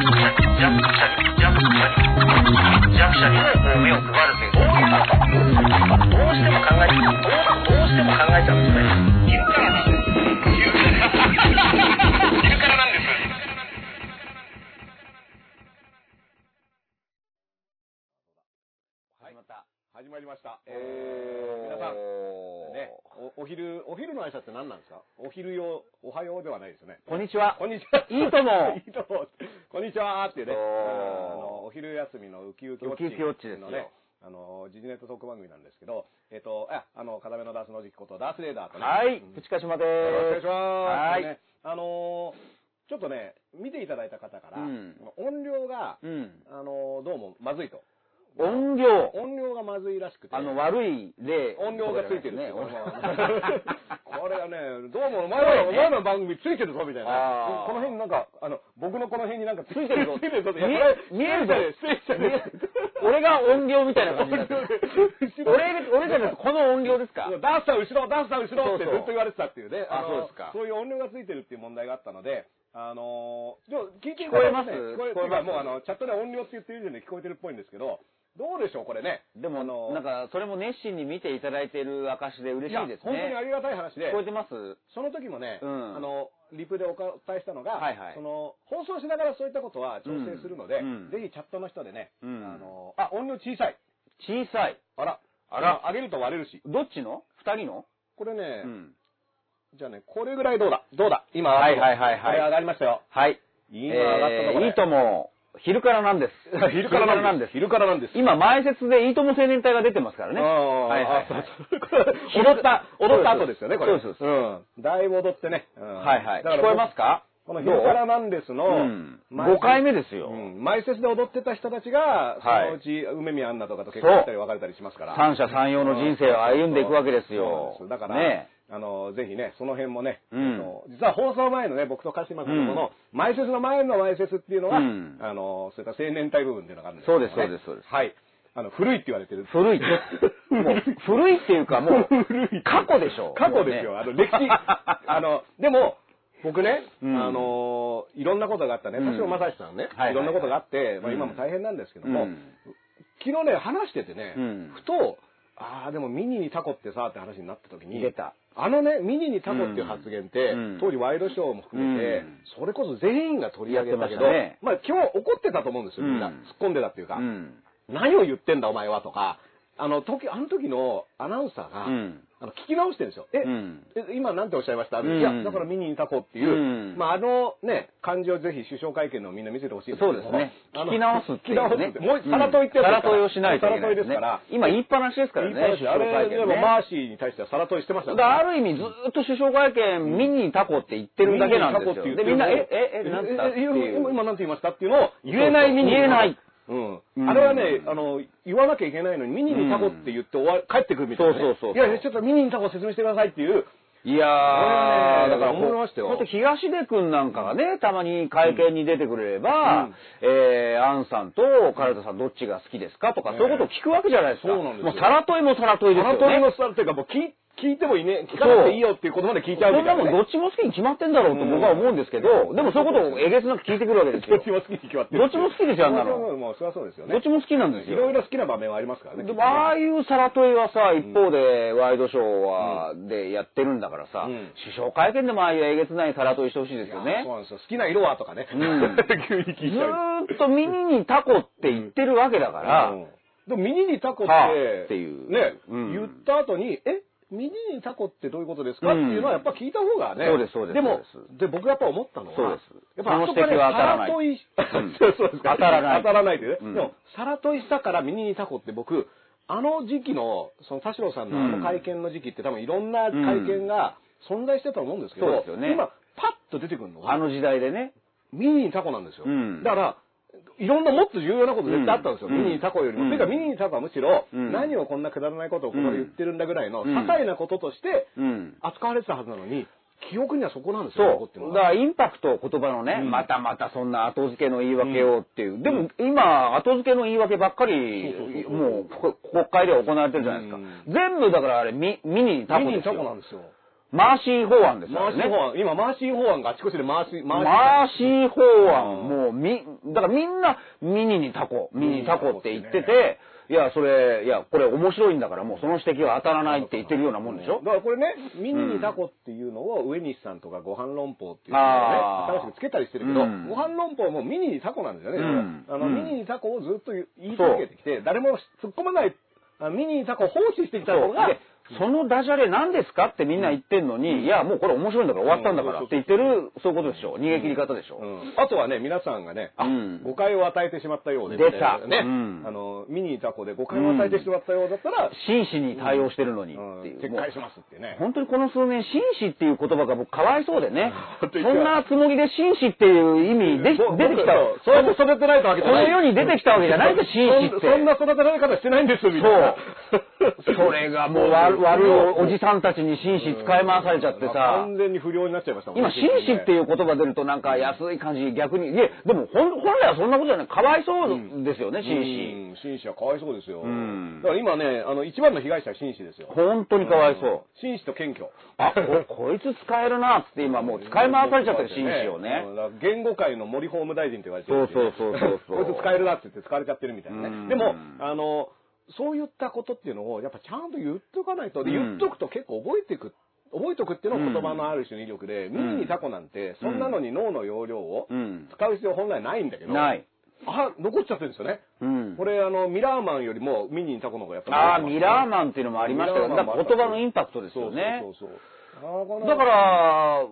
弱者に、弱者に、弱者にね、こう目を配るという、どうしても考え、どうどうしても考えちゃうんですね。昼からなんです。昼からなんです。始まった。始まりました。えー、皆さん、ね、おお昼、お昼の挨拶って何なんですかお昼用、おはようではないですよね。こんにちは。こんにちは。いいとも いいとも。こんにちはっていうね。おーあの、お昼休みのウキウキウォッチ。ウキウキウォッチですよのね。あの、時事ネットトーク番組なんですけど、えっと、あ、あの、片目のダースの時期ことダースレーダーとね。はいうん、プチカシマでよろしーくす。お願いします。はねあのーちょっとね、見ていただいた方から、うん音量が、うん。あのーどうもまずいと。音量。音量がまずいらしくて。あの、悪い例。音量がついてるっていう音こ量れはこれはね、どうもお前ら、お前らの番組ついてるぞみたいな。あーこの辺になんか、あの、僕のこの辺になんかついてるぞ、ついてるぞって。見えいや見えるぞ失礼したね失礼したね俺が音量みたいな感じに なってる。後ろ俺、俺じゃなくて、この音量ですかダンスさん後ろ、ダンスさん後ろってずそうそうっと言われてたっていうね。あのそうですかそういう音量がついてるっていう問題があったので、あのー、じゃあ聞いて聞こえます聞こえ聞こえますもうあの、チャットで音量って言ってる以上に聞こえてるっぽいんですけど、どうでしょう、これね。であのも、なんか、それも熱心に見ていただいている証で嬉しいですや本当にあね。りがたい話で聞こえ。てますその時もね、うんあの、リプでお伝えしたのが、はいはいその、放送しながらそういったことは調整するので、うんうんぜひチャットの人でね、うんあの、あ、音量小さい。小さい。あら、あら上げると割れるし。どっちの二人のこれねう、ん。じゃあね、これぐらいどうだどうだ今、はいはいはいはいこれ上がりましたよ。はい。今上がったところえーいいとも、昼からなんです。 昼からなんです。昼からなんです。今、前説でいいとも青年隊が出てますからね。ああはいはいあはい そうそう拾踊っったた、踊った後ですよね、これ。そうですう。ん。だいぶ踊ってね。はいはい。聞こえますかかこの「昼からなんですの」うん前5回目ですようん前説で踊ってた人たちが、はいそのうち梅宮アンナとかと結婚したり別れたりしますから三者三様の人生を歩んでいくわけですよ。そうなんですだから、ねあのぜひねその辺もね、うんあの実は放送前のね僕と鹿島さんのこの、前説の前の前説っていうのは、うんあのそういった青年隊部分っていうのがあるんですけそどねうです、そうです、そうです。はいあの古いって言われてる古いって。 もう古いっていうか、もう、過去でしょ。過去ですよ、もうねあの歴 史あのでも僕ね、うんあのいろんなことがあったねうん田代正史さんね、はいはいはいいろんなことがあって、まあ、うん今も大変なんですけどうんも、昨日ね話しててね、うんふとああでもミニにタコってさって話になった時に出たあのねミニにタコっていう発言って、うん当時ワイドショーも含めて、うんそれこそ全員が取り上げたけどやってましたねまあ、今日怒ってたと思うんですよみんな、うん突っ込んでたっていうか、うん。何を言ってんだお前はとかあの時あの時のアナウンサーが、うんあの聞き直してるんですよ。え、うんえ今なんておっしゃいました、うんいや、だから見に行ったこうっていう、うんまあ、あのね、感じをぜひ首相会見のみんな見せてほしいんそうですね。あの聞き直すっていうね。聞き直すってもうさらといってやつでさすからといをしないといけさらとないいですから。今言いっぱなしですからね。言いっぱなしあれ首でも相会見ねマーシーに対してはさらといしてましたねだからある意味ずっと首相会見、見にタコって言ってるだけなんですミよ。ニにタコって言ってで、みんな、え、ええ、え、なんつったっえていう今今なんて言いましたっていうのを言えないミニ言えなうんい。うんあれはね、あの、言わなきゃいけないのに、ミニにタコって言って終わる、帰ってくるみたいなね。そうそうそうそういやいや、ちょっとミニにタコ説明してくださいっていう。いこれやー、はねだからこう、思いましたよほんと東出くんなんかがね、たまに会見に出てくれれうば、んえー、アンさんと唐田さんどっちが好きですかとか、ねそういうことを聞くわけじゃないですそか。うなんですよもうさらといもさらといですよ、ね。あの鳥のさっていうか、もう聞い聞いてもいいね、聞かなくていいよっていうことまで聞いちゃうそみんたないなね。もんどっちも好きに決まってんだろうと僕は思うんですけど、でもそういうことをえげつなく聞いてくるわけですどっよ。ちも好きに決まってどっちも好きですよあんなのもうもうそりゃそうですよね。どっちも好きなんですいよ。ろいろ好きな場面はありますからね。でも、ああいうさらといはさ、一方で、ワイドショーは、でやってるんだからさ、うん首相会見でもああいうえげつないさらといしてほしいですよいやそねう。なんですよ。好きな色はとかね。う ん急に聞いずちゃう。ーっと耳にタコって言ってるわけだから、うんでも、ミニにタコって、はあっていうね、うん言った後に、えミニにタコってどういうことですか、うんっていうのはやっぱ聞いた方がね。そうですそうですでもそう、で、僕やっぱ思ったのは、そうですやっぱあそこその指摘は当たらないねさという んそうそうですか当たらない当たらないというね。うんでも、さらといしたからミニにタコって僕、あの時期の、その田代さんのあの会見の時期って多分いろんな会見が存在してたと思うんですけど、そうですよね今、パッと出てくるのはあ、の時代でね。ミニにタコなんですよ。うんだから、いろんなもっと重要なこと絶対あったんですよ。うんミニにタコよりも。うんてか、ミニにタコはむしろ、うん何をこんなくだらないことをこの言ってるんだぐらいの、うん些細なこととしてうん。扱われてたはずなのに、記憶にはそこなんですよ、残そってるう。のだかはらインパクト、言葉のね、うんまたまたそんな後付けの言い訳をっていう。でも今、後付けの言い訳ばっかりそうそうそう、そうもうこ国会では行われてるじゃないですかうん。全部だからあれ、ミミニにタコミニでにすタよ。コなんですよ。マーシー法案ですマよーシーね。法案、今マーシー法案があちこちでマーシー、マーシーマーシー法う案、んもうみ、だからみんな、ミニにタコ、ミニにタコって言ってミニて、いや、それ、いや、これ面白いんだから、もうその指摘は当たらないって言ってるようなもんでしょだからこれね、ミニにタコっていうのを上西さんとかご飯論法っていうのあをーね、新しくつけたりしてるけど、うんご飯論法もミニにタコなんですよね。うんあの、うんミニにタコをずっと言い続けてきて、誰も突っ込まない、あミニにタコを放置してきたそのうが、でそのダジャレ何ですかってみんな言ってんのに、いや、もうこれ面白いんだから終わったんだからって言ってる、そういうことでしょ逃げ切り方でしょ、うんあとはね、皆さんがね、あうん誤解を与えてしまったようで、出たね、うんあの、ミニにタコで誤解を与えてしまったようだったら、真摯に対応してるのにっていうう。ん撤回しますってね。。本当にこの数年、紳士っていう言葉が僕かわいそうでね本当にそんなつもりで紳士っていう意味でぼ出てきた。僕それも育てられたわけじゃない。この世に出てきたわけじゃないんでそす紳士ってそんな育てられ方してないんです、みたいな。そう。それがもう悪悪いおじさんたちに紳士使い回されちゃってさ。完全に不良になっちゃいましたもん今、紳士ってう。いう言葉出るとなんか安い感じ、逆に。いえ、でも本本来はそんなことじゃない。かわいそうですよね、紳士。うん紳士はかわいそうですよ。んだから今ね、あの、一番の被害者は紳士ですよ。本当にかわいそう。紳士と謙虚。あ、おこいつ使えるなっつって今もう使い回されちゃってる紳士をねう。んだから言語界の森法務大臣って言われてるっていねそうそうそうそうこいつ使えるなって言って使われちゃってるみたいなうんね。でも、あの、そういったことっていうのを、やっぱちゃんと言っとかないと、でうん言っとくと結構覚えていく。覚えとくっていうのも言葉のある種の威力で、耳にタコなんて、そんなのに脳の容量をうん使う必要本来ないんだけど、ない。あ、残っちゃってるんですよね。うんこ。れ、あの、ミラーマンよりもミニにタコの方がやっぱああ、ミラーンマンっていうのもありましたけど、ミなラーんマかン言葉のインパクトですよねそう。そうそうそう。だから、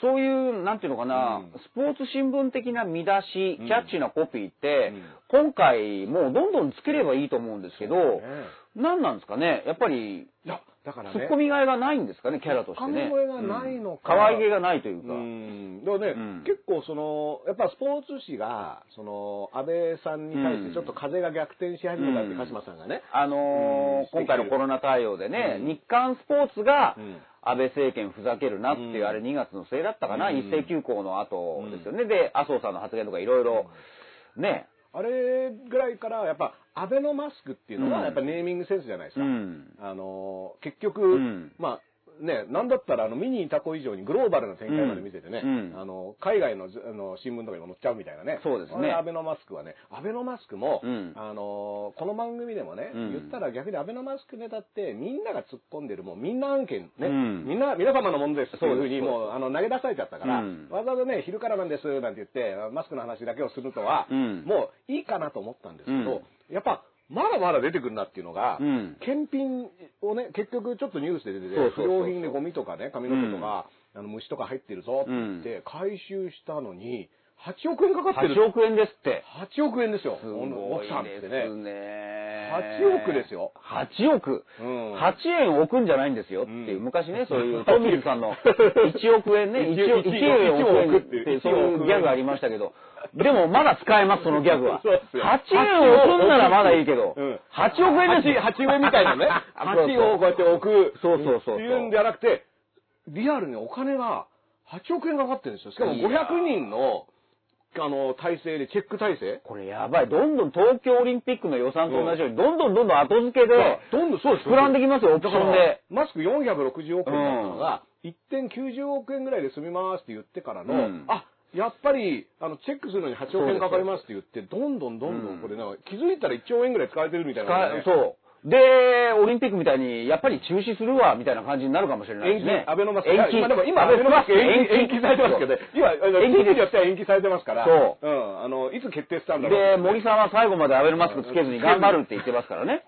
そういう、なんていうのかな、うんスポーツ新聞的な見出し、うんキャッチーなコピーって、今回もうどんどんつければいいと思うんですけど、だね何なんですかねやっぱり、いや、だからツッねコ。ミがいがないんですかねキャラとして突っ込ね。みがいがないのか可愛げがないというか。うん。だからね、うん結構その、やっぱスポーツ紙が、その、安倍さんに対してちょっと風が逆転し始めたって、うん鹿島さんがね。あのーうん今回のコロナ対応でね、うん日韓スポーツがうん安倍政権ふざけるなっていう、うんあれ2月の末だったかな、うん一斉休校の後ですよね、で麻生さんの発言とかいろいろね、あれぐらいから、やっぱ、安倍のマスクっていうのうんは、やっぱネーミングセンスじゃないですか。うんあの、結局、うんまあ、ね、なんだったら、あの、ミニイタコ以上にグローバルな展開まで見せてね、うんうんあの、海外のずあの新聞とかにも載っちゃうみたいなね。そうですねあれアベノマスクはね、アベノマスクも、うんあの、この番組でもね、うん言ったら逆にアベノマスクネタって、みんなが突っ込んでる、もうみんな案件ね、うんみんな、皆様のものですっていうふうに、そうですもう、あの、投げ出されちゃったから、うんわざわざね、昼からなんですなんて言って、マスクの話だけをするとは、うんもういいかなと思ったんですけど、うんやっぱ、まだまだ出てくるなっていうのが、うん検品をね、結局ちょっとニュースで出ててそう、不そうそうそう良品でゴミとかね、髪の毛とか、あの虫とか入ってるぞって言って、回収したのに、8億円かかってる。 8億円ですって。 8億円ですよ。すご奥いさんっでてすね。ね。 8億ですよ。 8億。うん8円置くんじゃないんですよっていう、うん昔ね、そういう、トミーズさ んの1億円ね、1, 一億円置く円っていう、そういうギャグありましたけど、でもまだ使えます、そのギャグは。8そうですよ円置くんならまだいいけど、うん8億円ですよ。。8円みたいなね そうそう8をこうやって置く。そうそうそうそうっていうんじゃなくて、リアルにお金が8億円かかってるんですよ。しかもいやー500人の、あの、体制で、チェック体制。これやばい。どんどん東京オリンピックの予算と同じように、どんどんどんどん後付けで、どんどんそうです膨らんできますよ、オプションで。マスク460億円だったのが、一点90億円ぐらいで済みますって言ってからの、うんあ、やっぱり、あの、チェックするのに8億円かかりますって言って、どんどんどんどんこれな、気づいたら1兆円ぐらい使われてるみたいな、かそう。で、オリンピックみたいに、やっぱり中止するわ、みたいな感じになるかもしれない延し期ね。、アベノマスク。延い期。やまあでも今、アベノマスク延期延期されてますけどね。今、あの延期地域にですよっては延期されてますから、そん、あの、いつ決定したんだろで、う。 森さんは最後までアベノマスクつけずに頑張るって言ってますからね。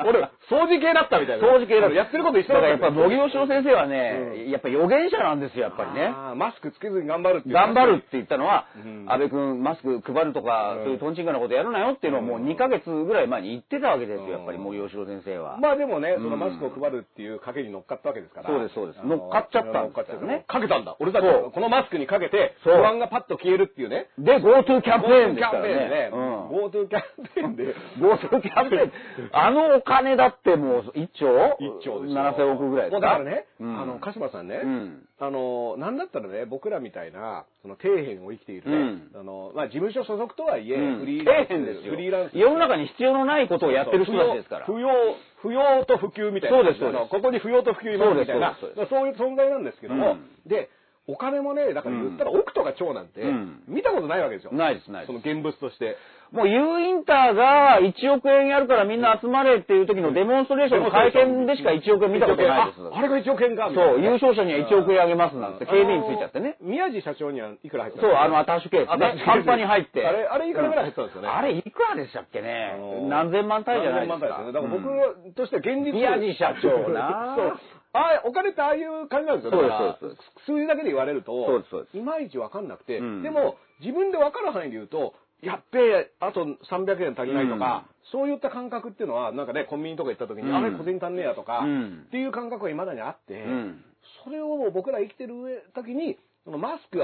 俺、掃除系だったみたいな。掃除系だやってること一緒だだからやっぱ、も森吉郎先生はね、やっぱ予言者なんですよ、やっぱりね。マスクつけずに頑張るっていう頑張るって言ったのは、うん安倍君マスク配るとか、そういうトンチンカンなことやるなよっていうのをもう2ヶ月ぐらい前に言ってたわけですよ、やっぱり森吉郎先生は。まあでもね、そのうんマスクを配るっていう賭けに乗っかったわけですから。そうですそうですあの乗っかっちゃった乗んっかっちですゃっよたねね。かけたんだ。俺たちそうこのマスクにかけて、そう不安がパッと消えるっていうね。で、GoTo キャンペーンですから GoTo キャンペーンねね。うん GoTo キャンペーンで、 GoTo キャンペーン、あのお金だってもう1兆一兆ですよ。 ?7000 億ぐらいでもうすかだからね、うんあの、鹿島さんね、うんあの、なんだったらね、僕らみたいな、その底辺を生きているね、あの、まあ、事務所所属とはいえ、うんフリーランス、底辺ですよ。フリーランス。世の中に必要のないことをやってる人たちですから。不要、不要と普及みたいな。そうですそうですあのここに不要と普及いますみたいな。そうそうですいう存在なんですけども、うんで、お金もね、だから言ったら億とか兆なんてうん、見たことないわけですよ。ないです、ないそでの現物として。す。もう U インターが1億円やるからみんな集まれっていう時のデモンストレーションの会見でしか1億円見たことないです。ああれが1億円かみたいなそう、優勝者には1億円あげますなんて警備員ついちゃってねあ。の宮地社長にはいくら入ってたそう、あの、アタッシュケースアタッシねュ。ケースパンパンに入って。あれあれいくらぐらい入ってたんですかねあれいくらでしたっけあねの。何千万単位じゃないで何千すか。万単位ですよねだかうらん僕としては現実。宮地社長な そう。ああ、お金ってああいう感じなんですよ。だからそうですそう数です字だけで言われるとそうですそうで、いまいちわかんなくて、うんでも、自分でわかる範囲で言うと、やっべえ、あと300円足りないとか、そういった感覚っていうのは、なんかね、コンビニとか行った時に、うんあれ小銭足んねえやとか、うんっていう感覚が未だにあって、うんそれをもう僕ら生きてる上時に、そのマスク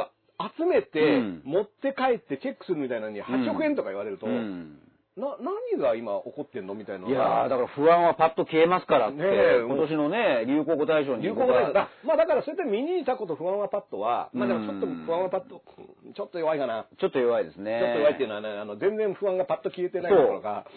集めて、うん持って帰ってチェックするみたいなのに8億円とか言われると、うんな何が今起こってんのみたいなのいがやー、だから不安はパッと消えますからって、ねえ今年のね、流行語大賞に流行語大賞だ。まあだからそれで見にいたこと不安はパッドは、まあでもちょっとうん不安はパッド、ちょっと弱いかな。ちょっと弱いですね。ちょっと弱いっていうのはね、あの、全然不安がパッと消えてないところが。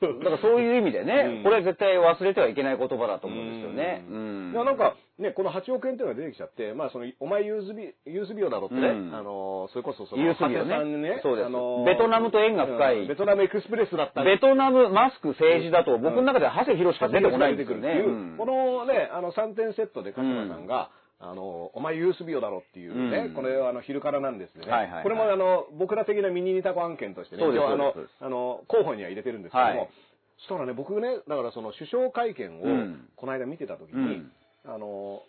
だからそういう意味でね、うんこれは絶対忘れてはいけない言葉だと思うんですよね。ううんん。でもなんか、ね、この8億円っていうのが出てきちゃって、まあその、お前ユーズビ、ユースビオだろってね、うんあの、それこそその、ユースビオね長谷さんにね、そうですあのベトナムと縁が深いうんベトナムエクスプレスだったりベトナム、マスク、政治だと、僕の中では長谷博しか出てこないん出でてすくよるね。うんこのね、あの3点セットで勝間さんが、あの、お前ユースビオだろっていうね、うんこれあの、昼からなんですね、はいはいはいこれもあの、僕ら的なミニニタコ案件としてね、そうです一応あのそうです、あの、候補には入れてるんですけども、はいそしたらね、僕ね、だからその首相会見をうん、この間見てた時に、うんあの、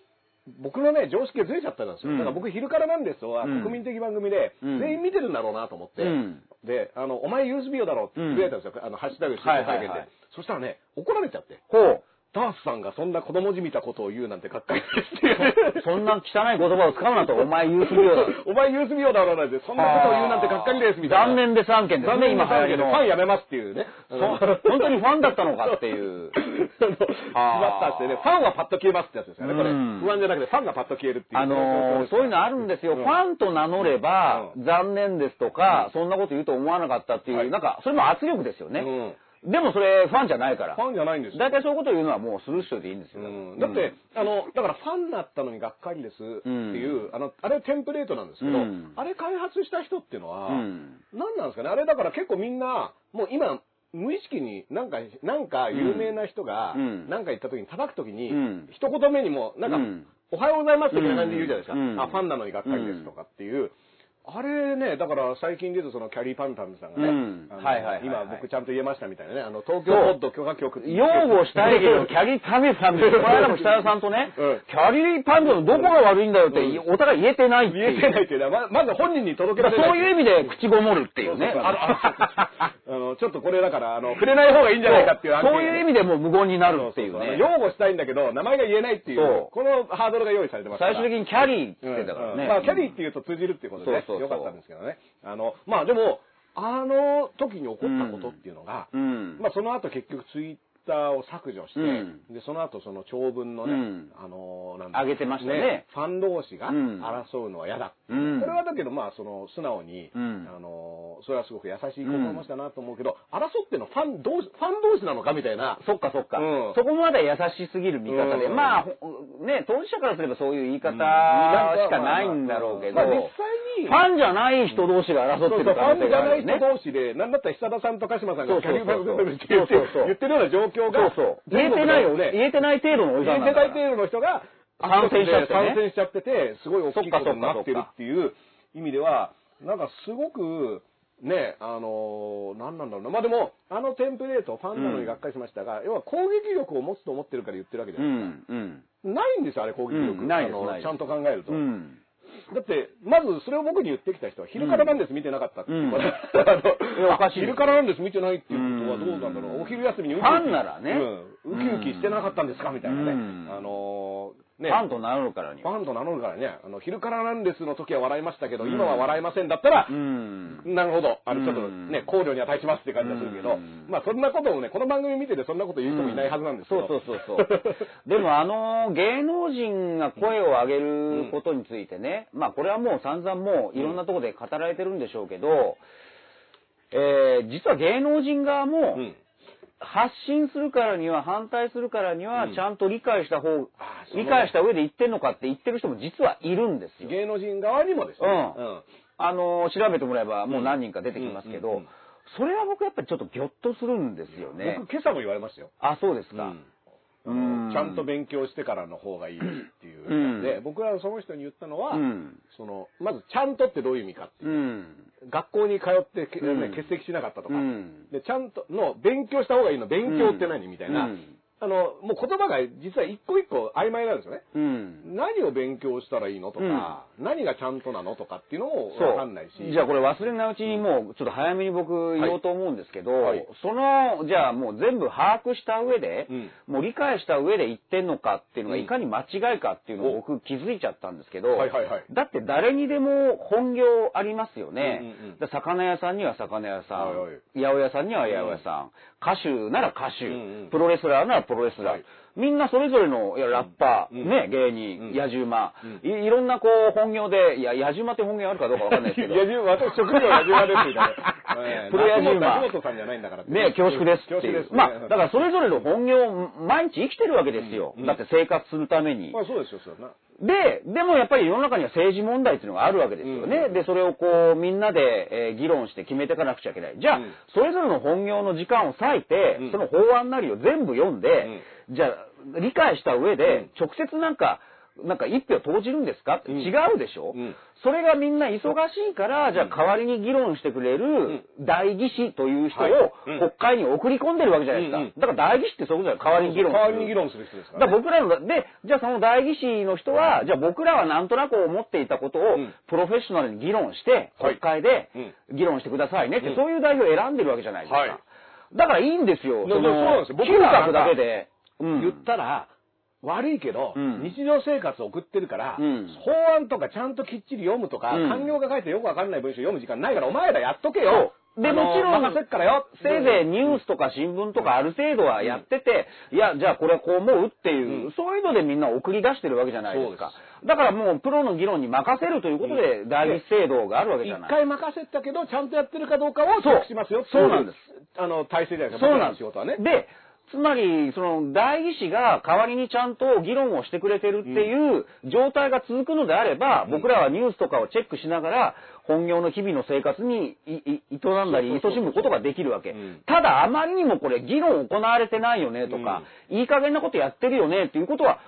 僕のね、常識がずれちゃったんですよ。うんだから僕、昼からなんですは、うん国民的番組で、うん全員見てるんだろうなと思って、うんで、あの、お前ユースビオだろって言われたんですよ、あの、ハッシュタグ首相会見で、はいはいはいそしたらね、怒られちゃって。ほう。ダースさんがそんな子供じみたことを言うなんてがっかりですよ そんな汚い言葉を使うなと、お前言うすぎよだ。お前ユースビオだろうなん て、そんなことを言うなんてがっかりですみたいな。残念です案件です残ね、念今今早流行いりけど、のフ。ァンやめますっていうね。そ 本当にファンだったのかって いう。あの、しまったってね、ファンはパッと消えますってやつですよね、これ。うん不安じゃなくて、ファンがパッと消えるっていう。あのーそういうのあるんですよ。うんファンと名乗れば、うん残念ですとか、そんなこと言うと思わなかったっていう、はいなんか、それも圧力ですようね。でもそれ、ファンじゃないからフ。ァンじゃないんですよ大体そういうこと言うのはもうスルーしといていいんですよ。うんだって、あの、だからファンになったのにがっかりですっていう、あの、あれテンプレートなんですけど、うんあれ開発した人っていうのは、うん何なんですかねあれだから結構みんな、もう今、無意識になんか、なんか有名な人が、うんなんか言った時に、叩く時に、うん一言目にも、なんか、うんおはようございます的な感じで言うじゃないですか。うんあ、ファンなのにがっかりですとかっていう。あれね、だから最近で言うとそのキャリーパンタムさんがね、うんあのはいはい今はいはい僕ちゃんと言えましたみたいなね、あの東京ポッド許可局っていう擁護したいけど、キャリーパンダさんです。この間も北田さんとね、 うんキャリーパンダのどこが悪いんだよって、お互い言えてないって言いえう。てないっていうのは、 ままず本人に届けらだかれらない。そういう意味で口ごもるっていそううそう ね。そうあのあの、ちょっとこれだから、あの、触れない方がいいんじゃないかっていう案件そういう意味でもう無言になるっていうそうそうあのね。擁護したいんだけど、名前が言えないっていう、そうこのハードルが用意されてますか最ら。終的にキャリーって言ってたからうんうね。んまあ、キャリーっていうと通じるっていうことでね、そうそうそうよかったんですけどね。あの、まあでも、あの時に起こったことっていうのが、うんまあその後結局ツイッターを削除して、うんで、その後その長文のね、うんあの、なん上げてましたねファン同士がうん争うのは嫌だ。うんこれはだけど、まあその、素直に、うんあの、それはすごく優しい心持ちだなと思うけど、争ってんのファン同士、ファン同士なのかみたいな。そっかそっか、うんそこまで優しすぎる見方で、うんまあ、ほね、当事者からすればそういう言い方しかないんだろうけど、まあ実際にファンじゃない人同士がそ争うそう、ってるフ可ァ能ン性じがゃあなるいよね人。同士で、なんだったら久田さんと鹿島さんそうがそキうャそうリーバンドって言ってそうそうそう言ってるような状況が、そうそう。言え全て国ないよ、のね言えてない程度のおじさんなん世だ界から。程度の人が、感染しちゃってね感染しちゃってて、すごい大きいことになってるっていう意味では、なんかすごく、ね、あのなんなんだろうな。まあでも、あのテンプレート、ファンなのにがっかりしましたが、要は攻撃力を持つと思ってるから言ってるわけじゃうない、ん、うん。ないんですよ、あれ攻撃力。うんないですあのないですちゃんと考えると。うん。だって、まずそれを僕に言ってきた人は、昼からなんです見てなかったっていうから、あのいやおかしい昼からなんです見てないっていうことはどうなんだろうんう。お昼休みにファンならねうんウキウキしてなかったんですかみたいなね。うんあのーねファンと名乗るからにフは。ァンと名乗るからね、あの、昼からなんですの時は笑いましたけど、今は笑えませんだったらう、ん。なるほど。あうの、んちょっとね、考慮に値しますって感じがするけうどん、まあそんなことをね、この番組見ててそんなこと言う人もいないはずなんですけそうど。そうそう そう。でもあの、芸能人が声を上げることについてね、まあこれはもう散々もういろんなところで語られてるんでしょうけど、えー実は芸能人側も、うん。発信するからには反対するからにうはんちゃんと理解した方、あー理解した上で言ってんのかって言ってる人も実はいるんですよ。芸能人側にもですね。うんあの調べてもらえばもう何人か出てきますけど、うんうんうんそれは僕やっぱりちょっとギョッとするんですよね。僕今朝も言われましたよ。あ、そうですか。あのうんちゃんと勉強してからの方がいいっていううんで、僕はその人に言ったのは、うん。その、まずちゃんとってどういう意味かっていう。うん。学校に通ってけ、うんね欠席しなかったとか、うんで、ちゃんとの勉強した方がいいの、勉強って何、うんみたいな、うんあの、もう言葉が実は一個一個曖昧なんですよね。うん。何を勉強したらいいのとか、何がちゃんとなのとかっていうのもそう。わかんないし。じゃあこれ忘れないうちにもうちょっと早めに僕言おうと思うんですけど、はいはいその、じゃあもう全部把握した上で、うんもう理解した上で言ってんのかっていうのがうんいかに間違いかっていうのを僕気づいちゃったんですけど、はいはいはいだって誰にでも本業ありますよね。うんうんうんだから魚屋さんには魚屋さん、はいはい八百屋さんには八百屋さん、歌手なら歌手、うんうんプロレスラーならプロレスラー、はいみんなそれぞれのいやラッパー、うんね、芸人、うん野獣馬、うんいいろんなこう本業で、いや、野獣馬って本業あるかどうかわかんないですけど。野獣私職業野獣馬ですみたいな。プロ野獣馬松本さんじゃないんだからってね、恐縮ですってい恐う縮ですね。まあ、だからそれぞれの本業、毎日生きてるわけですよ。うんうんだって生活するためにま。あそうですよ、そうですよな。で、でもやっぱり世の中には政治問題っていうのがあるわけですよね。うんで、それをこう、みんなで、えー議論して決めていかなくちゃいけない。じゃあ、うんそれぞれの本業の時間を割いて、うんその法案なりを全部読んで、じゃあ、理解した上で、直接なんか、なんか一票投じるんですかって、うん違うでしょ、うんそれがみんな忙しいから、じゃあ代わりに議論してくれる代議士という人はいをうん国会に送り込んでるわけじゃないですか。うんうんだから代議士ってそういうことじゃない代わりに議論す代わりに議論するる人ですからだね、から僕らの、で、じゃあその代議士の人は、じゃあ僕らはなんとなく思っていたことをうん、プロフェッショナルに議論して、はい国会で議論してくださいねって、うんそういう代表を選んでるわけじゃないですか。はいだからいいんですよ、でそでもそうなんの、ですよ嗅僕らは覚だけで。うん言ったら、悪いけど、うん日常生活を送ってるから、うん法案とかちゃんときっちり読むとか、うん官僚が書いてよくわかんない文章読む時間ないから、お前らやっとけよ。で、あのもちろん、任せっからよ。せいぜいニュースとか新聞とかある程度はやってて、いや、じゃあこれはこう思うっていう、うんそういうのでみんな送り出してるわけじゃないですかそ。だからもうプロの議論に任せるということで、代議士制度があるわけじ一ゃない。回任せたけど、ちゃんとやってるかどうかをチェックしますよ。。そうそうなんですあの、体制じゃないですか。そうなんです僕らの仕事はね。で、つまり、その、代議士が代わりにちゃんと議論をしてくれてるっていう状態が続くのであれば、僕らはニュースとかをチェックしながら、本業の日々の生活にいい営そうそうんだり、そうそう勤しむことができるわうけん。ただ、あまりにもこれ、議論行われてないよねとか、いい加減なことやってるよねっていうことは、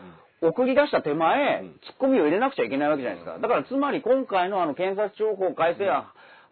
送り出した手前、うんツッコミを入れなくちゃいけないわけじゃないですか。だから、つまり今回のあの、検察庁法改正案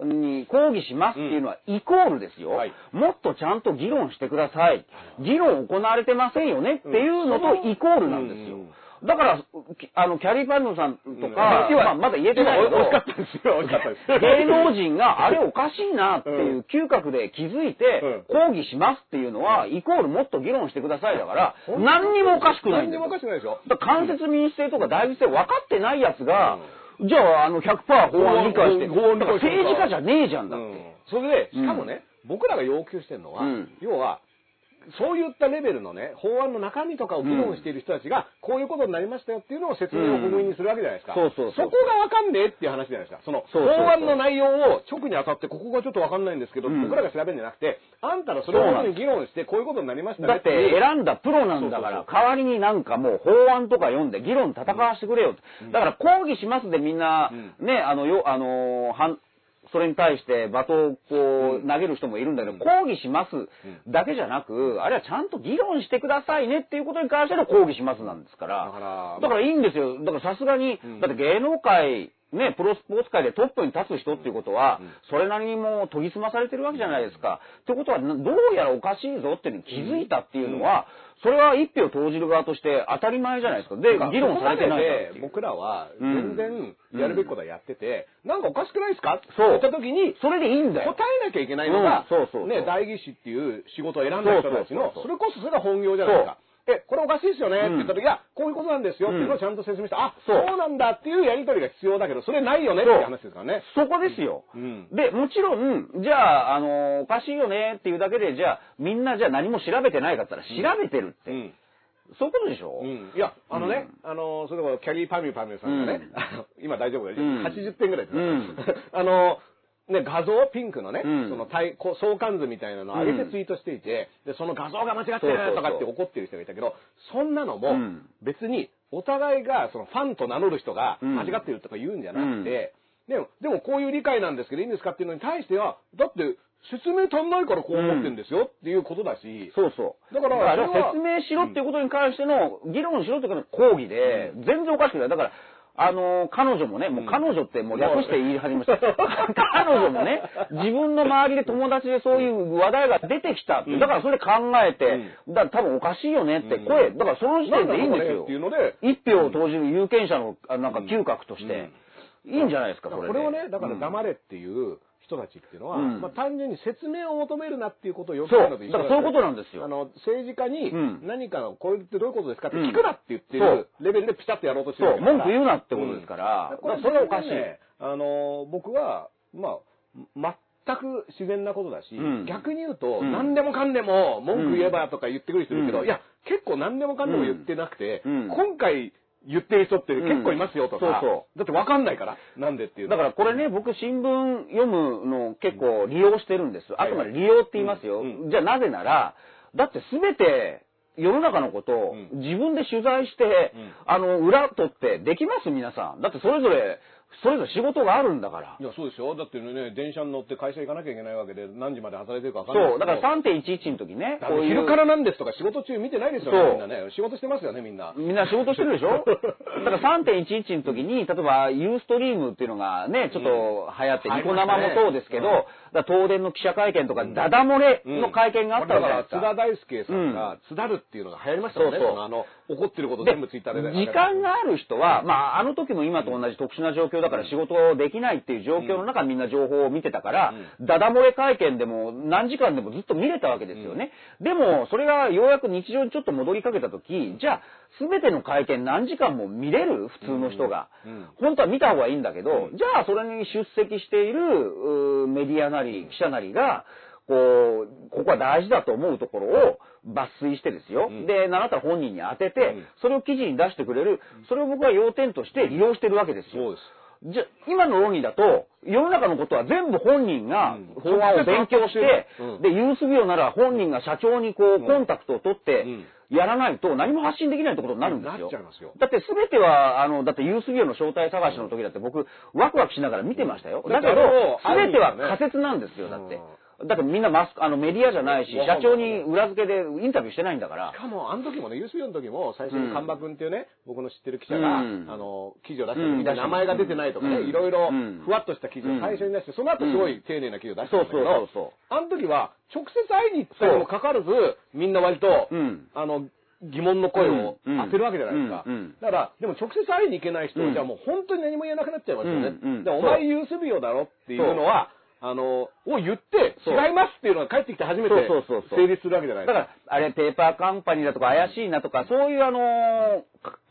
に抗議しますっていうのは、イコールですよ。はいもっとちゃんと議論してください。議論行われてませんよねっていうのとイコールなんですようん。だから、きあの、キャリーパンドさんとか、うんまあ、まだ言えてないけど、今惜しかったですよ惜しかった です 芸能人があれおかしいなっていう嗅覚で気づいて、抗議しますっていうのは、イコールもっと議論してくださいだから、うん何にもおかしくない何んだによもおかしくないですよ。だから間接民主制とか代議制分かってないやつが、じゃあ、あの、100%法案理解して、法案だから政治家じゃねえじゃんだって。うんそれで、うんしかもね、僕らが要求してるのは、うん要は、そういったレベルのね、法案の中身とかを議論している人たちが、こういうことになりましたよっていうのを説明を国民にするわけじゃないですか。うんそうそうそうこがわかんねえっていう話じゃないですか。その、そうそうそう法案の内容を直に当たって、ここがちょっとわかんないんですけど、うん僕らが調べるんじゃなくて、あんたらそれを本当に議論して、こういうことになりましただねって選んだプロなんだから、代わりになんかもう法案とか読んで議論戦わせてくれよって、だから抗議しますでみんな、うね、あの、よ、あのーはんそれに対して罵倒をこう投げる人もいるんだけど、抗議しますだけじゃなく、あれはちゃんと議論してくださいねっていうことに関しての抗議しますなんですから。だからだからいいんですよ。だからさすがに、んだって芸能界、ね、プロスポーツ界でトップに立つ人っていうことは、それなりにもう研ぎ澄まされてるわけじゃないですか。ってことは、などうやらおかしいぞっていうのに気づいたっていうのは、それは一票投じる側として当たり前じゃないですか。で、議論されてないからってでいう僕らは全然やるべきことはやってて、なんかおかしくないですかってそう言った時に、それでいいんだよ答。えなきゃいけないのが、うんそうそうそうね、代議士っていう仕事を選んだ人たちの、そうそそうそうそうれこそそれが本業じゃないですか。え、これおかしいですよねって言った時、いや、こういうことなんですよっていうのをちゃんと説明して、あ、そうなんだっていうやりとりが必要だけど、それないよねっていう話ですからね。そこですよ。うんで、もちろん、じゃあ、あの、おかしいよねっていうだけで、じゃあ、みんなじゃあ何も調べてないかって言ったら、調べてるって、うん。そういうことでしょ、うん、いや、あのね、あの、それこそキャリーパミュパミュさんがね、うん あの今大丈夫だよ、うん80点ぐらいです、うん あの、ね、画像、ピンクのね、うんその対こう相関図みたいなのを上げてツイートしていて、で、その画像が間違ってるとかってそうそうそう怒ってる人がいたけど、そんなのもうん、別に、お互いが、そのファンと名乗る人がうん間違ってるとか言うんじゃなくて、でも、でもこういう理解なんですけどいいんですかっていうのに対しては、だって、説明足んないからこう思ってんですよっていうことだし、そうそう。だからそれは説明しろっていうことに関しての、議論しろっていうことの抗議で、全然おかしくない。だから、あの彼女もね、もう彼女ってもう略して言い始めま した。彼女もね、自分の周りで友達でそういう話題が出てきたって、だからそれ考えて、だから多分おかしいよねって声、だからその時点でいいんですなんだろうねっよていうので。一票を投じる有権者の、あなんか嗅覚として、いいんじゃないですか、だこかられこで。れをね、だからうん黙れっていう人たちっていうのは、うんまあ、単純に説明を求めるなっていうことをよくそうやるのと一緒だからそういうことなんですよあの、政治家にうん何かの、これってどういうことですかってうん聞くなって言ってるレベルでピタッとやろうとしてるそわう、けだから文句言うなってことですから、こだれからそれはおかしい。ねあの、僕は、まあ、全く自然なことだし、うん逆に言うと、うん何でもかんでも文句言えばとか言ってくる人いるけど、うんいや、結構何でもかんでも言ってなくて、うん今回言ってる人って結構いますよとか、うんそうそだってわかんないから、なんでっていうのだからこれね、僕新聞読むの結構利用してるんです。あくまで利用って言いますよ。うんじゃあなぜなら、だって全て世の中のことをうん自分で取材して、うんあの、裏取ってできます皆さん。だってそれぞれ、それぞれ仕事があるんだからい。や、そうですよ。だってね、電車に乗って会社行かなきゃいけないわけで、何時まで働いてるかわかんないですそう、けだど。から3.11の時ね、だってこういう昼からなんですとか仕事中見てないですよそうね、みんなね。仕事してますよね、みんな。みんな仕事してるで しょだから3.11の時に、例えばユーストリームっていうのがね、ちょっと流行って、うんニコ生もそうですけど、うんだから東電の記者会見とか、ダダ漏れの会見があったわけじゃないですか。だから、津田大介さんが、津だるっていうのが流行りましたもんね。そうそうのあの、怒ってることで全部ツイッターでね。時間がある人は、まあ、あの時も今と同じ特殊な状況だから仕事をできないっていう状況の中、みんな情報を見てたから、ダダ漏れ会見でも何時間でもずっと見れたわけですよね。でも、それがようやく日常にちょっと戻りかけた時、じゃあ、すべての会見何時間も見れる普通の人が。うんうん本当は見た方がいいんだけど、じゃあ、それに出席しているうーメディアなり、記者なりが、こう、ここは大事だと思うところを抜粋してですよ。うんで、あなた本人に当てて、うんそれを記事に出してくれる、それを僕は要点として利用してるわけですそうよ。です。じゃ、今の論理だと、世の中のことは全部本人がうん法案を勉強して、うんで、ユース業なら本人が社長にこう、んコンタクトを取ってうん、やらないと何も発信できないってことになるんですよ。なっちゃいますよだって全ては、あの、だってユース業の招待探しの時だって僕、ワクワクしながら見てましたよ。うんだけどだって、あれ全てはあるんだよね仮説なんですよ、だって。だってみんなマスク、あの、メディアじゃないし、うん社長に裏付けでインタビューしてないんだからし。かも、あの時もね、ユースビーの時も、最初に神場君っていうね、僕の知ってる記者が、うんあの、記事を出したう時んに名前が出てないとかね、うんいろいろうん、ふわっとした記事を最初に出して、その後すごい丁寧な記事を出したんだけど、うんそうそうそうあの時は、直接会いに行ったにもかかわらず、みんな割と、うんあの、疑問の声をうん当てるわけじゃないですか。うんうんだから、でも直接会いに行けない人、うんじゃあもう本当に何も言えなくなっちゃいますよね。うんうんでお前ユースビオだろっていうのは、あの、を言って、そう違いますっていうのが帰ってきて初めてそうそうそうそう成立するわけじゃないだでか。、すからあれ、ペーパーカンパニーだとか、怪しいなとか、そういうあのー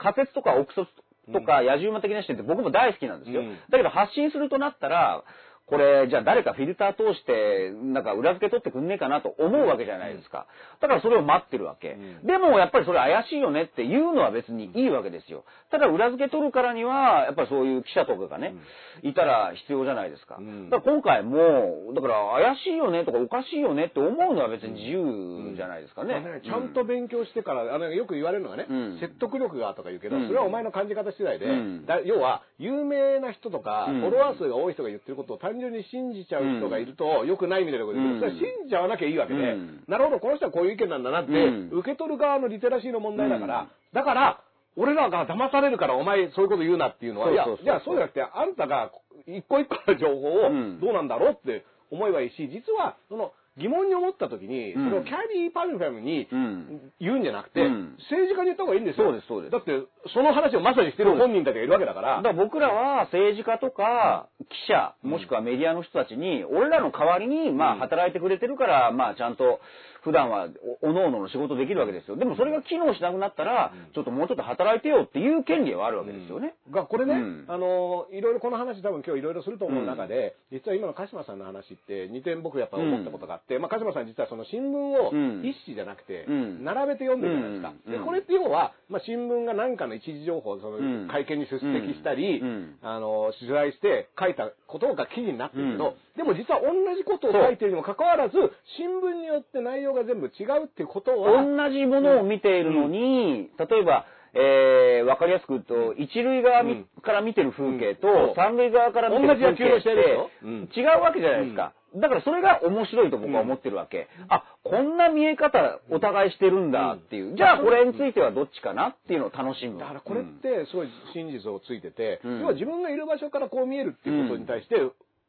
か仮説とか憶測とか、野獣馬的な視点って僕も大好きなんですよ。うんだけど発信するとなったら、これ、じゃあ誰かフィルター通して、なんか裏付け取ってくんねえかなと思うわけじゃないですか。だからそれを待ってるわけ。んでもやっぱりそれ怪しいよねっていうのは別にいいわけですよ。ただ裏付け取るからには、やっぱりそういう記者とかがね、いたら必要じゃないですか。うんだから今回も、だから怪しいよねとかおかしいよねって思うのは別に自由じゃないですかね。まあねちゃんと勉強してから、あのよく言われるのがね、うん説得力がとか言うけど、うんそれはお前の感じ方次第で、うんだ要は、有名な人とか、うんフォロワー数が多い人が言ってることを単純に信じちゃう人がいると、良くないみたいなこと言うけどうんそれは信じちゃわなきゃいいわけで、うんなるほど、この人はこういう意見なんだなって、うん受け取る側のリテラシーの問題だから、うんだから、俺らが騙されるからお前そういうこと言うなっていうのは、いやそうそうそうそう、じゃあそうじゃなくて、あんたが一個一個の情報をうんどうなんだろうって思えばいいし、実は、その、疑問に思った時に、そうんれをキャリーパミュパミュにうん言うんじゃなくて、うん政治家に言った方がいいんですよ。そうですそうですだって、その話をまさにしてる本人たちがいるわけだからだか、ら僕らは政治家とか記者、もしくはメディアの人たちに、俺らの代わりに、まあ、働いてくれてるから、まあ、ちゃんと、普段は、おおのおのの仕事できるわけですよ。でも、それが機能しなくなったら、ちょっともうちょっと働いてよっていう権利はあるわけですよね。がこれね、うんあのいろいろこの話多分今日いろいろすると思う中で、実は今の鹿島さんの話って2点僕やっぱ思ったことがあって、まあ、鹿島さん実はその新聞をうん一紙じゃなくてうん並べて読んでるじゃないですか、うんでうんこれって要は、まあ、新聞が何かの一時情報そうのん会見に出席したり、うんうんあの取材して書いたことが記事になってるけど、うんでも実は同じことを書いてるにもかかわらず新聞によって内容が全部違うっていうことは同じものを見ているのに、例えば、えー、わかりやすく言うと、一塁側み、うんから見てる風景と、うん三塁側から見て同る風景じ野球のっ試合てですようん違うわけじゃないですか。だからそれが面白いと僕は思ってるわけ。あ、こんな見え方お互いしてるんだっていう。じゃあこれについてはどっちかなっていうのを楽しむ。だからこれっうんてすごい真実をついてて、うん要は自分がいる場所からこう見えるっていうことに対して、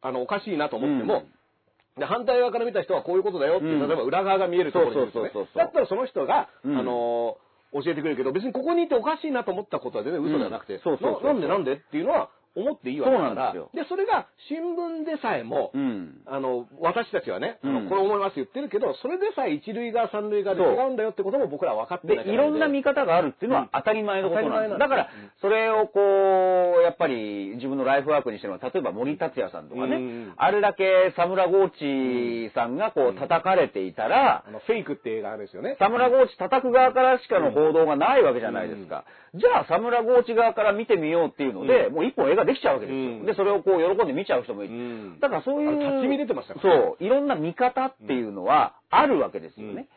あのおかしいなと思っても、で反対側から見た人はこういうことだよっていう、うん例えば裏側が見えるところにいるんですよねそうそうそうそうだったらその人が、うんあのー教えてくれるけど別にここにいておかしいなと思ったことは全然嘘ではなくて、うんそうそうそうそななうんでなんでっていうのは思っていいわけだかそうならんですそれが新聞でさえも、うん。あの私たちはね、あうのんこれ思います言ってるけどそれでさえ一塁側三塁側で違うんだよってことも僕らは分かってないで、いろんな見方があるっていうのは当たり前のことなんです。うんだから、それをこう、やっぱり自分のライフワークにしてるのは、例えば森達也さんとかね、うんあれだけサムラゴーチさんがこう叩かれていたらあ、のフェイクって映画あるんですよねサムラゴーチ叩く側からしかの報道がないわけじゃないですか。じゃあ、サムラゴーチ側から見てみようっていうので、もう一本映画できちゃうわけですよ。うんで、それをこう喜んで見ちゃう人もいる。うんだからそういあれう。立ち見出てましたかそらねう。いろんな見方っていうのはあるわけですよね。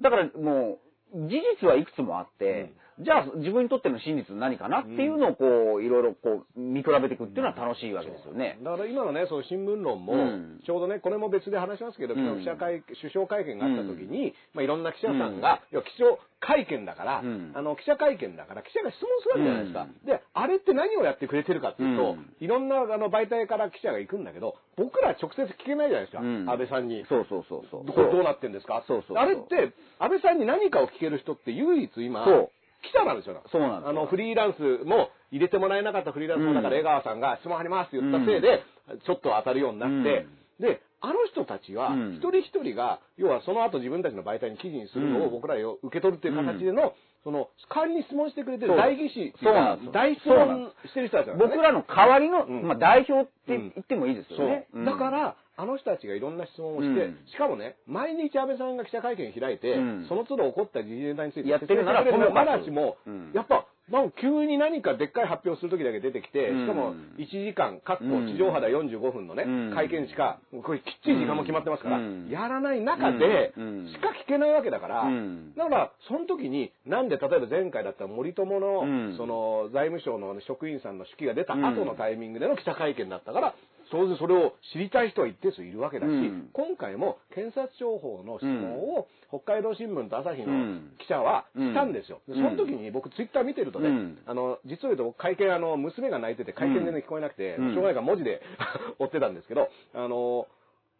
だからもう、事実はいくつもあって、じゃあ自分にとっての真実何かなっていうのをこう、いろいろこう、見比べていくっていうのは楽しいわけですよね。だから今のね、その新聞論も、うんちょうどね、これも別で話しますけど、昨日記者会、首相会見があった時に、まあいろんな記者さんが、いや、記者会見だから、うんあの、記者会見だから、記者が質問するわけじゃないですか。で、あれって何をやってくれてるかっていうと、うんいろんなあの媒体から記者が行くんだけど、僕ら直接聞けないじゃないですか、うん安倍さんに。そうそうそうそう。どこれどうなってんですかそうそうそうあれって、安倍さんに何かを聞ける人って唯一今、そう記者なんですよね。そうなんですよあの、フリーランスも入れてもらえなかったフリーランスの中で江川さんが質問ありますって言ったせいで、ちょっと当たるようになって、で、あの人たちはうん一人一人が、要はその後自分たちの媒体に記事にするのをうん僕らを受け取るっていう形での、その、代わりに質問してくれてるそう代議士っていそううなかんですよ代質そうなん問でしてる人たちなんですね僕らの代わりの、うんまあ代表ってうん言ってもいいですそうよね。うんだか、ら、あの人たちがいろんな質問をして、うんしかもね、毎日安倍さんが記者会見開いて、うんその都度起こった事例についてやってるなら説明してくれるともかく話も、うんやっぱ、まあ、急に何かでっかい発表するときだけ出てきて、うしんかも1時間、かっこうん地上波では45分のね、うん会見しか、これきっちり時間も決まってますから、うんやらない中でうんしか聞けないわけだから、うんだから、その時に、なんで例えば前回だったら森友の、うんその財務省の職員さんの手記が出た後のタイミングでの記者会見だったから、当然それを知りたい人は一定数いるわけだし、うん今回も検察庁法の質問を北海道新聞と朝日うのん記者はしたんですよ。うんでその時に僕ツイッター見てるとね、うんあの、実を言うと僕会見、あの、娘が泣いてて会見でね聞こえなくて、うんしょうがないから文字で 追ってたんですけど、あの、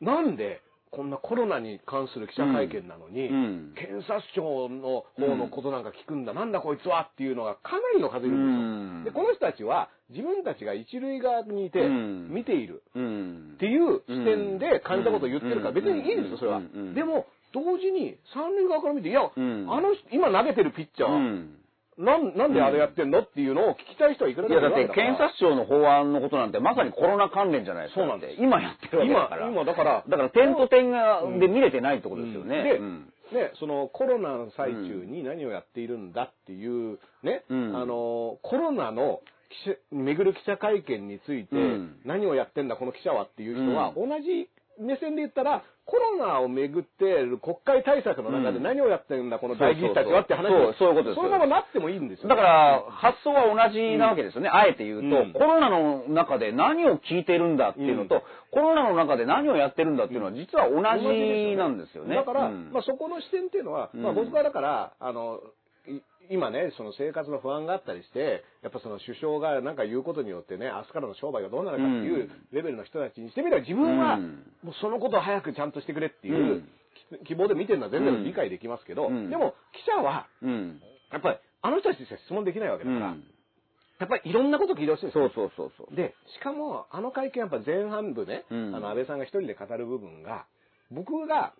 なんで、こんなコロナに関する記者会見なのに、うん検察庁の方のことなんか聞くんだ、なんだこいつはっていうのがかなりの数いるんうんですよ。で、この人たちは自分たちが一塁側にいてうん見ているうんっていう視点で感じたことを言ってるからうん別にいいんですよ、それはうんうん。でも、同時に三塁側から見て、いや、あんの人今投げてるピッチャうー、んなんなんであれやってんのっていうのを聞きたい人はいくらいでもやいだるっわけてだから検察庁の法案のことなんてまさにコロナ関連じゃないですか。そうなんですだって今やってるわけだから。今今だからだから点と点が、で見れてないってことですよね。で、うんね、そのコロナの最中に何をやっているんだっていう、ね、うんあの、コロナの記者、巡る記者会見についてうん、何をやってんだこの記者はっていう人は、う同じ目線で言ったら、コロナを巡っている国会対策の中でうん何をやってんだこの大議員たちはって話そうそうそうそういうことですそのままなってもいいんですよ。だから、発想は同じなわけですよね。あえて言うと、うんコロナの中で何を聞いてるんだっていうのと、うんコロナの中で何をやってるんだっていうのは、実は同同じじなんですよね。だから、うんまあ、そこの視点っていうのは、まあ、うん僕はだから、あの、い今ね、その生活の不安があったりして、やっぱその首相がなんか言うことによってね、明日からの商売がどうなるかっていうレベルの人たちにしてみれば、自分は、うんもうそのことを早くちゃんとしてくれっていう、うんき希望で見てるのは全うん然理解できますけど、うんでも記者は、うん。やっぱり、あの人たちしか質問できないわけうだから、ん。やっぱりいろんなこと聞いてほしいですそようそうそうそう。で、しかも、あの会見やっぱ前半部ね、うんあの、安倍さんが一人で語る部分が、僕が、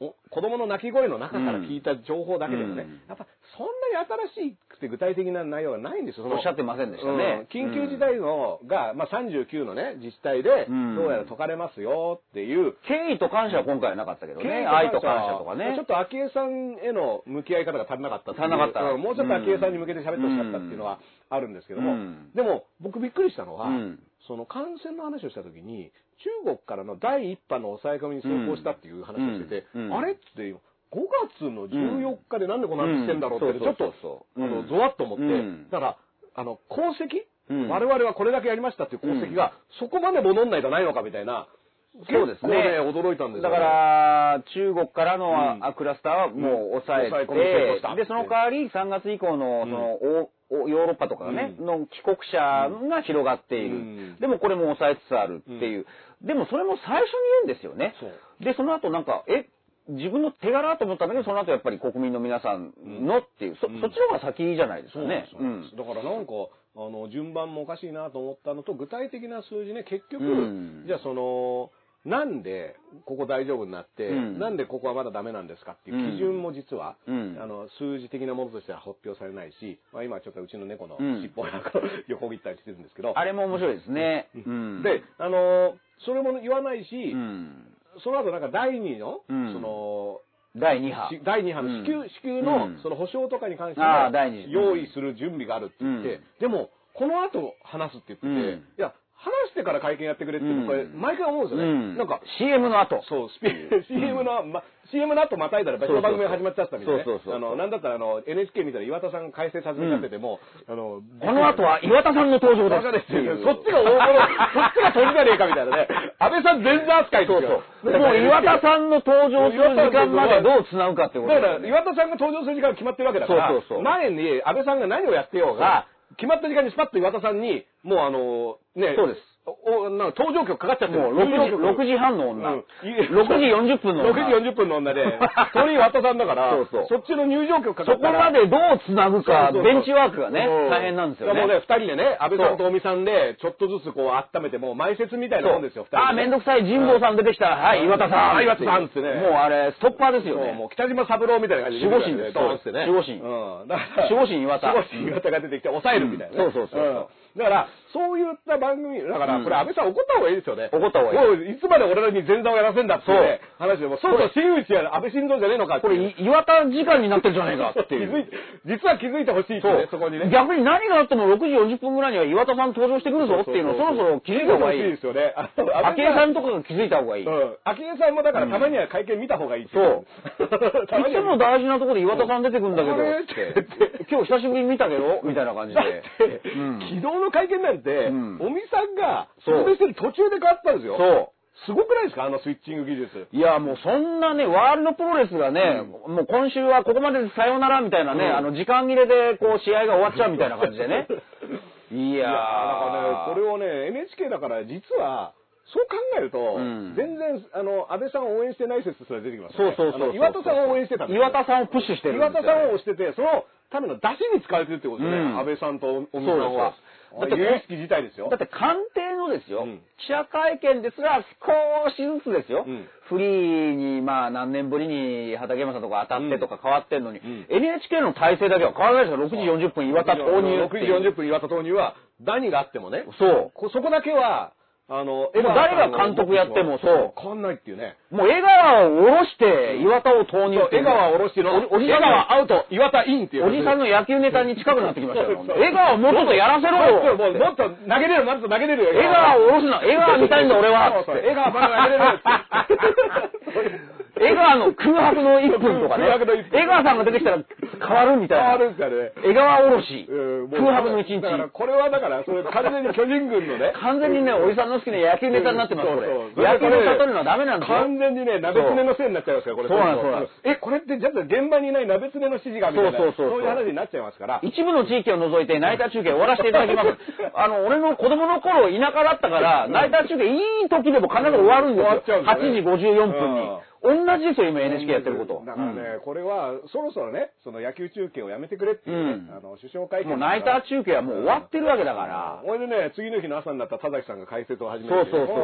お子供の泣き声の中から聞いた情報だけでもね、うんやっぱそんなに新しくて具体的な内容はないんですよ。そのおっしゃってませんでしたねうん緊急事態のが、まあ、39のね、自治体で、うんどうやら解かれますよっていう、敬意と感謝は今回はなかったけど経営ね。愛と感謝とかねちょ。っと昭恵さんへの向き合い方が足りなかったっていう足りなかったうんもうちょっと昭恵さんに向けて喋ってほしかったっていうのはあるんですけども、うんでも僕びっくりしたのは、うんその感染の話をした時に中国からの第一波の抑え込みに成功したっていう話をしてて、うんうんあれって今5月の14日でなんでこんな話してんだろうって、うんちょっとそうそうそうあうのんゾワッと思って、うんだからあの功績、うん我々はこれだけやりましたっていう功績が、そこまで戻んないじゃないのかみたいな、そうですね結構驚いたんですよねだから、中国からうんのあクラスターはもう抑えて、抑え込み成功したで、その代わり3月以降の、その、おおヨーロッパとかがね、うんの帰国者が広がっている、うんでもこれも抑えつつあるっていう。でもそれも最初に言うんですよねそ。で、その後なんか、え、自分の手柄と思ったんだけど、その後やっぱり国民の皆さんのっていう、そ、うんそっちの方が先じゃないですかそうなんでねす。ようんだからなんか、あの、順番もおかしいなと思ったのと、具体的な数字ね、結局、うんじゃあその、なんでここ大丈夫になって、うんなんでここはまだダメなんですかっていう基準も実は、うんあの、数字的なものとしては発表されないし、まあ今ちょっとうちの猫のうん尻尾なんかを 横切ったりしてるんですけど、あれも面白いですね。うんで、、あの、それも言わないし、うんその後なんか第二の、うんその、第2波。し第2波の支給,、うん支給のうんその保障とかに関してあはあ第二次用意する準備があるって言って、うんでもこの後話すって言ってて、うんいや話してから会見やってくれって僕はうん毎回思うんですよね、うんなんか CM の後。そうスピ CM の、ま、CM の後またいだら別の番組が始まっちゃったみたいなねそうそうそうあのなんだったらあの NHK みたいな岩田さん解説始めちゃってても、あのこの後は岩田さんの登場バです。、カですっていうそっちが大物、そっちが飛びじゃねえかみたいなね。安倍さん全然扱いですそうよそう。もう岩田さんの登場する時間までどう繋ぐかってこだとからですよ、ね。岩田さんが登場する時間が決まってるわけだから、そうそうそう前に安倍さんが何をやってようが、決まった時間にスパッと岩田さんに、もうあの、ね、そうですおおなんか登場曲かかっちゃってもう6時、六時半のうん女。6時40分の6女。時40分の女 で、鳥居岩田さんだから、そうそうっちの入場曲かそかっこたらまでどう繋ぐか、そうそうそうベンチワークがねう、大変なんですよいやね。もうね、二人でね、安倍さんそと尾身さんで、ちょっとずつこう温めて、もう埋設みたいなもんですよ、二人でねあー、めんどくさい、神保さん出てきた。はい、岩田さん。はい岩田さんっつってねもうあれ、ストッパーですよそうね。もう北島三郎みたいな感じ守護神ですドーンってね。守護神うん。だから守護神岩田守護神岩田が出てきて抑えるみたいなね、うんそうそうそうそんだから、そういった番組、だから、うんこれ安倍さん怒った方がいいですよね。怒った方がいいもういつまで俺らに前座をやらせんだっていうね話で、もうそうそう、真打ちや安倍晋三じゃねえのかってこいうれ、い岩田時間になってるじゃないかってい。気づいうて実は気づいてほしいってね、そこにね。逆に何があっても6時40分ぐらいには岩田さん登場してくるぞっていうのをそろそろ気づいた方がいい。気づいてほしいですよね。あの安昭倍恵さんとかが気づいた方がいい。いうん。昭恵さんもだからたまには会見見た方がいいっていそう。 たまにつはも大事なところで岩田さん出てくんだけどあれって、今日久しぶりに見たけど、みたいな感じだっで。て、うん昨日の会見なんて、ん尾身さんがそう説明してる途中で変わったんですよ。そすごくないですかあのスイッチング技術。う。いや、もうそんなね、ワールドプロレスがね、もう今週はここまででさようならみたいなね、うんあの時間切れでこう試合が終わっちゃうみたいな感じ でね。いやー。なんかね、これをね、NHK だから実は、そう考えると、ん全然、あの、安倍さんを応援してない説すら出てきます、そねう。そうそあうの岩田さんを応援してたんですよ岩田さんをプッシュしてるんですよ岩田さんを押してて、そのための出汁に使われてるってことですね。うん安倍さんと尾身さんは。そうあですそうですだって有意識自体ですよ。だって官邸のですよ、うん記者会見ですら少しずつですよ、うんフリーにまあ何年ぶりに畠山さんとか当たってとか変わってんのに、ん NHK の体制だけは変わらないですよ、6時40分岩田投入6って時いう40分岩田投入は、何があってもね、そう。こそこだけは、あの、う誰が監督やってもそう変わんないっていうね。もう江川を下ろして岩田を投入ってい江う川おろしの、おじおじさん江川アウト、岩田インっていう。おじさんの野球ネタに近くなってきましたよ。そうそう江川をもっとやらせろよもうもっと投げれる、もっと投げれるよ。江川を下ろすな江川見たいんだ俺はそうそう江川まだ投げれるって。江川の空白の1分とかね空白の一。分江川さんが出てきたら変わるみたい変なわ。るんですからね。江川おろし、うんもう空白の一日だ。からこれはだから、それ完全に巨人軍のね。完全にね、おじさんの好きな野球ネタになってます、これそう。そう野球で例えるのはダメなんですよ。完全にね、鍋つねのせいになっちゃいますから、これ。そうなんですそうなんえ、ですこれって、じゃあ現場にいない鍋つねの指示がみたいな、そうそうそうそういう話になっちゃいますから。一部の地域を除いてナイター中継終わらせていただきます。 あの、俺の子供の頃田舎だったから、ナイター中継いい時でも必ず終わるんです終よ。わっちゃうんだね8時54分に。うん同じですよ、今 NHK やってること。だからね、これは、そろそろね、その野球中継をやめてくれっていうね、うんあの、首相会うん見もうナイター中継はもう終わってるわけだから。俺ね、次の日の朝になったら田崎さんが解説を始めてる。そうそ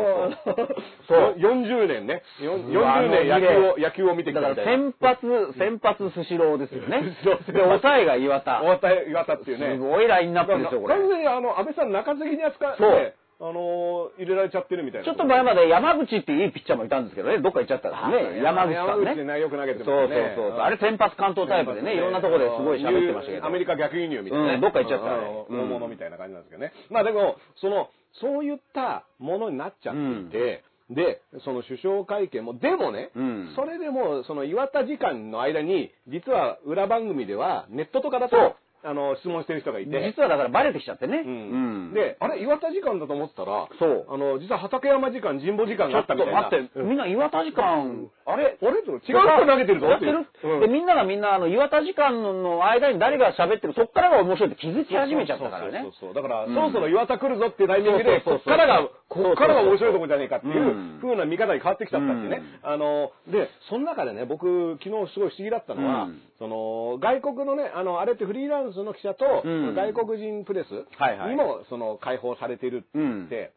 うそうそうもうあの40年ね。よんうわ40年野あの球を、野球を見てきただかみらたいな。。先発、先発スシローですよねそうで、抑えが岩田。終わった、岩田っていうね。すごいラインナップですよ、これ。完全にあの、安倍さん中継ぎに扱って、そうねあのー入れられちゃってるみたいな。ちょっと前まで山口っていういいピッチャーもいたんですけどね、どっか行っちゃったんですね。山口さん山口でね。ねよく投げてまそうすそうよそうねそう。あれ先発関東タイプでね、いろんなところですごい喋ってましたけど。アメリカ逆輸入みたいな、ねうんどっか行っちゃったねうん大物みたいな感じなんですけどね。まあでも、その、そういったものになっちゃっていて、で、その首相会見も、でもね、うんそれでも、その岩田時間の間に、実は裏番組では、ネットとかだとそう、あの、質問してる人がいて、実はだからバレてきちゃってね。ううんんで、あれ、岩田時間だと思ってたら、そうあの、実は畠山時間、神保時間ちがょあっったみとたいな。待って、みんな岩田時間、あれあれと違う人投げてるぞやっってていうる、うんで、みんながみんな、あの、岩田時間の間に誰が喋ってる、そっからが面白いって気づき始めちゃったからそう。そねうそうそうだから、うんそろそろ岩田来るぞっていうタイミングで、そうそこっうそうからが、こっからが面白いとこじゃねえかっていううん風な見方に変わってきちゃったっていうね。うあの、で、その中でね、僕、昨日すごい不思議だったのは、うんその、外国のね、あの、あれってフリーランスの記者と、うん外国人プレスはいはいにも、その、解放されてるって、うんで、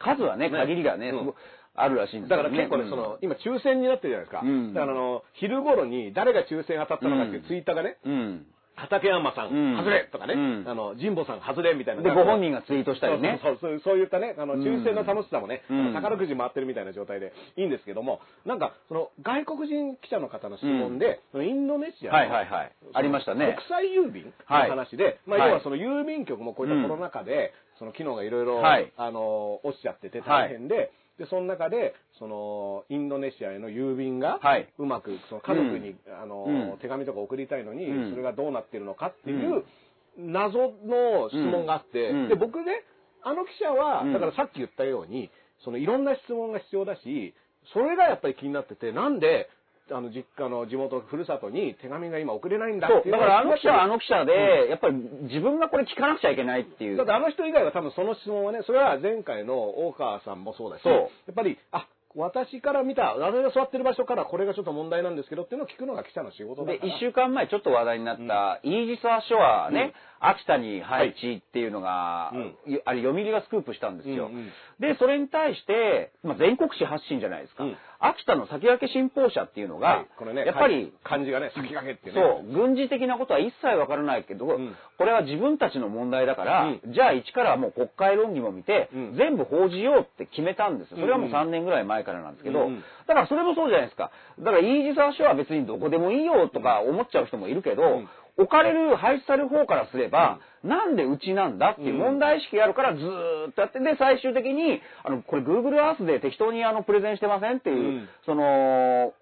数はね、限りがね、うんすごいあるらしいんですだよから結構ね、うんその、今抽選になってるじゃないですか。うんだからあの、昼頃に誰が抽選当たったのかっていうツイッターがね、うん。畠山さん、うん外れとかね、うんあの、神保さん、外れみたいな。で、ご本人がツイートしたりね。そうそうそうそうそういったね、あの、うん抽選の楽しさもね、あうのん宝くじ回ってるみたいな状態でいいんですけども、なんか、その、外国人記者の方の質問で、そのインドネシアのはいはいはいそのありましたね国際郵便のはい話で、まあ、はい要はその郵便局もこういったコロナ禍で、その機能がいろいろ、はいあの、落ちちゃってて大変で、で、その中で、その、インドネシアへの郵便が、はいうまく、その家族に、あの、うん手紙とか送りたいのに、うんそれがどうなってるのかっていう、謎の質問があって、うんで、僕ね、あの記者は、うんだからさっき言ったように、そのいろんな質問が必要だし、それがやっぱり気になってて、なんで、あの、実家の地元、ふるさとに手紙が今送れないんだっそてう。いうだのかがらあの記者はあの記者で、うんやっぱり自分がこれ聞かなくちゃいけないっていう。だってあの人以外は多分その質問はね、それは前回の大川さんもそうだし、そうやっぱり、あ、私から見た、私が座ってる場所からこれがちょっと問題なんですけどっていうのを聞くのが記者の仕事だでから。 1週間前ちょっと話題になった、イージス・アショアね、秋田に配置っていうのが、ういあれ読売がスクープしたんですよ、うんうんでそれに対して、まあ、全国紙発信じゃないですか、うん秋田の先駆け新報社っていうのが、はいこれね、やっぱり、漢字がね、先駆けってね。そう軍事的なことは一切わからないけど、んこれは自分たちの問題だから、うじゃあ一からはもう国会論議も見て、うん全部報じようって決めたんですよそれはもう3年ぐらい前からなんですけど、うんうんだからそれもそうじゃないですかだからイージス・アショアは別にどこでもいいよとか思っちゃう人もいるけど、置かれる廃止される方からすれば、なんでうちなんだっていう問題意識があるからずーっとやってで最終的にあのこれ Google Earth で適当にあのプレゼンしてませんっていう、うんその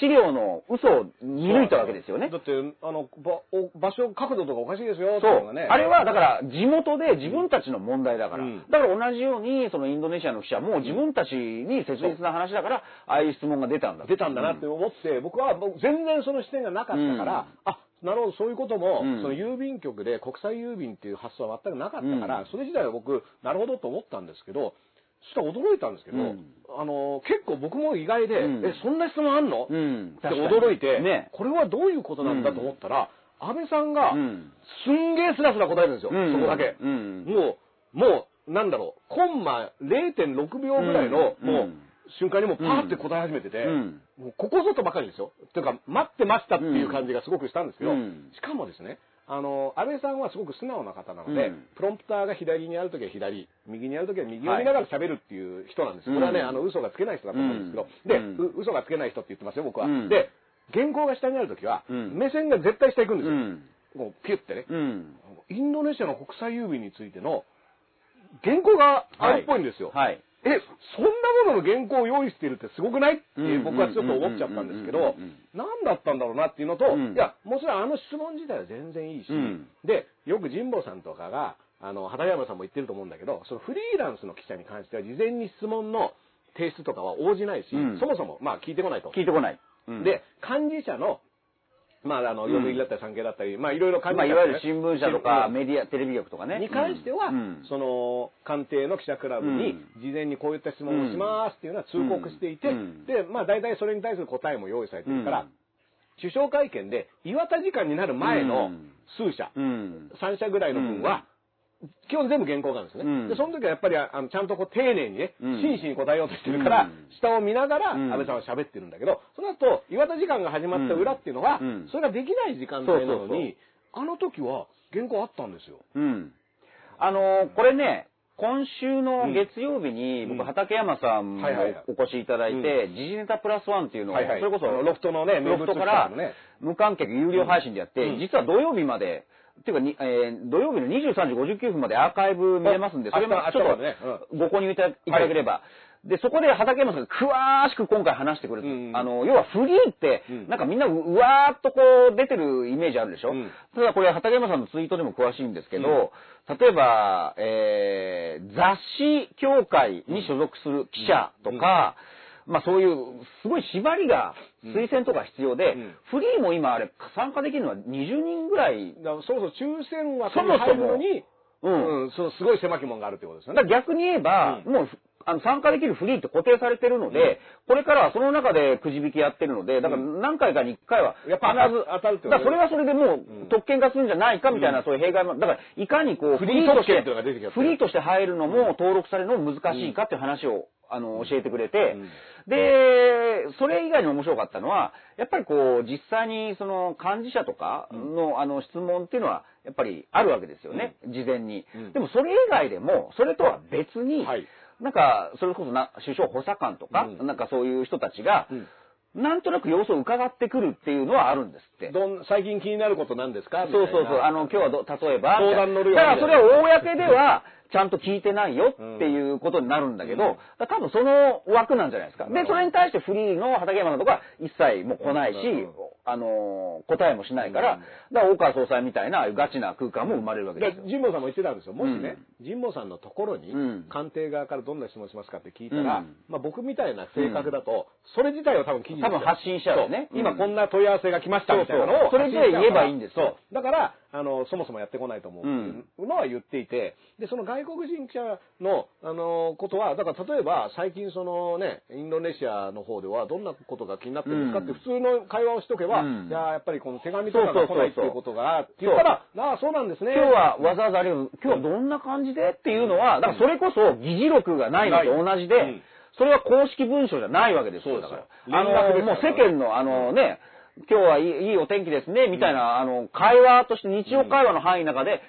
資料の嘘を見抜いたわけですよねだ。って、あの、ばお場所、角度とかおかしいですよ、っそていうのうがね。。あれは、だから、地元で自分たちの問題だから。うんだから同じように、そのインドネシアの記者も自分たちに切実な話だから、ああいう質問が出たんだ。出たんだなって思って、僕はもう全然その視点がなかったから、あなるほどそういうことも、うんその郵便局で国際郵便っていう発想は全くなかったから、うんそれ自体は僕なるほどと思ったんですけどそしたら驚いたんですけど、うんあの結構僕も意外で、うんえそんな質問あんの、うっん。て確かに驚いて、ね。これはどういうことなんだと思ったら、安倍さんが、うんすんげえスラスラ答えるんですよ、うんそこだけ、うんもうもうなんだろうコンマ0.6秒ぐらいの、うんもう、うん瞬間にもうパーって答え始めてて、うんもうここぞとばかりですよ。というか、待ってましたっていう感じがすごくしたんですけど、うんしかもですね、あの、安倍さんはすごく素直な方なので、うんプロンプターが左にあるときは左、右にあるときは右を見ながら喋るっていう人なんです。これはね、うんあの、嘘がつけない人だと思うんですけど、うで、んうんう嘘がつけない人って言ってますよ、僕は。うんで、原稿が下にあるときは、うん目線が絶対下行くんでうすよ。ん。もうピュってね。うん。インドネシアの国際郵便についての原稿があるっぽいんですよ。はい。え、そんなものの原稿を用意してるってすごくないってうん僕はちょっと思っちゃったんですけどうんうん、何だったんだろうなっていうのと、うんいや、もちろんあの質問自体は全然いいし、うんで、よく神保さんとかが、あの、畑山さんも言ってると思うんだけど、そのフリーランスの記者に関しては事前に質問の提出とかは応じないし、うんそもそも、まあ聞いてこないと。聞いてこない。うんで、幹事社の、まあ、あの、読売だったり産経だったり、まあ、いろいろ関まあ、いわゆる新聞社とか新聞メディア、テレビ局とかね。に関しては、うんその、官邸の記者クラブにう、事前にこういった質問をしますっていうのは通告していて、うんで、まあ、大体それに対する答えも用意されてるから、うん首相会見で、岩田時間になる前うのん数社、うん。 3社ぐらいの分は、基本全部原稿なんですね。うんで、その時はやっぱりああのちゃんとこう丁寧にね、うん真摯に答えようとしてるから、うん下を見ながらうん安倍さんは喋ってるんだけど、その後、岩田時間が始まった裏っていうのは、うんそれができない時間帯なのに、そうそうそうあの時は原稿あったんですよ。うん。あのーこれね、今週の月曜日に、うん僕、畠山さんもはいはいはいお越しいただいて、時事ネタプラスワンっていうのを、はいはいそれこそ、あのロフトのねロフト名か物企画らのね、無観客有料配信でやって、うん実は土曜日まで、っていうかに、えー土曜日の23時59分までアーカイブ見れますんで、あそれもあちょあっったねとご購入いたいただければ。で、そこで畠山さんが詳しく今回話してくれて、うんあの、要はフリーってうん、なんかみんなううわーっとこう出てるイメージあるでしょ、うんただこれ、畠山さんのツイートでも詳しいんですけど、例えば、えー雑誌協会に所属する記者とか、まあそういう、すごい縛りが、推薦とか必要で、うんフリーも今あれ、参加できるのは20人ぐらい。だからそうそう、抽選枠に入るのに、そもそもうんうん、そのすごい狭き門があるってことですよだねか。ら逆に言えば、うもう、あの、参加できるフリーって固定されてるので、これからはその中でくじ引きやってるので、だから何回かに1回は、やっぱ当たる当たるってことだからそれはそれでもう、うん特権化するんじゃないかみたいな、そういう弊害も、だから、いかにこう、フリー特権っていうのが出てきちゃってフリーとして入るのも、登録されるのも難しいかっていう話を、あの、教えてくれて、うんで、それ以外に面白かったのは、やっぱりこう、実際にその、幹事社とかの、あの、質問っていうのは、やっぱりあるわけですよね、事前に。うんでも、それ以外でも、それとは別に、はいなんか、それこそな、首相補佐官とか、うんなんかそういう人たちが、うんなんとなく様子を伺ってくるっていうのはあるんですって。どん最近気になることなんですかみたいそうなそうそう。あの、今日はど、例えば。相談乗るよだからそれは公では、ちゃんと聞いてないよっていうことになるんだけど、うんだから多分その枠なんじゃないですか。なでる、ほどそれに対してフリーの畠山さんとか一切もう来ないしなるほ、あのー、答えもしないかうらん、だから大川総裁みたいなああいうガチな空間も生まれるわけでですよ。神保さんも言ってたんですよ、もしね、神保さんのところにうん、官邸側からどんな質問しますかって聞いたら、うんまあ、僕みたいな性格だと、それ自体は多分記事に多分発信しちゃうよねそううん今こんな問い合わせが来ましたみたいなのを、そうそうそれ自体言えばいいんですよそうだからあの、そもそもやってこないと思うっていうのは言っていて、でその外国人記者のあのことは、だから例えば最近その、ね、インドネシアの方では、どんなことが気になってるんですかって、うん普通の会話をしとけば、うんいややっぱりこの手紙とかが来ないっていうことが、って言ったら、ああ、そうなんですね。今日はわざわざありがとう。今日はどんな感じでっていうのは、だからそれこそ議事録がないのと同じで、うんそれは公式文書じゃないわけですそうよ。でだすよから。あの、連絡もうですから世間のあのね、今日はいいいいお天気ですね、みたいな、あの、会話として、日常会話の範囲の中で、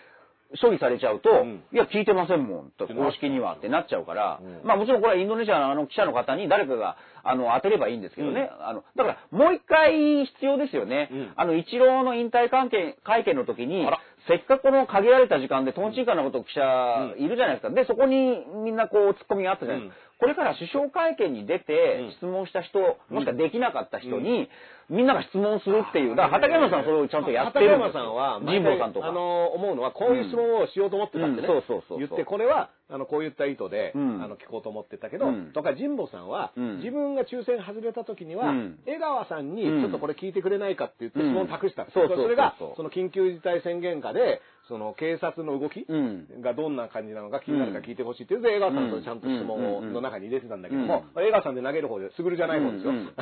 処理されちゃうと、んいや、聞いてませんもん、とてなっちゃう公式にはってなっちゃうから、うんまあもちろんこれはインドネシアのあの記者の方に誰かが、あの、当てればいいんですけどね、あの、だから、もう一回必要ですよね。うんあの、一郎の引退関係、会見の時にあら、せっかくこの限られた時間でトンチンカンなことを記者いるじゃないですか。で、そこにみんなこう突っ込みがあったじゃないですか。これから首相会見に出うんて質問した人、もしくはできなかった人に、みんなが質問するっていう。だから畠山さんはそれをちゃんとやってるんです畠山さんは、神保さんとか。あの、思うのは、こういう質問をしようと思ってたってね。うんうんそうそうそうそう言って、これは、あの、こういった意図で、うんあの、聞こうと思ってたけど、うんとか、神保さんは、うん自分が抽選外れた時には、うん江川さんに、ちうんょっとこれ聞いてくれないかって言って質問を託したんです、うんそうそうそうそうれが、その緊急事態宣言下で、その、警察の動きうんがどんな感じなのか気になるか聞いてほしいっていうので、江川さんとちゃんと質問を、うんの中に入れてたんだけども、うんまあ江川さんで投げる方で、すぐるじゃない方ですよ。うんうんで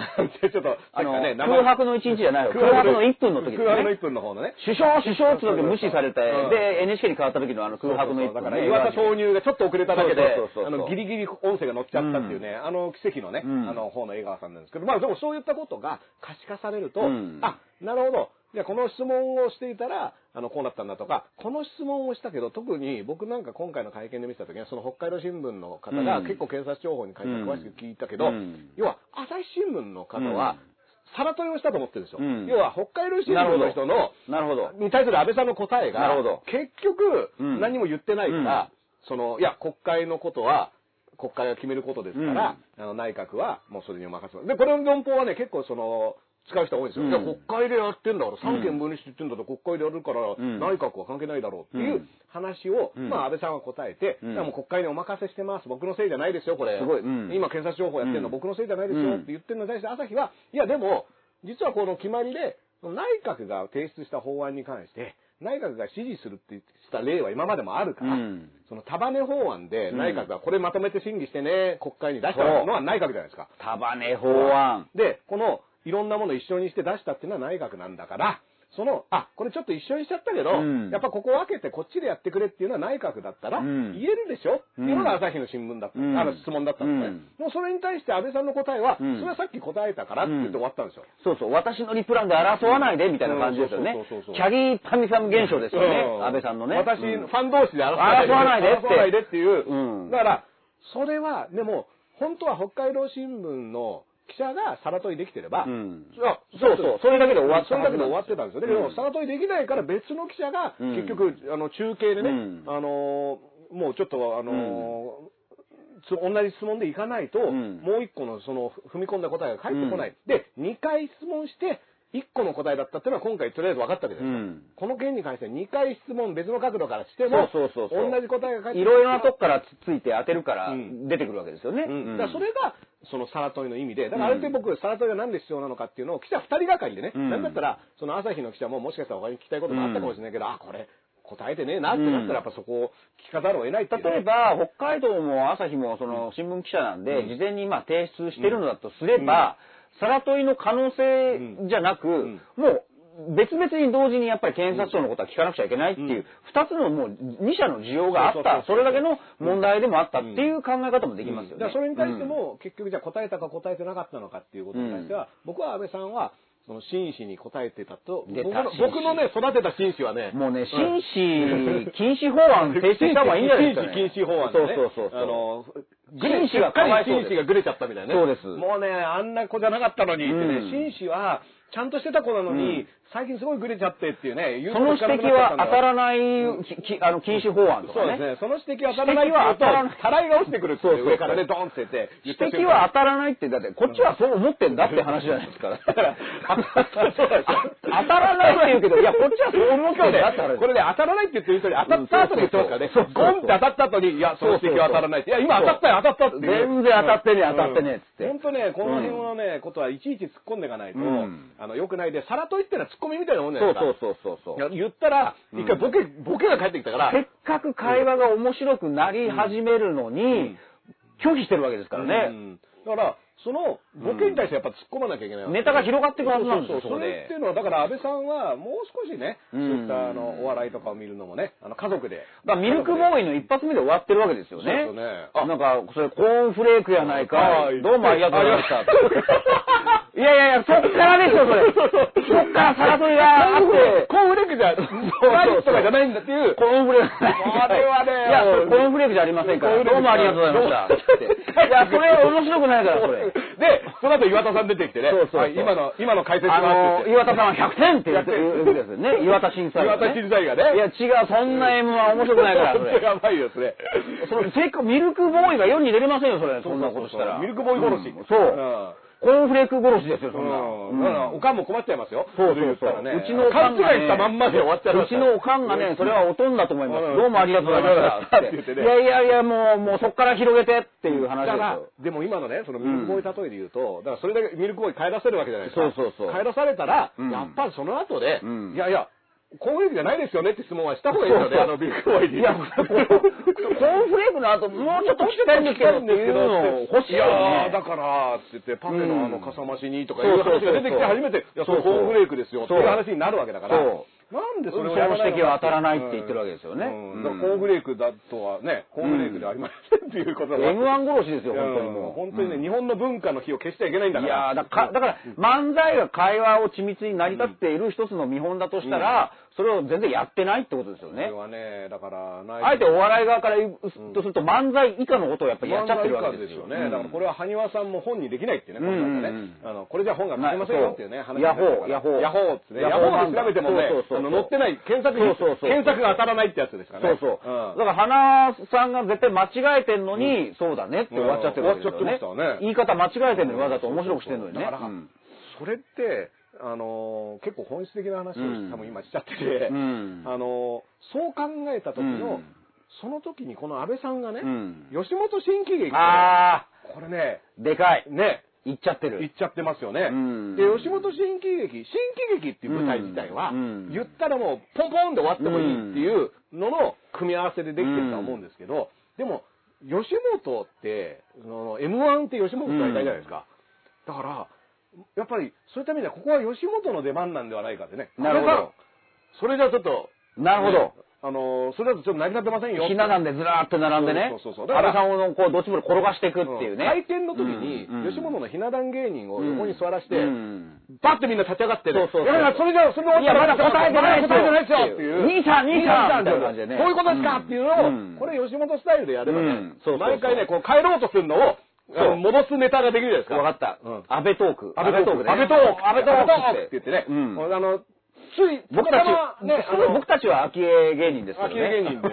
ちょっと、あのさっきね名前空白の一日じゃないよ。空白の1分の時です空白のね1。分の方のね。首相、首相って時無視されて、うんで、NHK に変わった時のあの空白の1だ分からね。岩田投入がちょっと遅れただけでそうそうそうそう、あの、ギリギリ音声が乗っちゃったっていうね、あの奇跡のね、うんあの方の江川さんなんですけど、まあでもそういったことが可視化されると、うんあ、なるほど。じゃあこの質問をしていたら、あの、こうなったんだとか、この質問をしたけど、特に僕なんか今回の会見で見てた時は、その北海道新聞の方がうん結構検察情報に関して詳しく聞いたけど、うん要は朝日新聞の方はうん、さらといをしたと思ってるんですよ。うん要は北海道新聞の人の、なるほど。に対する安倍さんの答えがなるほど、結局うん、何も言ってないから、その、いや、国会のことは、国会が決めることですから、あの内閣はもうそれにお任せで、これの論法はね、結構その、使う人多いんですよ。うんいや、国会でやってんだから、三権分立って言ってんだから、国会でやるから、ん内閣は関係ないだろうっていううん話を、うんまあ、安倍さんは答えて、うんいやもう国会にお任せしてます。僕のせいじゃないですよ、これ。すごいうん今、検察情報やってるのうん僕のせいじゃないですよって言ってるのに対して、朝日は、いや、でも、実はこの決まりで、その内閣が提出した法案に関して、内閣が支持するってした例は今までもあるから、うんその束ね法案で内閣がこれまとめて審議してね、国会に出したのは内閣じゃないですか。束ね法案。で、この、いろんなものを一緒にして出したっていうのは内閣なんだから、その、あ、これちょっと一緒にしちゃったけど、うんやっぱここを分けてこっちでやってくれっていうのは内閣だったら、うん言えるでしょっていうのが朝日の新聞だった、うんあの質問だったんですね。もうそれに対して安倍さんの答えは、うんそれはさっき答えたからって言って終わったんですよ。そうそう、私のリプランで争わないで、みたいな感じですようんねそうそうそうそう。キャリーパミさん現象ですよねう。安倍さんのね。私、うフんァン同士で争争わないでって争わないでっていう。うんだから、それは、でも、本当は北海道新聞の記者がさらといできてれば、うんいやそうそうそれだけで終わったそれだけで終わってたんですよ。だけど、うんさらといできないから別の記者が、うん結局、あの、中継でね、うんあのーもうちょっと、あのーつ同じ質問でいかないと、うんもう一個のその踏み込んだ答えが返ってこない。うんで、2回質問して、1個の答えだったっていうのは今回とりあえず分かったわけですよ。うんこの件に関しては2回質問別の角度からしても、そうそうそうそう同じ答えが返っていろいろなとこからつついて当てるからうん出てくるわけですよね。うんうんだからそれが、そのサラトイの意味で、だからあれって僕、サラトイがなんで必要なのかっていうのを記者2人がかりでね、うんなんだったら、その朝日の記者ももしかしたら他に聞きたいことがあったかもしれないけど、あ、これ、答えてねえなってなったら、やっぱそこを聞かざるを得ないっていうね、例えば、北海道も朝日もその新聞記者なんで、事前に今提出してるのだとすれば、サラトイの可能性じゃなく、んもう別々に同時にやっぱり検察庁のことは聞かなくちゃいけないっていう、二つのもう二社の需要があった、そそうそうそうそうれだけの問題でもあったっていう考え方もできますよね。だからそれに対しても、結局じゃあ答えたか答えてなかったのかっていうことに対しては、僕は安倍さんは、その真摯に答えてたと、出僕たの僕のね、育てた真摯はね、もうね、ん紳士禁止法案提出した方がいいんじゃないですか、ね。禁止禁止法案でね。そうそうそうそう。あの、紳士がかわいそうです紳士がぐれちゃったみたいなね。そうですもうね、あんな子じゃなかったのにってうね、ん紳士は、ちゃんとしてた子なのうに、ん最近すごいぐれちゃってっていうね、その指摘は当たらない、ききあの、禁止法案とそうでかすね。ね。その指摘は当たらないって指摘は当たら言うとたらいがない、落ちてくるってそうそうそう上からね、ドーンって言って。指摘は当たらないって、だって、こっちはそう思ってんだって話じゃないですか。 だから、そうですよ当たらないって言うけど、いや、こっちはそう思って今ん日ねだって話。、これね、当たらないって言ってる人に当たった後に言ってますからね。そうそうそうゴンって当たった後に、いや、その指摘は当たらないって。いや、今当たったよ、当たったって。全然当たってねえ当たってねえっつって本当ね、この辺のね、ことはいちいち突っ込んでいかないとうん、あの、良くないで、さらといってのは突っ込みみたいなもんじゃそないうですか。そうそうそうそう。いや言ったら、一回ボケ、ボケが返ってきたからせ、っかく会話が面白くなり始めるのに、拒否してるわけですからうね。んだから、その、ボケに対してやっぱ突っ込まなきゃいけないわけネタが広がっていくはずなんですそうよ、そそそうこれっでてい。うのは、だから安倍さんはもう少しね、そううんいったあのお笑いとかを見るのもね、あの家族で。だからミルクボーイの一発目で終わってるわけですよね。そうですねあなんか、それコーンフレークやないかは。いどうもありがとうございましあたりがとうございま。 いやいやいや、そっからですよ、それ。そっからサラトリがあって。コーンフレークじゃ、うマリスとかじゃないんだっていう。コーンフレーク。あれはねいや、それコーンフレークじゃありませんから。コどーうンフレークもありがとうございました。っていや、それは面白くないから、それ。で、その後岩田さん出てきてね、そうそうそうはい今の、今の解説あはの、岩田さんは100点って言って言うんですよね。岩田審査員、ね。岩田審査員がねいや、違う、そんな M は面白くないから、そそれ れ。やばいですね。そのせっかミルクボーイが世に出れませんよ、それ。そんなことしたら。ミルクボーイ殺し。うんそう。コーンフレーク殺しですよ、そんな。うん。だから、おかんも困っちゃいますよ。そうれそ言うっそたうらね。。うちのおかんが、勘違いね、したまんまで終わっちゃいまうすちからのおかんがね、それはおとんだと思います。うんどうもありがとうございました。ありがとうございましたって言ってねいやいやいや、もう、もうそっから広げてっていうだ話ですからよ。、でも今のね、そのミルクボーイ例えで言うと、だからそれだけミルクボーイ帰らせるわけじゃないですか。そうそうそう帰らされたら、うんやっぱりその後で、うんいやいや、こういう意味じゃないですよねって質問はした方がいいですよね、あのミルクボーイに。いや、 コーンフレークの後、もうちょっと聞きたいんですけ どっていうのを欲しいいやよー、ね。だから、って言って、パフェうんのあの、かさ増しにとかいう話が出てきて初めて、いや、そそうそうれコーンフレークですよっていう話になるわけだから、そうなんでそそれのをやらないの指摘は当たらないってか言ってるわけですよね。うんだからコーンフレークだとはね、コーンフレークではありませんっていうことだ M1 殺しですよ、いや本当にもう。本当にね、日本の文化の火を消しちゃいけないんだいから。やーだかだから、漫才が会話を緻密に成り立っている一つの見本だとしたら、それを全然やってないってことですよこれね。はね、だから、ないあえてお笑い側から言うとすると、漫才以下のことをやっぱりやっちゃってるわけですよ。ね。だからこれは埴輪さんも本にできないっていうね、うんこの中でね。あの、これじゃ本が書けませんよっていうね、はい話になるからヤホーヤヤホホーーってね。ヤヤホホーーで調べてもね、そうそうそうあの載ってない、検索そうそうそう検索が当たらないってやつですからそうね。そう。んだから、花さんが絶対間違えてんのに、そうだねって終わっちゃってるわけですようん終わっねちゃってましたね。言い方間違えてんのにわざと面白くしてんのにね。だから、うんそれって、あのー結構本質的な話をうん多分今しちゃってて、うんあのーそう考えた時の、うんその時にこの安倍さんがね、うん吉本新喜劇あこれね、ー、でかい。ね、行っちゃってる。行っちゃってますよね。うんで、吉本新喜劇、新喜劇っていう舞台自体は、うん言ったらもう、ポンポンで終わってもいいっていうのの組み合わせでできてるとは思うんですけど、でも、吉本って、その M1 って吉本大会じゃないですか。だから、やっぱり、そういった意味では、ここは吉本の出番なんではないかってね。なるほど安倍さん。それじゃちょっと、なるほどね。あの、それだとちょっと成り立ってませんよ。ひな壇でずらーっと並んでね、そうそうそうそうだから安倍さんをこう、どっちも転がしていくっていうね。回転の時に、うんうん吉本のひな壇芸人を横に座らして、うんバッてみんな立ち上がって、そうそいうそうやいや、それじゃ、それで終わっいたや、まらだ答えてないですまだ答えてないですよよっていう。兄さん、兄さみたんみたいないな感感じじででね。ね。こういうことですかっていうのを、んこれ吉本スタイルでやればうねん、そうそうそう毎回ね、こう帰ろうとするのを、あの戻すネタができるじゃわないですかかった。。うん安倍トーク。安倍トークね。安安倍倍トトーーク、安倍トークってクね。安倍言ってね、うんあの、つい、僕たたちまた、まね、あの、僕たちは秋江芸人ですけど秋ね。江芸人で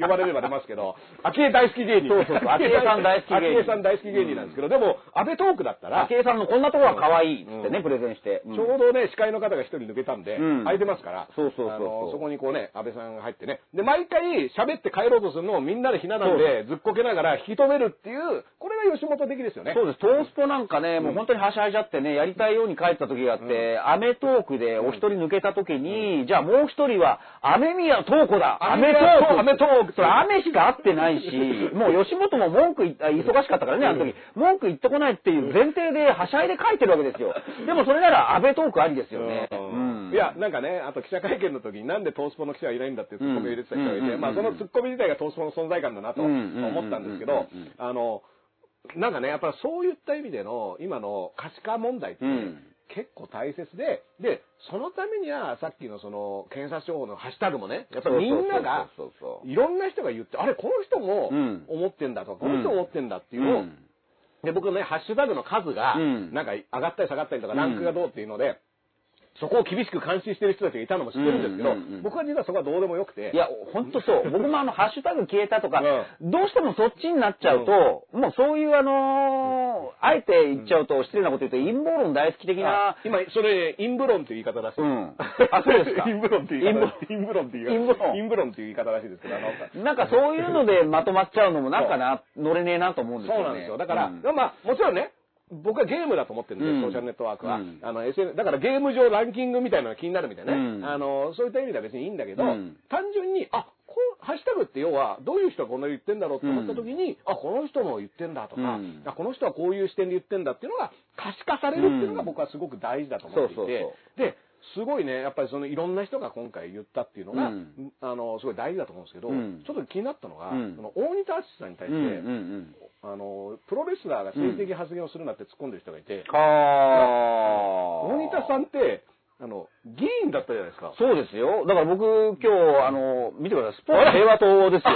呼ばれれば出ますけど、秋江大好き芸人。そうそうそう秋江さん大好き芸人秋江さん大好き芸人なんですけど、でも、安倍トークだったら、秋江さんのこんなところが可愛いっつってね、うんプレゼンして。うんちょうどね、司会の方が一人抜けたんで、うん空いてますから、そうそうそうそうあのそこにこうね、安倍さんが入ってね、で、毎回喋って帰ろうとするのをみんなでひな壇でずっこけながら引き止めるっていう、これが吉本的ですよね。そうです。トースポなんかね、もう本当にはしゃいじゃってね、やりたいように帰った時があって、アメトークでお一人抜けた時に、じゃあもう一人は、アメ宮トーコだアアメメトトーーククアメトークそれアメしか会ってないし、 もう吉本も文句言った、忙しかったからね、あの時。文句言ってこないっていう前提で、はしゃいで書いてるわけですよ。でもそれなら、アメトークありですよね。うんいや、なんかね、あと記者会見の時になんでトースポの記者はいないんだっていうツッコミを入れてた人がいうんうんうんうて、んまあそのツッコミ自体がトースポの存在感だなとうんうんうんうん思ったんですけど、あの、なんかね、やっぱりそういった意味での今の可視化問題ってうん結構大切で、で、そのためにはさっきのその検査情報のハッシュタグもね、やっぱりみんながそうそうそうそういろんな人が言って、あれ、この人もうん思ってんだとか、この人思ってんだっていうのを、うんで、僕ね、ハッシュタグの数が、うんなんか上がったり下がったりとか、うんランクがどうっていうので、そこを厳しく監視してる人たちがいたのも知ってるんですけど、うんうんうん僕は実はそこはどうでもよくて、いや、ほんと そう。僕もあの、ハッシュタグ消えたとか、うどうしてもそっちになっちゃうと、もうそういうあのーあえて言っちゃうと失礼なこと言うと陰謀論大好き的なあ、今、それ、陰部論っていう言い方らしい。うんあそ うですか陰部論っていう言い方。陰部論っていう言い陰謀論方。陰部論っていう言い方らしいですけど、あの、なんかそういうので まとまっちゃうのもなんかな、乗れねえなと思うんですよそね。うなんですよ。だから、うんまあ、もちろんね、僕はゲームだと思ってるんで、うんソーシャルネットワークは。うんあの、SN、だからゲーム上ランキングみたいなのが気になるみたいなね。うんあの、そういった意味では別にいいんだけど、うん単純に、あ、こう、ハッシュタグって要は、どういう人がこんな言ってんだろうって思った時に、あ、この人も言ってんだとか、うんあ、この人はこういう視点で言ってんだっていうのが可視化されるっていうのうがん僕はすごく大事だと思っていて、そうそうそうで、すごいね、やっぱりそのいろんな人が今回言ったっていうのが、うんあの、すごい大事だと思うんですけど、うんちょっと気になったのが、うんその大仁田淳さんに対して、うんうんうん。あのプロレスラーが政治的発言をするなって突っ込んでる人がいて、あー大仁田さんってあの議員だったじゃないですか。そうですよ。だから僕、今日、あの、見てください。スポーツ平和党 ですよ。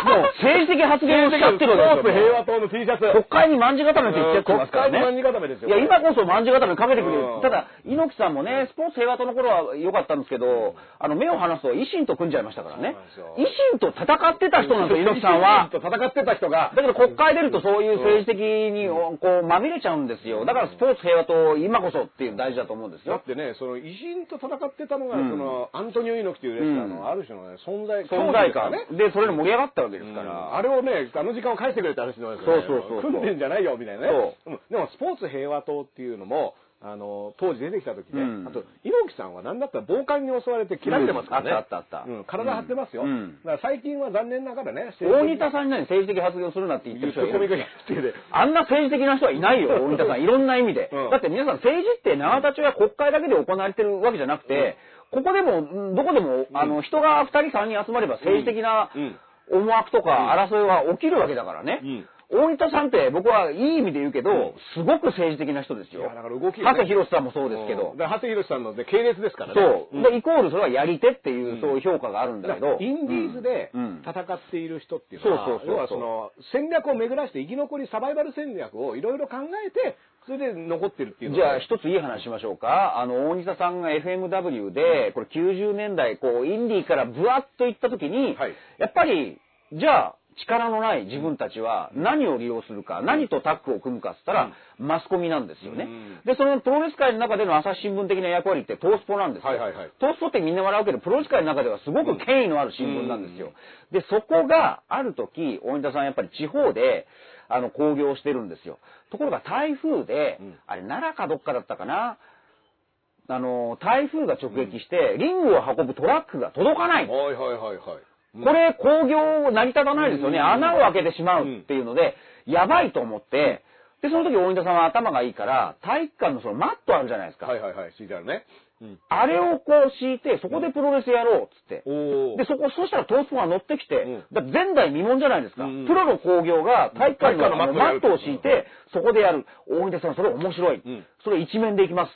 もう政治的発言をしちゃってるわスポーツけです平よ。和党の T シャツ。国会にまんじ固めって言っちゃってま国すから会ね。の万人固めですよ。いや、今こそまんじ固めかけてくれうんる。ただ、猪木さんもね、スポーツ平和党の頃は良かったんですけど、あの、目を離すと維新と組んじゃいましたからねそうなん。維で新と戦ってた人なんですよ、猪木さんは維。新と戦ってた人がだ、けど国会出るとそういう政治的に、こう、まみれちゃうんですよ。だからスポーツ平和党、今こそっていうの大事だと思うんですだよっ。てね、その維新と戦ってたのが、うんそのアントニオ猪木というレスラーうのんある種のね、存在、存在競感技ですからね。で、それで盛り上がったわけですかうんら。あれをね、あの時間を返してくれって話じゃないですか、ね。そうそうそうそう組んでんじゃないよ、みたいなね。そうんでも、スポーツ平和党っていうのも、あの、当時出てきた時ね、うんあと、猪木さんは何だったら暴漢に襲われて切られてますからね。うんあったあったあったうん体張ってますよ。うんだから最近は残念ながらね、大仁田さんに何政治的発言をするなって言ってる人がいるんですかツッコミがいるっていうねあんな政治的な人はいないよ、大仁田さん。いろんな意味で。うんだって皆さん政治って永田町や国会だけで行われてるわけじゃなくて、ここでも、うんどこでも、あの、人が2人3人集まれば政治的なうん思惑とか争いは起きるわけだからね。うん大仁田さんって僕はいい意味で言うけど、すごく政治的な人ですよ。いやだから動きがね博博さんもそうですけどうん。だから長谷博さんのね系列ですからね。そう、んで、イコールそれはやり手っていう、そういう評価があるんだだけからど。インディーズでうん戦っている人っていうのは、そうそうそうそう要はその戦略を巡らして生き残りサバイバル戦略をいろいろ考えて、それで残ってるっていうのじがゃあ一ついい話しましょうか。あの、大西田さんが FMW で、これ90年代、こう、インディーからブワッと行った時に、はいやっぱり、じゃあ、力のない自分たちは何を利用するか、何とタッグを組むかっつったら、マスコミなんですよね。うんで、そのプロレス界の中での朝日新聞的な役割ってトースポなんですよ。はいはいはいトースポってみんな笑うけど、プロレス界の中ではすごく権威のある新聞なんですよ。で、そこがある時、大仁田さんやっぱり地方で、あの、興行してるんですよ。ところが台風で、うんあれ、奈良かどっかだったかな、あの、台風が直撃して、リングを運ぶトラックが届かない。はいはいはいはい。うんこれ、工業成り立たないですよね。うん穴を開けてしまうっていうので、やばいと思って、で、その時、大仁田さんは頭がいいから、体育館のそのマットあるじゃないですか。はいはいはい、CTR ね。うん。あれをこう敷いて、そこでプロレスやろうっつって。おーで、そこ、そしたらトースポが乗ってきて、うんだって前代未聞じゃないですか。うんプロの興行が体育館体育館ののあのママッットをやトるを敷いて、そこでやる。大仁田さん、それ面白い。んそれ一面でいきます。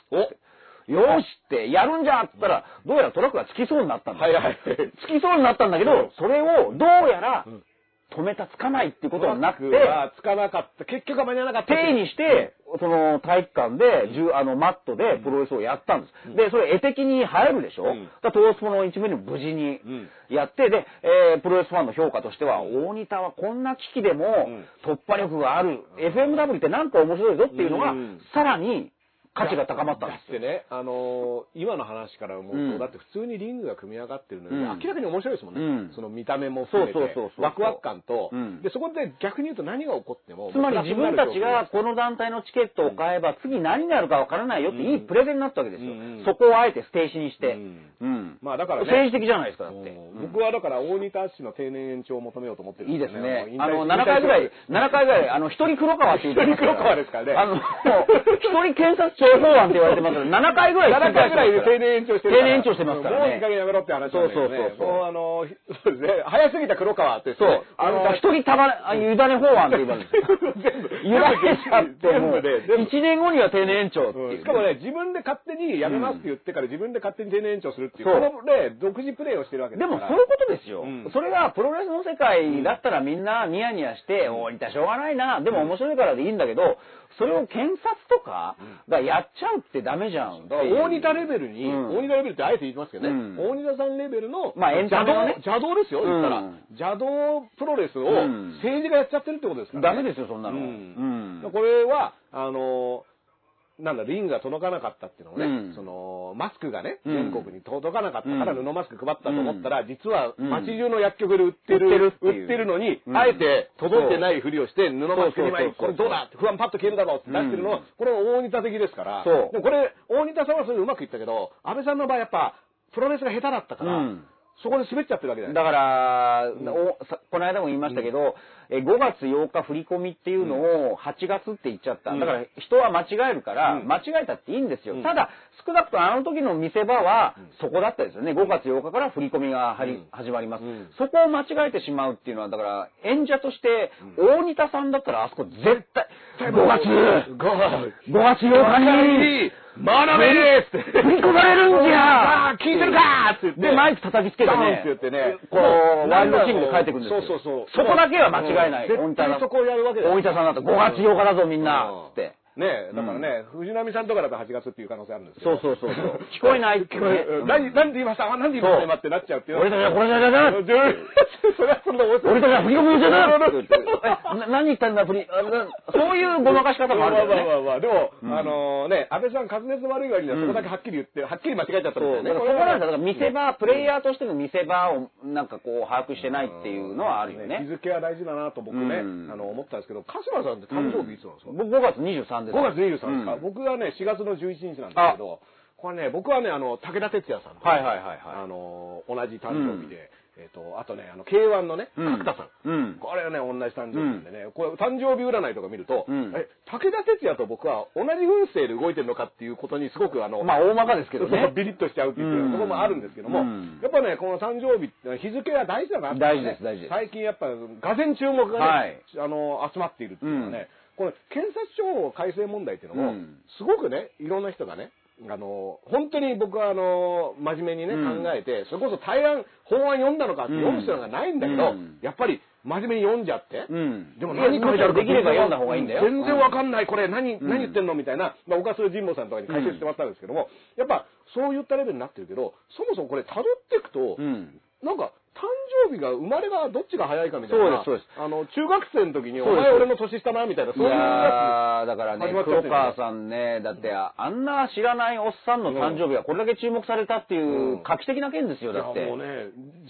よーしって、やるんじゃって言ったら、どうやらトラックがつきそうになったんです。はいはい。つきそうになったんだけど、それをどうやらん止めた、つかないっていうことはなくて、はつかなかった。結局は間に合わなかった。定にして、その体育館で、じゅあの、マットでプロレスをやったんです。で、それ絵的に映えるでしょ、うんだから東スポの一面にも無事にんやって、で、えープロレスファンの評価としては、大仁田はこんな危機でもん突破力がある、FMW ってなんか面白いぞっていうのが、うんさらに価値が高まったんですだってね、あのー今の話からもう、うんだって普通にリングが組み上がってるのに、うん明らかに面白いですもんね。うんその見た目も含めて、そうそうそうそうワクワク感と、うんで、そこで逆に言うと何が起こっても、つまり自分たちがこの団体のチケットを買えば次何になるかわからないよっていいプレゼンになったわけですよ。うんそこをあえて捨て石にして。ううんん。まあだからね政治的じゃないですか、だって。うん僕はだから大仁田氏の定年延長を求めようと思ってるんいいですもうね引。退あの、7回ぐら引い、7回ぐらい、あの、一人黒川って言ってますから一人黒川ですからねあの、もう一人検察庁法案って言われてますから、7回ぐらい7回ぐらいで定年延長してるから定年延長してますからもういねい加減やめろって話なんだけどねそもうあの ーそううそうそうそうですね早すぎた黒川ってですそね、う、あの、一人たば、あ委ね法案って言われてます。全部委ねちゃって、全も部う、で全部1年後には定年延長っていう。しかもね、自分で勝手にやめますって言ってから自分で勝手に定年延長するっていう、そうこのね、独自プレイをしてるわけでからもそういうことですよ、うんそれがプロレスの世界だったらみんなニヤニヤして、おいたしょうがないな、でも面白いからでいいんだけど、それを検察とかがやっちゃうってダメじゃんってだからいう。大仁田レベルに、うん大仁田レベルってあえて言いますけどね、うん大仁田さんレベルの、まあエンタメのね邪道邪道ですよ、言ったら、うん邪道プロレスをうん政治がやっちゃってるってことですから、ね。ダメですよそんなのうんうんこれは、あのなんだ、リングが届かなかったっていうのをね、うんその、マスクがね、うん全国に届かなかったからう布んマスク配ったと思ったら、実はうん街中の薬局で売ってる、売ってるっていう売ってるのに、うんあえて届いてないふりをして、布マスク2枚、こそうそうそうそうれどうだ不安パッと消えるだろうって出してるのは、うんこれは大仁田的ですから、そうでもこれ、大仁田さんはそれうまくいったけど、安倍さんの場合やっぱ、プロレスが下手だったから、うんそこで滑っちゃってるわけじゃないですかだから、おさこの間も言いましたけど、え5月8日振り込みっていうのを8月って言っちゃった。うんだから人は間違えるから、うん間違えたっていいんですよ。うんただ、少なくともあの時の見せ場はそこだったですよね。5月8日から振り込みがはりうん始まります、うんそこを間違えてしまうっていうのは、だから演者として、大仁田さんだったらあそこ絶対、5月 !5 月 !5 月8日に学べって振り込まれるんじゃ聞いてるかって言って。で、マイク叩きつけてドーンねって、言ってね。こう、ワイルドキングで帰ってくるんですよ。そうそうそそう。こだけは間違いない。うん絶対そこをやるわけだよ大分さんだと5月8日だぞみんな、つって。ねえ、だからね、藤波さんとかだと8月っていう可能性あるんですけそどうそうそうそう。聞こえないって聞ねこえるうん何、何で言いましたあ、何で言いました今ってなっちゃうっていう。 俺たちはこれじゃじゃじゃうんそれはそんな面白い俺たちは振り込みをじゃなな何言ったんだ、振り。あなそういうごまかし方もあるよまあまね。あまあまあでも、あのね、安倍さん滑舌悪い割にはそこだけはっきり言って、はっきり間違えちゃったんそう。ですだかよね。らそこなんだ。だから見せ場、プレイヤーとしての見せ場をなんかこう把握してないっていうのはあるよね日。付は大事だなと僕ね、うんあの思ったんですけど、鹿島さんって誕生日いつなんですか、僕5月23です。 5月23日ですか、うん僕はね、4月の11日なんですけど、これね、僕はね、あの、武田鉄矢さんと、はいはいはいはいあの、同じ誕生日で、えっ、と、あとね、あの、K1 のね、うん角田さん。うんこれはね、同じ誕生日なんでね、これ、誕生日占いとか見ると、うんえ、武田鉄矢と僕は同じ運勢で動いてるのかっていうことにすごく、あの、まあ大まかですけどそうそねう。ビリッとしちゃうっていうところもあるんですけども、うんやっぱね、この誕生日って日付は大事だなってね大事です大事です最近やっぱ、がぜん注目がね、はいあの、集まっているっていうのはね、この検察庁改正問題っていうのも、うんすごくね、いろんな人がね、あの、本当に僕はあの、真面目にね、うん考えて、それこそ対案、法案読んだのかって読む人がないんだけど、うんやっぱり真面目に読んじゃって、うんでもいや何書いてあるかできれば読んだ方がいいんだよ全然わかんない、これ何、ん何言ってんのみたいな、まあ、僕はそれ神保さんとかに解説してもらったんですけども、やっぱそういったレベルになってるけど、そもそもこれ辿っていくと、うん。なんか、誕生日が、生まれがどっちが早いかみたいな。そうですそうですあの、中学生の時に、おそうです前俺の年下な、みたいな、そういういややや、だからね始ま、っちゃっ黒てる川さんね、だって、あんな知らないおっさんの誕生日がこれだけ注目されたっていううん画期的な件ですよ、いやだもっうて。ね、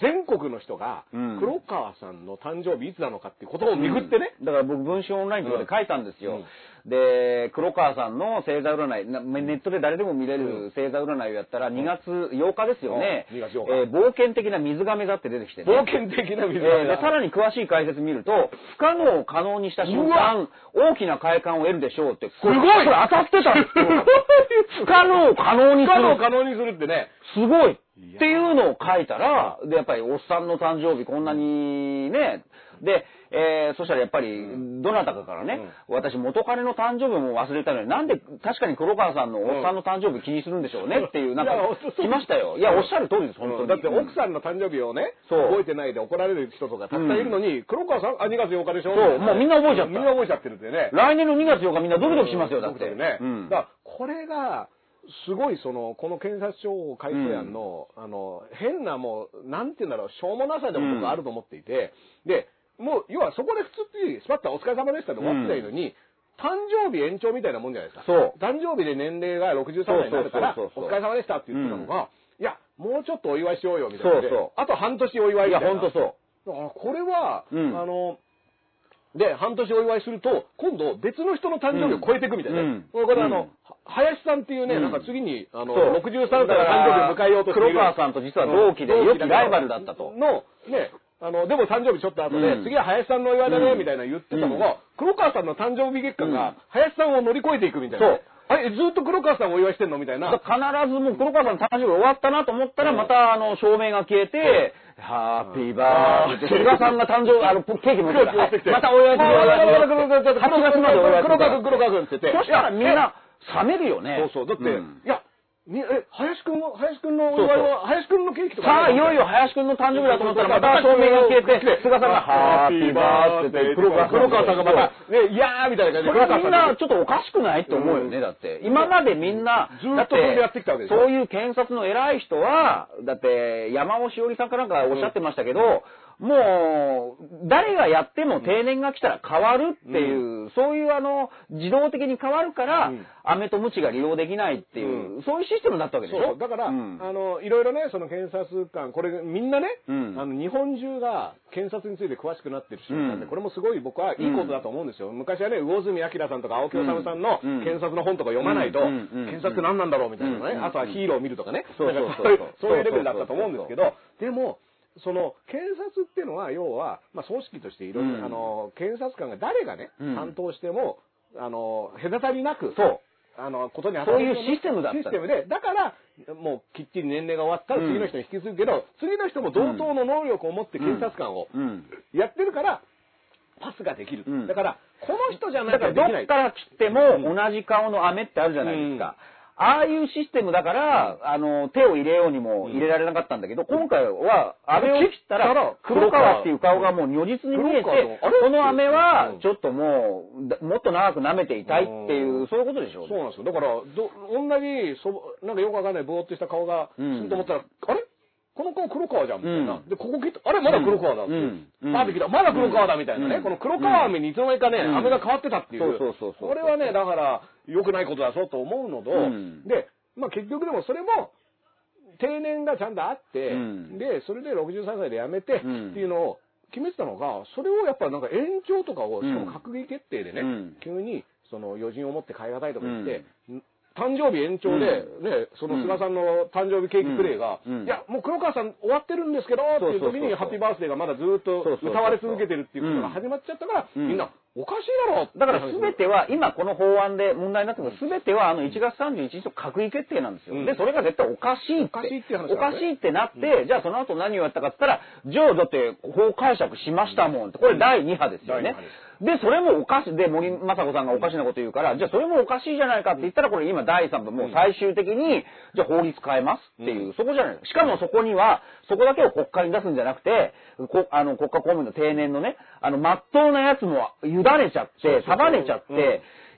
全国の人がうん、黒川さんの誕生日いつなのかってことを巡ってね、だから僕、文春オンラインとかで書いたんですよ。で、黒川さんの星座占いな、ネットで誰でも見れる星座占いをやったら、2月8日ですよね。うん2月8日えー冒険的な水亀座って出てきてね。冒険的なえ水がーでさらに詳しい解説見ると、不可能を可能にした瞬間、大きな快感を得るでしょうって、これすごいこれ当たってたんですよ 不可能を可能に不す可能をる。可能にするってね、すごいっていうのを書いたら、で、やっぱりおっさんの誕生日こんなにね、で、えーそしたらやっぱり、どなたかからね、私元彼の誕生日も忘れたのに、なんで確かに黒川さんのおっさんの誕生日気にするんでしょうねっていう、なんかいや本当、そう来ましたよ。いや、おっしゃる通りです、本当に。だって奥さんの誕生日をね、そう覚えてないで怒られる人とかたくさんいるのに、黒川さん、あ、2月8日でしょそうもうみんな覚えちゃったみんな覚えちゃってるってね。来年の2月8日みんなドキドキしますよ、だっ僕たて。ちね。うんだから、これが、すごいその、この検察庁改正案の、あの、変なもう、なんて言うんだろう、しょうもなさでも僕はあると思っていて、で、もう、要はそこで普通って、スパッとお疲れ様でしたで終わってたいのに、誕生日延長みたいなもんじゃないですか。そう誕生日で年齢が63歳になるから、そうそうそうそうお疲れ様でしたって言ってたのが、いや、もうちょっとお祝いしようよ、みたいなので。そうそうあと半年お祝いいみたや、いな。ほんとそう。だからこれは、うんあの、で、半年お祝いすると、今度別の人の誕生日を超えていくみたいなね。うんうんこれあうのん、は林さんっていうね、うんなんか次に、あの、そう63歳の誕生日を迎えようとしている。黒川さんと実は同期でうん良きライバルだったとの、ね、あの、でも誕生日ちょっと後で、うん次は林さんのお祝いだうね、んみたいな言ってたのが、黒川さんの誕生日月間うんが、林さんを乗り越えていくみたいな。そうあれ、ずっと黒川さんをお祝いしてんのみたいな。必ずもう黒川さんの誕生日終わったなと思ったら、またあの、照明が消えて、ハッピーバースデーって、菅さんが誕生日、あの、ケーキ持ってき たはいまたお祝いするよ、お祝いするよ。8月までお祝いする黒川君、黒川君って言って。そしたらみんな、冷めるよね。そうそう。だって、んいや、にえ、林くんの、林くんのお祝いは、林くんのケーキとか。さあ、いよいよ林くんの誕生日だと思ったら、また照明が消えて、菅さんが、ハッピーバースデーって、黒黒川川黒川さんがまた、ね、いやーみたいな感じでそれはみ黒んな川さんがちょっとおかしくないって思うよね、だって。今までみんな、ずーだっとそれでやってきたわけでしょそういう検察の偉い人は、だって山尾しおりさんかなんかおっしゃってましたけど、もう、誰がやっても定年が来たら変わるっていう、そういうあの、自動的に変わるから、うん飴と鞭が利用できないっていう、そういうシステムだったわけでしそょうそうだから、うんあの、いろいろね、その検察官、これみんなね、うんあの、日本中が検察について詳しくなってる瞬間で、うんこれもすごい僕はいいことだと思うんですよ。昔はね、魚住明さんとか青木治さんのうん検察の本とか読まないと、うんうん検察って何なんだろうみたいなね、うんあとはヒーローを見るとかね、そうそうなんかそそうういうそういうレベルだったと思うんですけど、でも、その検察っていうのは、要は、まあ、組織としていろいろ、うんあの検察官が誰がね、うん担当しても、あの隔たりなく、そうあのことにそういうシステムだったシステムで、だから、もうきっちり年齢が終わったら次の人に引き継ぐけど、次の人も同等の能力を持って警察官をうんやってるから、パスができる。うんだから、この人じゃなだいとからできどなっい。から切っても同じ顔の飴ってあるじゃないですか。ああいうシステムだから、あの、手を入れようにも入れられなかったんだけど、今回は、飴を切った切ったらら、黒川っていう顔がもう如実に見え黒川のてあれ、この飴はうん、ちょっともうだ、もっと長く舐めていたいっていうう、そういうことでしょそうなんですよ。だから、ど、同じ、そ、なんかよくわかんないぼーっとした顔が、すうんると思ったら、あれこの顔黒川じゃん、みたいな。うんで、ここ切った、あれまだ黒川だって。うんうんパーって切った、まだ黒川だ、みたいなね。うんこの黒川飴にいつの間にかね、うん飴が変わってたっていう。そうそうそうそうこれはね、だから、良くないことだぞと思うのと、うんで、まあ結局でもそれも、定年がちゃんとあって、うんで、それで63歳で辞めて、ってうんいうのを決めてたのが、それをやっぱなんか延長とかを、しかも閣議決定でね、うん急に、その余人を持って買い難いとか言って、誕生日延長で、ね、その菅さんの誕生日ケーキプレイが、うんうんいや、もう黒川さん終わってるんですけど、っていう時に、そうハッピそうそうそうーバースデーがまだずっとそうそうそう歌われ続けてるっていうことが始まっちゃったから、うんみんな、おかしいだろだから全ては、今この法案で問題になってるのは全てはあの1月31日の閣議決定なんですよ。うんで、それが絶対おかしいって。おかしいっていう話おなんかだねしいってなって、じゃあその後何をやったかって言ったら、じゃあだって法解釈しましたもんって、これ第2波です第よ二ね波で。で、それもおかしい、で、森雅子さんがおかしなこと言うから、じゃあそれもおかしいじゃないかって言ったら、これ今第3部、もう最終的に、じゃあ法律変えますっていう、そこじゃない。しかもそこには、そこだけを国会に出すんじゃなくて、こあの国家公務員の定年のね、あの、まっとうなやつも委ねちゃって、束ねちゃって、うん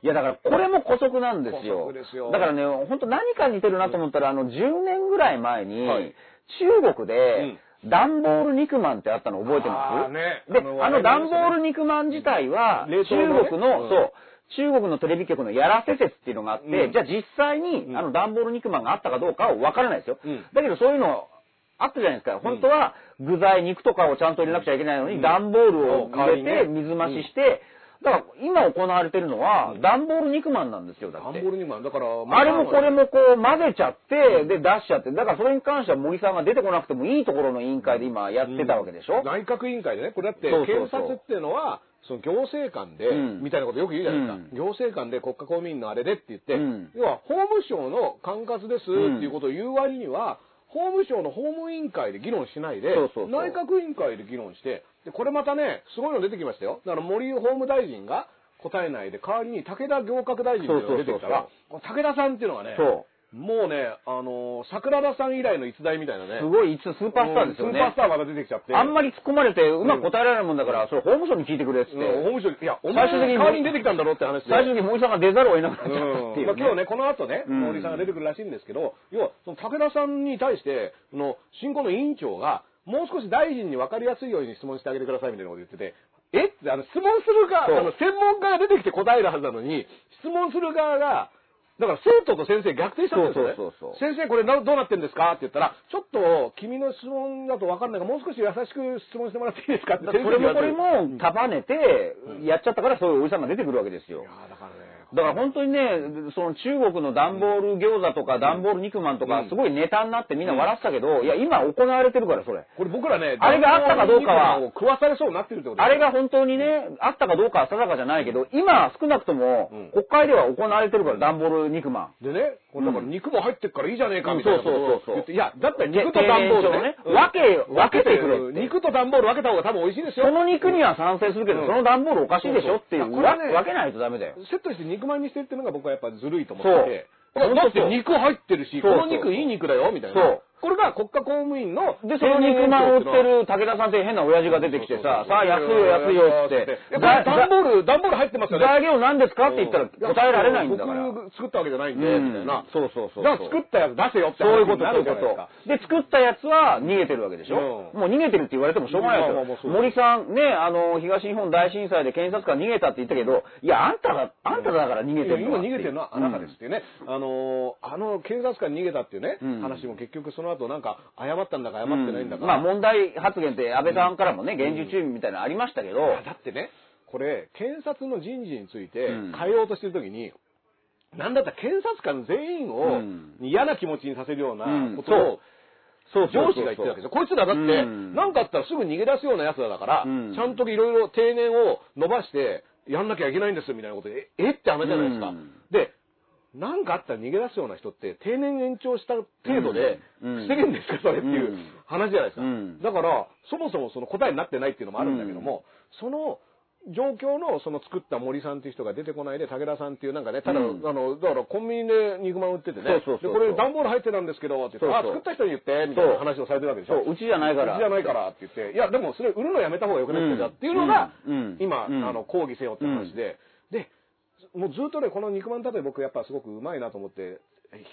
いやだからこれも姑息なんです姑よ。息ですよだからね、本当何か似てるなと思ったら、あの、10年ぐらい前に、はい中国で、段ボール肉まんってあったの覚えてますあーねで、あのあの段ボール肉まん自体は、冷中凍のね国の、うんそう、中国のテレビ局のやらせ説っていうのがあって、うんじゃあ実際に、うんあの、段ボール肉まんがあったかどうかは分からないですよ。うんだけどそういうの、あったじゃないですか。本当は、具材、肉とかをちゃんと入れなくちゃいけないのに、段ボールを入れて、うん水増しして、だから今行われてるのは、段ボール肉まんなんですよ、だダっンてボー。ルにもだから、あれもこれもこう混ぜちゃって、で出しちゃって、だからそれに関しては森さんが出てこなくてもいいところの委員会で今やってたわけでしょ、内閣委員会でね、これだってそうそうそう検察っていうのは、その行政官で、うんみたいなことよく言うじゃないですか、うん行政官で国家公務員のあれでって言って、うん要は法務省の管轄ですっていうことを言う割には、法務省の法務委員会で議論しないでそうそうそう内閣委員会で議論してで、これまたね、すごいの出てきましたよ。だから森法務大臣が答えないで、代わりに武田行革大臣っていうのが出てきたら、この武田さんっていうのはね、そもうね、あのー桜田さん以来の逸材みたいなう。ね。すごい、いつスーパースターですようんスーパーねス。ターまだ出てきちゃって。あんまり突っ込まれてうまく答えられないもんだから、それ法務省に聞いてくれっつって、うん、法務省に、いや、お前最最終的終的にに代わりに出てきたんだろうって話で。最終的に森さんが出ざるを得なくなっちゃったうっていんまあ、う、ね今日ね、この後ね、うん森さんが出てくるらしいんですけど、要は、その武田さんに対して、その、進行の委員長が、もう少し大臣に分かりやすいように質問してあげてくださいみたいなこと言ってて、えって、あの、質問する側、そうあの、専門家が出てきて答えるはずなのに、質問する側が、だから生徒と先生逆転したんですよね。そうそうそうそう先生これなどうなってんですかって言ったら、ちょっと君の質問だと分かんないから、もう少し優しく質問してもらっていいですかってだ先から生そに言われもこてれも束ねて、やっちゃったからそういうおじさんが出てくるわけですよ。いやーだからね、だから本当にね、その中国の段ボール餃子とか段ボール肉まんとか、すごいネタになってみんな笑ってたけど、いや、今行われてるから、それ。これ僕らね、あれがあったかどうかはダンボールに肉まんを食わされそうになってるってことあれが、が本当にね、あったかどうかは定かじゃないけど、今少なくともうん国会では行われてるから、段ボール肉まん。でね、これだからうん肉も入ってっからいいじゃねえかみたいなことをそうそうそうそ言ってういや、だったら肉と段ボールね丁寧上ね、分け分けてくれって肉と段ボール分けた方が多分美味しいですそよ。の肉には賛成するけど、うんその段ボールおかしいでしょっていそう、うそうわこれはね分けないとダメだよ。セットにして肉まんにしてっていうのが僕はやっぱずるいと思ってて。そうだだって肉入ってるし、そこうそのう肉いい肉だよ、みたいな。そうこれが国家公務員の。で、その肉まんを売って丁寧る武田さんっていう変な親父が出てきてさ、さあ、安いよ、安いよっつって。やっぱりざ段ボール、段ボール入ってますよね。材料何ですかって言ったら答えられないんだから。僕作ったわけじゃないんで、うみんたいな。そうそうそうそうだから作ったやつ出せよってそういうこと、話そういにうなるこじゃないですかと。で、作ったやつは逃げてるわけでしうょ、んもう逃げてるって言われてもしょうがないですよ。まあまあまあそう森さん、ね、あの、東日本大震災で検察官逃げたって言ったけど、いや、あんたが、あんただから逃げてる今逃げてるのはあなたですってすいうね、あのーあの警察官逃げたっていうね、うん話も結局その後なんか謝ったんだか謝っうんてないんだか、まあ問題発言って安倍さんからもね、厳重注意みたいなのありましたけど、いやだってねこれ検察の人事についてうん変えようとしてる時に、なんだったら検察官全員うをん嫌な気持ちにさせるよううんなことを、そう上司が言ってるわけですよ。こいつらだって、うんなんかあったらすぐ逃げ出すような奴らだから、うんちゃんといろいろ定年を伸ばして、やんなきゃいけないんですみたいなことで、ええって話じゃないですか。うんで、なんかあったら逃げ出すような人って、定年延長した程度で、うん防げんですか、それっていううん話じゃないですか。うんだから、そもそもその答えになってないっていうのもあるんだけども、その、状況の、その作った森さんっていう人が出てこないで、武田さんっていうなんかね、ただ、うんあの、だからコンビニで肉まん売っててね、そうそうそうそうでこれ段ボール入ってたんですけど、って言って、そうそうあ、作った人に言って、みたいな話をされてるわけでしょ。そううちじゃないかうらちじゃないからって言って、いや、でもそれ売るのやめた方がよくないですか、うんっていうのが、うん今、うんあの、抗議せよって話で、で、もうずっとね、この肉まん例え僕やっぱすごくうまいなと思って、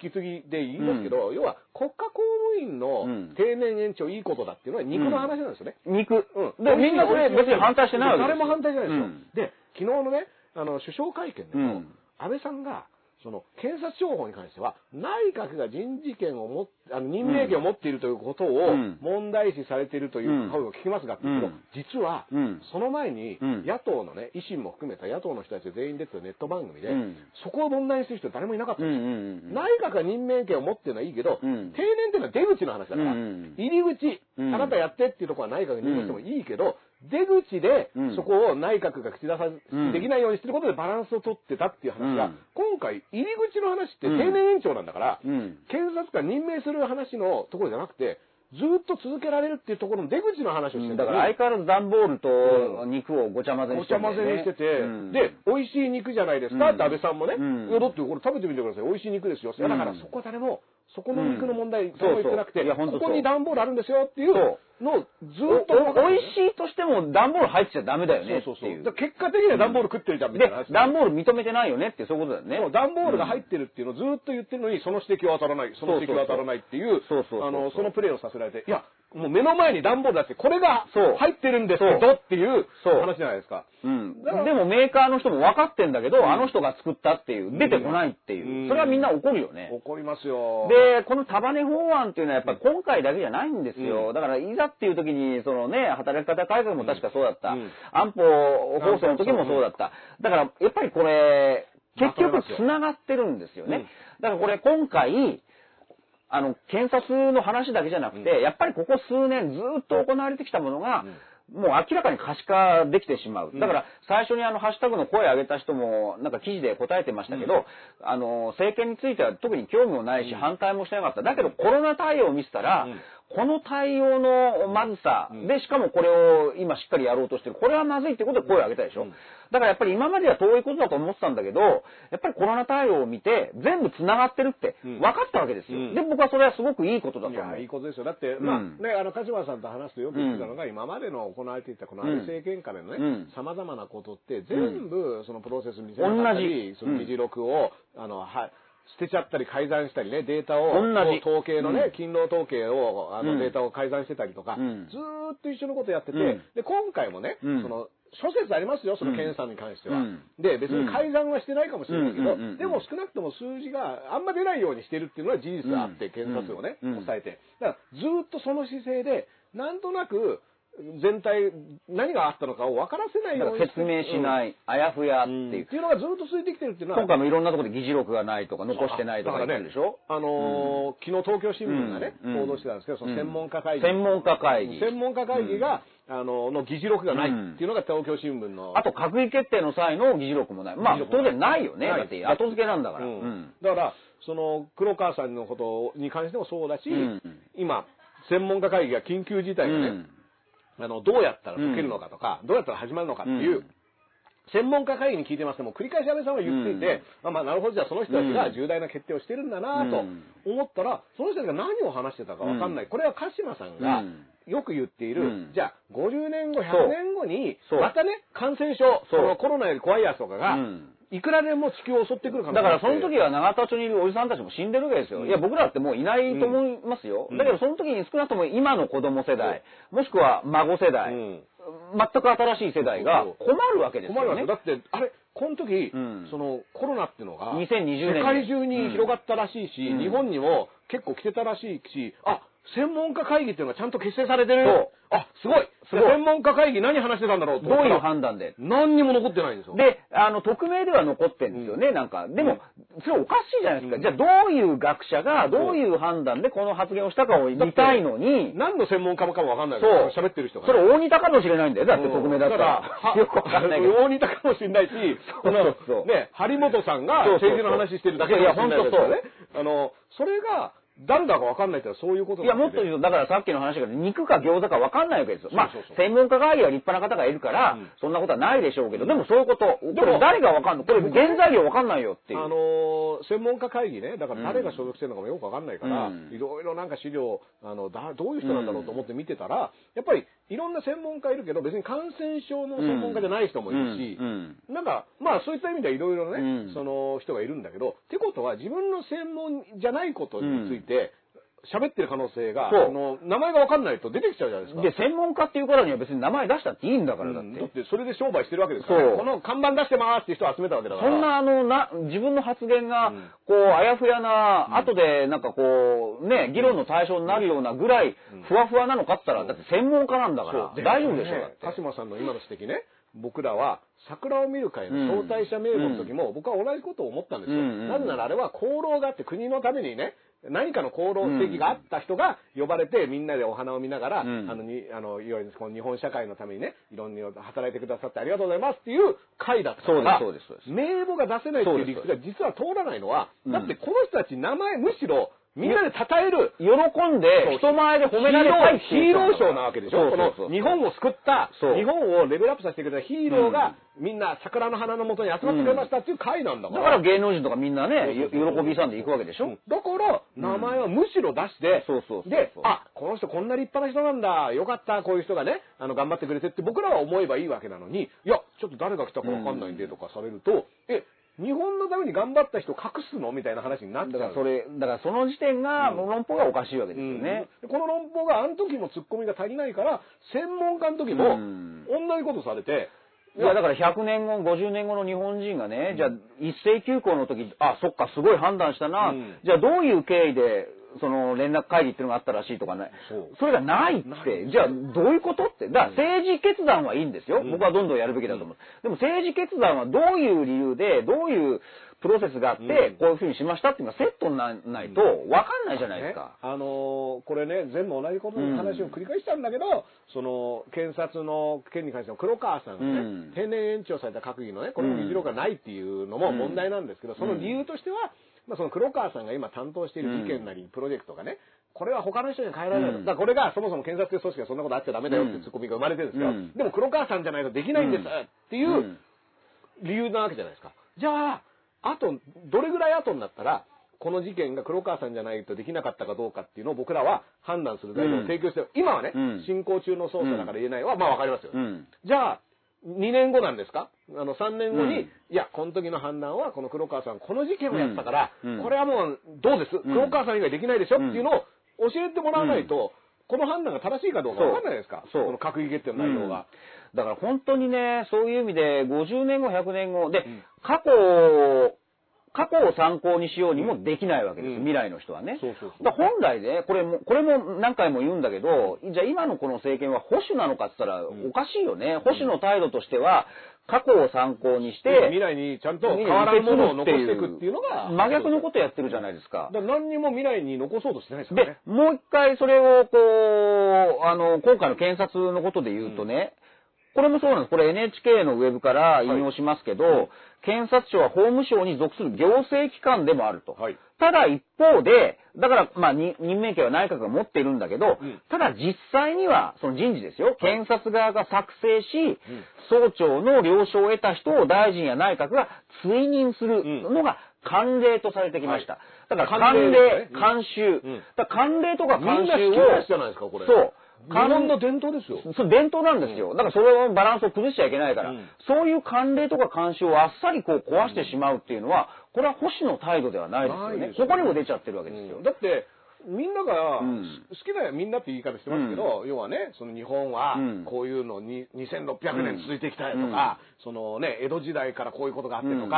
引き継ぎで言いますけど、要は国家公務員のうん定年延長いいことだっていうのは肉の話なんですよね。肉。うん、で、みんなこれ別に反対してないわけ誰ですよも反対じゃないですよ。うんで、昨日のね、あの、首相会見でも、うん安倍さんが、その、検察庁法に関しては、内閣が人事権を持っあの任命権を持っているということうをん問題視されているとういんう声を聞きますが、って言うけどうん実は、うんその前に、うん野党のね、維新も含めた野党の人たち全員出てたネット番組で、うんそこを問題にする人誰もいなかったんうですよんうんうん。内閣が任命権を持ってるのはいいけど、うん定年っていうのは出口の話だから、うんうん入り口、うんあなたやってっていうところは内閣に任命してもいいけど、出口でうんそこを内閣が口出さ、うんできないようにしてることでバランスを取ってたっていう話が、うん今回入り口の話ってうん定年延長なんだから、うん検察官任命する話のところじゃなくて、ずっと続けられるっていうところの出口の話をしてるだから相変わらず段ボールと肉をごちゃ混ぜにごしちてゃんだ混よぜねにしてて、うんで、美味しい肉じゃないですか、うんって安倍さんもね、うんいやだってこれ食べてみてください、美味しい肉ですよ。いやだからそこは誰も、そこの肉の問題、うん誰も言ってなくて、そうそういやほんとそうここに段ボールあるんですよっていうそのをずっと、おお美味いしいとしても段ボール入っちゃダメだよねっていそううそうそう。だから結果的には段ボール食ってるじゃん、みたいな話。で段ボール認めてないよねってそういうことだよねそう段ボールが入ってるっていうのをずっと言ってるのに、その指摘は当たらない、その指摘は当たらないっていう、そうそうそうそうあの、そのプレーをさせられて、いや、もう目の前に段ボール出して、これがそう入ってるんですそうけどっていうそう話じゃないですか。うん。だからでもメーカーの人も分かってんだけど、あの人が作ったっていう、出てこないっていう。うんそれはみんな怒るよね。怒りますよ。、で、この束ね法案っていうのはやっぱり今回だけじゃないんですよ。だからいざっていう時に、そのね、働き方改革も確かそうだった。うん安保法制の時もそうだった。だからやっぱりこれ、結局繋がってるんですよね。うんだからこれ今回、あの、検察の話だけじゃなくて、やっぱりここ数年ずっと行われてきたものが、もう明らかに可視化できてしまう。だから、最初にあの、ハッシュタグの声上げた人も、なんか記事で答えてましたけど、あの、政権については特に興味もないし、反対もしてなかった。だけど、コロナ対応を見せたら、この対応のまずさ、で、しかもこれを今しっかりやろうとしてる。これはまずいってことで声を上げたでしょ。だからやっぱり今までは遠いことだと思ってたんだけど、やっぱりコロナ対応を見て、全部繋がってるって分かったわけですよ。うんで、僕はそれはすごくいいことだいと思や、う。いいことですよ。だって、まあ、うんね、あの、梶原さんと話してよく言ってたのが、今までの行われていたこの安倍政権下でのうねん、様々なことって、全部、そのプロセスにせなかったり同じその議事録を、あの、は、捨てちゃったり改ざんしたりね、データを、同じこう統計のうねん、勤労統計を、あうんの、データを改ざんしてたりとか、うんずーっと一緒のことやってて、うんで、今回もね、うんその、諸説ありますよ、その検査に関しては。うんで、別に改ざんはしてないかもしれないけど、うんうんうんでも少なくとも数字があんま出ないようにしてるっていうのは事実があって、うん検察をね、うん抑えて。だから、ずーっとその姿勢で、なんとなく、全体、何があったのかを分からせないだよかうらに、説明しないい、あやふやうってんいっう。ていうのがずーっと続いてきてるっていうのは、今回もいろんなところで議事録がないとか、残してないとか言ってるでしょああのー昨日東京新聞がね、うん報道してたんですけど、その専門家会議。専門家会議。専門家会議が、あの、の議事録がないっていうのが東京新聞の。あと、閣議決定の際の議事録もない。まあ議事、録当もない然ないよね。ないだって、後付けなんだから。ううんん。だから、その、黒川さんのことに関してもそうだし、うん今、専門家会議が緊急事態がね、あの、どうやったら解けるのかとか、どうやったら始まるのかっていう、うん専門家会議に聞いてますけども、繰り返し安倍さんは言っていて、まあまあ、なるほど、じゃあその人たちうがん重大な決定をしてるんだなとうん思ったら、その人たちが何を話してたかわかんない。これは鹿島さんうがんよく言っている、うんじゃあ50年後、そ100う年後に、そうまたね、感染症、そうそのコロナより怖いやつとかが、うんいくらでも地球を襲ってくるかもしだれないからその時は永田町にいるおじさんたちも死んでるわけですよ。うんいや、僕らってもういないと思いますよ。うんだけどその時に少なくとも今の子供世代、もしくは孫世代、うん全く新しい世代がそう困るわけですよね。困るわけよだって、あれ、この時、うんそのコロナっていうのが、 2020年世界中に広がったらしいし、うん日本にも結構来てたらしいし、あ専門家会議っていうのがちゃんと結成されてるよ。あ、すごいすごい専門家会議何話してたんだろうとど思ったういうら判断で。何にも残ってないんですよ。で、あの、匿名では残ってんですよね、なんか。でも、それおかしいじゃないですか。うんじゃあ、どういう学者が、どういう判断でこの発言をしたかを見たいのに、何の専門家もかもわかんないそからう。喋ってる人がそね、れ大仁田かもしれないんだよ。だってうん匿名だったら。はよくわかんないけど。大仁田かもしれないし、そうそうそのね、張本さんがそうそう政そう治の話してるだけかもしれないですよね。あの、それが、誰だかわかんないってのはそういうこといなや、んもっとで言うと、だからさっきの話が、肉か餃子か分かんないわけですよ。まあそうそう、そう専門家会議は立派な方がいるからうん、そんなことはないでしょうけど、でもそういうこと。こもれ誰が分かんのこれ原材料分かんないよっていう。あのー専門家会議ね、だから誰が所属してるのかもよくわかんないから、うんいろいろなんか資料あのだ、どういう人なんだろうと思って見てたら、やっぱりいろんな専門家いるけど、別に感染症の専門家じゃない人もいるし、うんうんなんか、まあそういった意味ではいろいろね、うんその人がいるんだけど、ってことは自分の専門じゃないことについて、喋ってる可能性が、そうあの名前がわかんないと出てきちゃうじゃないですか。で、専門家っていうからには別に名前出したっていいんだかうら、んだっ。だっててそれで商売してるわけですから、そうこの看板出してますっていう人を集めたわけだから。そんなあのな自分の発言がうんこうあやふやな、後でなんかこうね議論の対象になるようなぐらいふわふわなのかって言ったらだって専門家なんだからそう大丈夫でしょねだって鹿島さんの今の指摘ね、僕らは桜を見る会の招待者名簿の時も、僕は同じことを思ったんですよ。うんうんなぜならあれは功労があって国のためにね、何かの功労席があった人が呼ばれて、みんなでお花を見ながら、うんあの、にあのいわゆるこの日本社会のためにね、いろんな働いてくださってありがとうございますっていう会だったから、そうですそうですそうです名簿が出せないっていう理屈が実は通らないのは、うんだってこの人たち名前むしろみんなで称える、喜んで人前で褒められたいってヒいうーローヒーローシ人だからョーなわけでしょそうそうそこのう日本を救ったそう日本をレベルアップさせてくれたヒーローが、みんな桜の花のもとに集まってくれましたっていう会なんだかだらから芸能人とかみんなねそうそうよそう喜びさんで行くわけでしょ、うんだから名前はむしろ出して、そうそうそうそうであこの人こんな立派な人なんだよかったこういう人がねあの頑張ってくれてって僕らは思えばいいわけなのにいやちょっと誰が来たかわかんないんでとかされると、え日本のために頑張った人隠すのみたいな話になっちだかゃらうそれ、だからその時点が、論法がおかしいわけですよね。うんこの論法があの時もツッコミが足りないから専門家の時うもん同じことされて、いや、だから100年後、50年後の日本人がね、じゃあ一斉休校の時、あ、そっか、すごい判断したな、うんじゃあどういう経緯で、その連絡会議っていうのがあったらしいとかね。そうれがないっないて、じゃあどういうことって。だから政治決断はいいんですよ。うん僕はどんどんやるべきだと思う。でも政治決断はどういう理由で、どういうプロセスがあって、うんこういうふうにしましたっていうのがセットにならないと、わかんないじゃないねですか。あのーこれね全部同じことの話を繰り返したんだけど、その検察の件に関しての黒川さんがね、うん定年延長された閣議のねこれも議事録がないっていうのもうん問題なんですけど、その理由としては、まあ、その黒川さんが今担当している事件なりプロジェクトがねこれは他の人には変えられない、うだんからこれがそもそも検察という組織がそんなことあっちゃダメだよってツッコミが生まれてるんですよ、うんでも黒川さんじゃないとできないんです、うんっていう、うん理由なわけじゃないですか。じゃあ、あと、どれぐらい後になったら、この事件が黒川さんじゃないとできなかったかどうかっていうのを僕らは判断する材料を提供してる。今はね、うん進行中の捜査だから言えないは、まあわかりますよ。うん。じゃあ、2年後なんですかあの、3年後に、うんいや、この時の判断は、この黒川さん、この事件をやったから、うんうんこれはもう、どうです、うん黒川さん以外できないでしょ、っていうのを教えてもらわないと、この判断が正しいかどうかわかんないですかそうこの閣議決定の内容が。うんだから本当にね、そういう意味で、50年後、100年後、で、ん過去を、過去を参考にしようにもできないわけです、うん未来の人はね。そうそうそうだから本来ね、これも、これも何回も言うんだけど、じゃあ今のこの政権は保守なのかって言ったらんおかしいよね。保守の態度としては、過去を参考にして、未来にちゃんと変わらんものを残していくっていうのが、真逆のことやってるじゃないですか。だから何にも未来に残そうとしてないですからでね。、もう一回それを、こう、あの、今回の検察のことで言うとね、これもそうなんです。これ NHK のウェブから引用しますけど、検察庁は法務省に属する行政機関でもあると。はいただ一方で、だから、まあ、に任命権は内閣が持っているんだけど、うんただ実際には、その人事ですよ、検察側が作成し、総長の了承を得た人を大臣や内閣が追認するのが慣例とされてきました。だから慣慣例例で、すね慣習。うんだから慣例とかみんな慣好きな習を。やつじゃないですか、これ。そう。日本の伝統ですよ。そう伝統なんですよ。だからそれのバランスを崩しちゃいけないから、うんそういう慣例とか慣習をあっさりこう壊してしまうっていうのは、これは保守の態度ではないですよなねい。ですよここにも出ちゃってるわけですよ。だって、みんなが、うん好きなみんなって言い方してますけど、要はね、その日本はうんこういうのに2600年続いてきたよとうんか、そのね、江戸時代からこういうことがあってとか、うん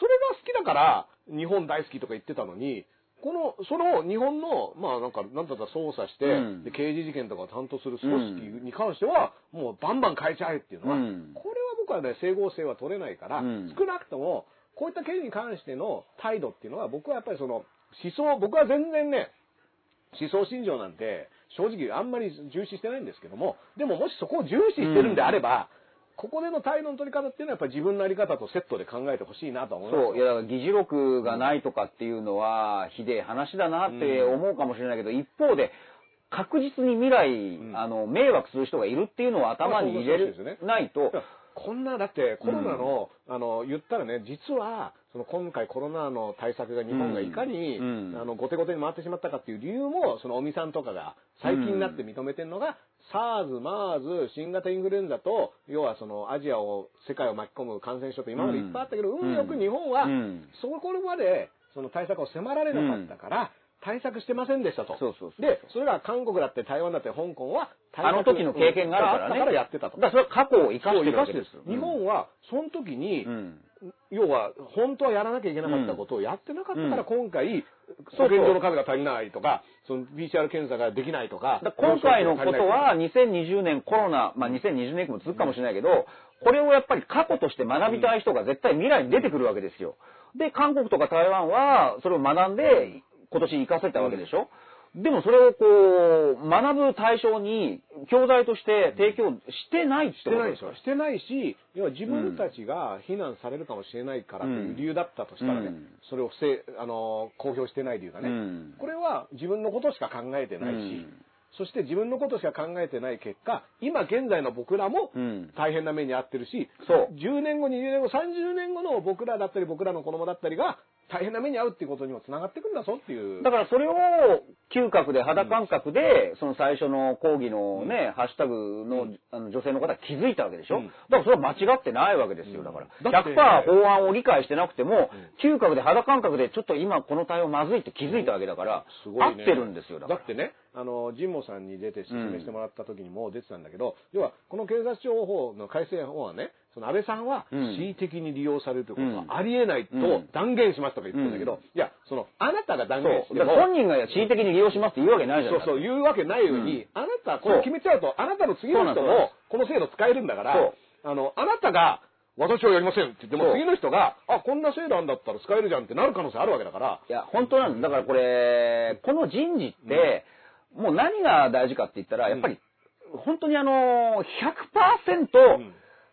それが好きだから日本大好きとか言ってたのに、この、その日本の、まあなんか、なんだったら捜査して、うんで刑事事件とかを担当する組織に関しては、もうバンバン変えちゃえっていうのは、うんこれは僕はね、整合性は取れないから、うん少なくとも、こういった件に関しての態度っていうのは、僕はやっぱりその、思想、僕は全然ね、思想信条なんて、正直あんまり重視してないんですけども、でももしそこを重視してるんであれば、ここでの態度の取り方っていうのはやっぱり自分のあり方とセットで考えてほしいなと思いますよそう、いやだから議事録がないとかっていうのは、ひでえ話だなって思うかもしれないけど、一方で、確実に未来、んあの、迷惑する人がいるっていうのを頭に入れまあそうでするよねないと、こんな、だってコロナの、あの、言ったらね、実は、その今回コロナの対策が日本がいかに、うんうんあの、後手後手に回ってしまったかっていう理由も、その尾身さんとかが最近になって認めてるのが、SARS、MERS、新型インフルエンザと、要はそのアジアを、世界を巻き込む感染症って今までいっぱいあったけど、うん運よく日本は、うんそこまで、その対策を迫られなかったから、対策してませんでしたと。そうそうそうで、それが韓国だって台湾だって香港は対策、あの時の経験がああるからね。ったからやってたと。だからそれは過去を生かそしうて生るかわしけてるです。日本は、その時に、うん要は、本当はやらなきゃいけなかったことをやってなかったから、うん今回、そ保うそう健所の数が足りないとか、その PCR 検査ができないとかだ。から今回のことは、2020年コロナ、まあ、2020年以降も続くかもしれないけど、これをやっぱり過去として学びたい人が絶対未来に出てくるわけですよ。で、韓国とか台湾は、それを学んで、今年生かせたわけでしょ。でもそれをこう、学ぶ対象に、教材として提供してないってしこてとないでししょ。してないし、要は自分たちが非難されるかもしれないからという理由だったとしたらね、うんそれを不正、あの、公表してない理由がね、うんこれは自分のことしか考えてないし、うんそして自分のことしか考えてない結果、今現在の僕らもうん大変な目に遭ってるし、そう10年後、20年後、30年後の僕らだったり、僕らの子供だったりが、大変な目に遭うっていうことにもつながってくんだぞっていう。だからそれを嗅覚で肌感覚で、その最初の講義のね、ハッシュタグのあの女性の方は気づいたわけでしょ、うんだからそれは間違ってないわけですよ、だから。だって100%法案を理解してなくても、嗅覚で肌感覚でちょっと今この対応まずいって気づいたわけだから、すごいね合ってるんですよ、だだから。ってね、あの、神保さんに出て説明してもらった時にも出てたんだけど、要は、この警察庁法の改正法はね、その安倍さんは、うん恣意的に利用されるといううことんはありえないとうん断言しますとか言ってたんだけど、うんいや、その、あなたが断言しそてう。だも、から本人が恣意的に利用しますって言うわけないじゃそなういですか。そう、言うわけない上に、うんあなた、これ決めちゃうと、あなたの次の人そうなんでも、この制度使えるんだからそう、あの、あなたが、私はやりませんって言ってそも、う次の人が、あ、こんな制度あんだったら使えるじゃんってなる可能性あるわけだから、いや、本当なんだ。だからこれ、この人事って、もう何が大事かって言ったら、やっぱり、本当にあの、100%、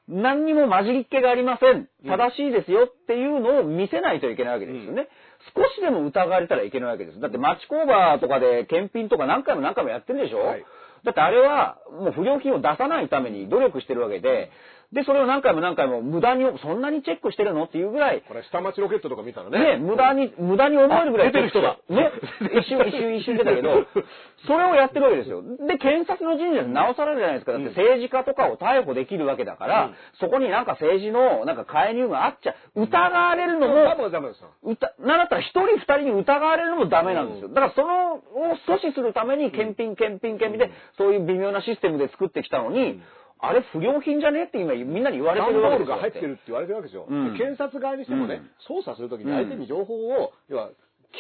何にも混じりっ気がありません。正しいですよっていうのを見せないといけないわけですよね。少しでも疑われたらいけないわけです。だって町工場とかで検品とか何回も何回もやってるでしょ、はいだってあれはもう不良品を出さないために努力してるわけで、で、それを何回も何回も無駄に、そんなにチェックしてるのっていうぐらい、これ下町ロケットとか見たらね、ね、無駄に、無駄に思えるぐらい出てる人だ ね、一瞬一瞬一瞬出たけど、それをやってるわけですよ。で、検察の人事はなおさらじゃないですか。だって政治家とかを逮捕できるわけだから、そこになんか政治のなんか介入があっちゃ、疑われるのダメも、だダメですよ。うた、なんだったら一人二人に疑われるのもダメなんですよ。だからそのを阻止するために検品検品検品で、そういう微妙なシステムで作ってきたのに、あれ不良品じゃねって今みんなに言われダてンボるわーけルですよ。が入ってるって言われてるわけですよ。うんで検察側にしてもね、捜査するときに相手に情報を、要は、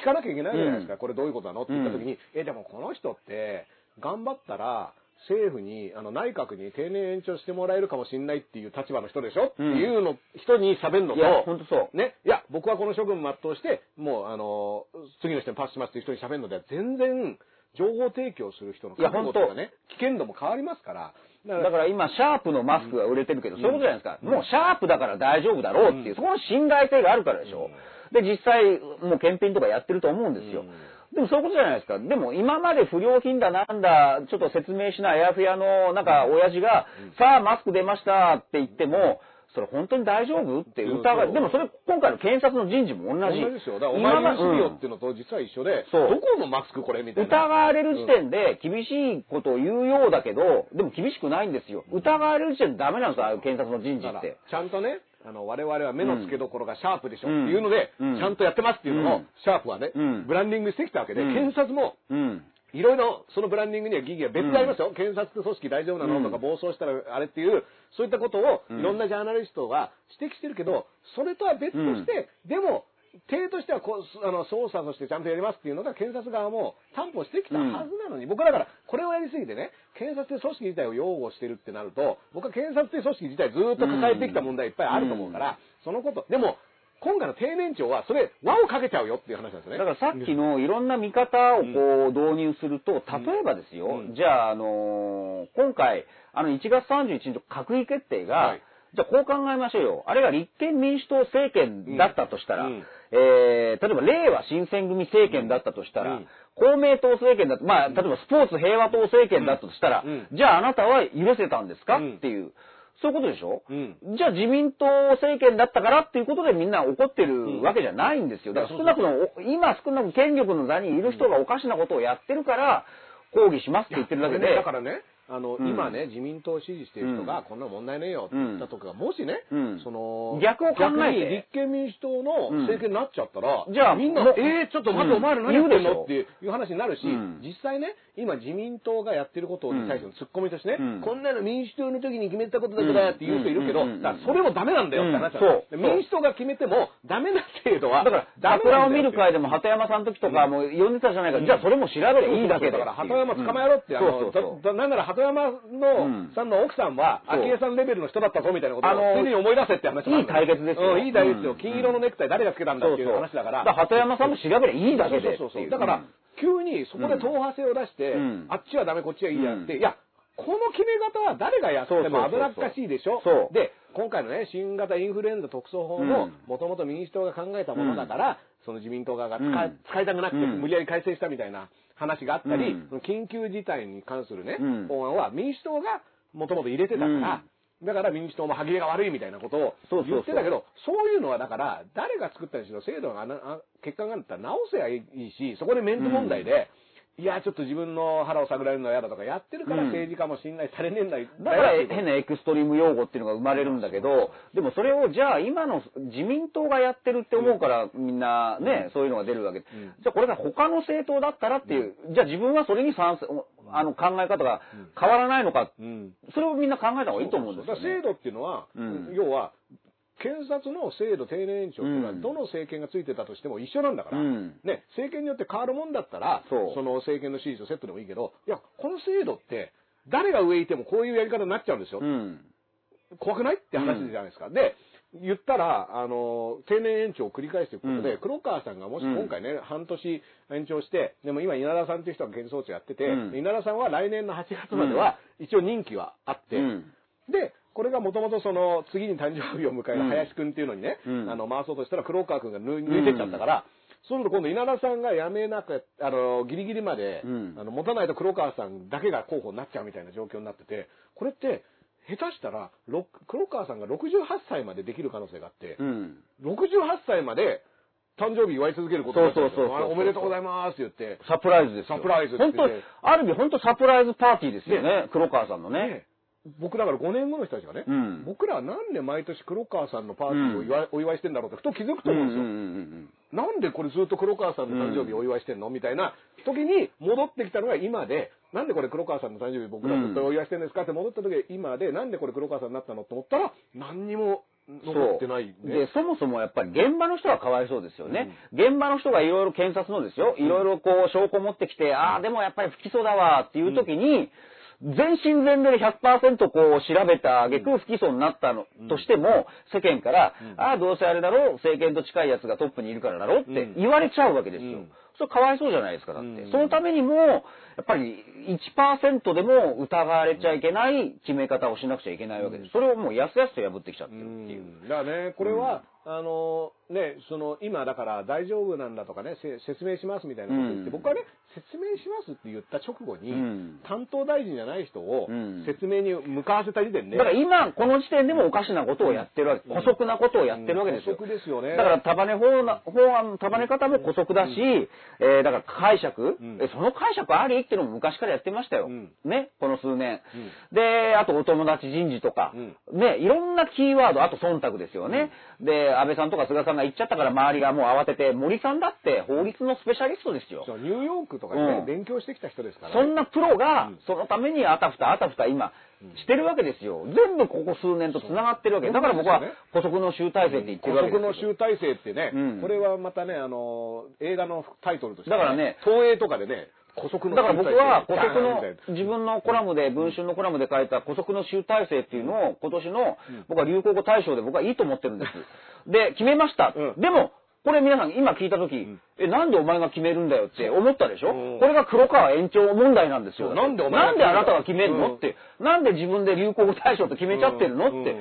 聞かなきゃいけないじゃないですか、これどういうことなのって言ったときに、え、でもこの人って、頑張ったら、政府に、あの、内閣に定年延長してもらえるかもしれないっていう立場の人でしょっていうの、人に喋るのいや、と、ほんとそう。ね、いや、僕はこの処分を全うして、もう、あの、次の人にパスしますっていう人に喋るのでは、全然、情報提供する人のいやほんと覚悟とかね、危険度も変わりますから、だからだから今、シャープのマスクが売れてるけど、そういうことじゃないですか。もうシャープだから大丈夫だろうっていう、そこの信頼性があるからでしょ。で、実際、もう検品とかやってると思うんですよ。でもそういうことじゃないですか。でも今まで不良品だなんだ、ちょっと説明しないあやふやの、なんか、親父が、さあ、マスク出ましたって言っても、それ本当に大丈夫って疑うい、んでもそれ、今回の検察の人事も同じ。同じですよ。だから、お前の趣味今まよっていうのと実は一緒で、そうどこのマスクこれみたい疑な。われる時点で厳しいことを言うようだけど、でも厳しくないんですよ。疑われる時点でダメなんですよ、ああいう検察の人だ事かっらて。ちゃんとね、あの、我々は目の付けどころがシャープでしょっていうので、うんちゃんとやってますっていうのを、うんシャープはね、うんブランディングしてきたわけで、うん検察も、うん。いろいろ、そのブランディングには疑義が別でありますよ。検察って組織大丈夫なのとか、うん暴走したらあれっていう、そういったことを、いろんなジャーナリストが指摘してるけど、それとは別として、でも、体としてはこうすあの捜査としてちゃんとやりますっていうのが検察側も担保してきたはずなのに、僕はだからこれをやりすぎてね検察って組織自体を擁護してるってなると僕は検察って組織自体ずーっと抱えてきた問題いっぱいあると思うから、そのことでも今回の定年長はそれ輪をかけちゃうよっていう話なんですよねだからさっきのいろんな見方をこう導入すると、例えばですよ、じゃあ、あのー今回、あの1月31日の閣議決定が、はいじゃあこう考えましょうよ。あれが立憲民主党政権だったとしたら、うんうんえー例えば令和新選組政権だったとしたら、うん公明党政権だと、まあ、例えばスポーツ平和党政権だったとしたら、うんじゃああなたは許せたんですか、うんっていう、そういうことでしょ、うんじゃあ自民党政権だったからっていうことでみんな怒ってるわけじゃないんですよ。だから少なくとも、お今少なく権力の座にいる人がおかしなことをやってるから、抗議しますって言ってるだけこ れでね、からね、あの、ん今ね、自民党を支持してる人が、こんな問題ねえよって言ったとか、もしね、うんその、逆を考えて逆に立憲民主党の政権になっちゃったら、うんじゃあみんなも、えー、ちょっと待って、うんお前ら何やってん言のうっでていう話になるし、うん実際ね、今自民党がやってることに対してのツッコミとしてね、うんこんなの民主党の時に決めたことだからって言う人いるけど、うんだからそれもダメなんだよって話なんだようんそうで民主党が決めても、ダメな制度は、だから、ダメ桜なをんだ見よっるて会でも鳩山さんの時とかも呼んでたじゃないか、じゃあそれも調べりゃいいだけでだから、鳩山捕まえろって、あのそうそうそうだだなんなら鳩山の、うんさんの奥さんは、そう昭恵さんレベルの人だったぞみたいなことを、あの常に思い出せって話もあるいい対決ですようんいい対決ですうよ。ん金色のネクタイ誰がつけたんだっていう話だから。鳩山さんも調べりゃいいだけでっていう。そうそうそうそうだから、急にそこで党派性を出して、うんあっちはダメ、こっちはいいやって、うんいや、この決め方は誰がやってそうそうもそうそう危なっかしいでしょそうで、今回のね、新型インフルエンザ特措法もうん、もともと民主党が考えたものだから、その自民党側が使,、うん使いたくなくて、うん無理やり改正したみたいな話があったり、うんその緊急事態に関するね、うん法案は民主党がもともと入れてたから、うんだから民主党も歯切れが悪いみたいなことをそうそうそう言ってたけど、そういうのはだから、誰が作ったにしろ、制度があなあ欠陥があったら直せばいいし、そこでメンツ問題で、いや、ちょっと自分の腹を探られるのは嫌だとか、やってるからうん政治家も信頼されねえんだよ。だから変なエクストリーム用語っていうのが生まれるんだけど、でもそれをじゃあ今の自民党がやってるって思うからみんなね、そういうのが出るわけ。じゃあこれが他の政党だったらっていう、じゃあ自分はそれに賛成、あの考え方が変わらないのか、うん。それをみんな考えた方がいいと思うんですよだから制ね。度っていうのは、うん要は、検察の制度定年延長っていうのは、うんどの政権がついてたとしても一緒なんだから、うんね、政権によって変わるもんだったら、そうの政権の支持とセットでもいいけど、いや、この制度って、誰が上いてもこういうやり方になっちゃうんですよ。うん。怖くないって話じゃないですか。で、言ったら、あの、定年延長を繰り返していくことで、うん黒川さんがもし今回ね、半年延長して、でも今稲田さんっていう人が検討長やってて、うん稲田さんは来年の8月までは、一応任期はあって、うんで、これがもともとその次に誕生日を迎える林くんっていうのにね、うんあの回そうとしたら黒川くんが抜抜いてっちゃったから、そうすると今度稲田さんが辞めなく、あの、ギリギリまで、うんあの、持たないと黒川さんだけが候補になっちゃうみたいな状況になってて、これって、下手したら、ろ黒川さんが68歳までできる可能性があって、うん。 68歳まで誕生日祝い続けることになっちゃんですよそうそうそうそあうおめでとうございますって言って、サプライズですよ。サプライズってね本当、ある意味本当サプライズパーティーですよね、黒川さんのね。ね僕だから5年後の人たちがね、うん僕らはなんで毎年黒川さんのパーティーを祝いお祝いしてんだろうってふと気づくと思うんですよ。んなんでこれずっと黒川さんの誕生日をお祝いしてんのみたいな時に戻ってきたのが今で、なんでこれ黒川さんの誕生日僕らずっとお祝いしてんですかって戻った時が今で、なんでこれ黒川さんになったのって思ったら、何にも残ってない、ね。そうで、そもそもやっぱり現場の人はかわいそうですよね。現場の人がいろいろ検察のですよ、いろいろこう証拠持ってきて、ああ、でもやっぱり不起訴だわっていう時に、全身全霊で100%こう調べた挙句不起訴になったの、としても、世間から、ああ、どうせあれだろう、政権と近いやつがトップにいるからだろうって言われちゃうわけですよ。うんそれかわいそうじゃないですか、だって。うんそのためにも、やっぱり1%でも疑われちゃいけない決め方をしなくちゃいけないわけです。それをもうやすやすと破ってきちゃってるっていう。うんだからね、これは、あのね、その今だから大丈夫なんだとかね、せ説明しますみたいなこと言って、うん僕はね、説明しますって言った直後に、うん担当大臣じゃない人をうん説明に向かわせた時点で、だから今、この時点でもおかしなことをやってるわけ、うん姑息なことをやってるわけですよ。うん姑息ですよねだから束ね法な法案の束ね方も姑息だし、えーだから解釈、うんえその解釈ありっていうのも昔からやってましたよ。うんね、この数年、で、あとお友達人事とか、うね、いろんなキーワード、あと忖度ですよね。で、安倍さんとか菅さんが言っちゃったから周りがもう慌てて、森さんだって法律のスペシャリストですよ。そうニューヨークとかでね、うん勉強してきた人ですからそね、んなプロがうん、そのためにあたふたあたふた今、してるわけですよ。全部ここ数年と繋がってるわけ。そうだから僕はそうです、古息の集大成って言ってるわけ孤独のですよ。集大成ってね、うんこれはまたね、あの映画のタイトルとして、だからね東映とかでね、孤独のだから僕は、古集大成ダー息ンみたいなの、自分のコラムで、文春のコラムで書いた古息の集大成っていうのを、今年の、僕は流行語大賞で僕はいいと思ってるんです。で、決めました。うんでも、これ皆さん今聞いたとき、え、なんでお前が決めるんだよって思ったでしょ、うんこれが黒川延長問題なんですよ。そうなんでお前がなんであなたが決めるの、うんって。なんで自分で流行語大賞って決めちゃってるの、うんって。うん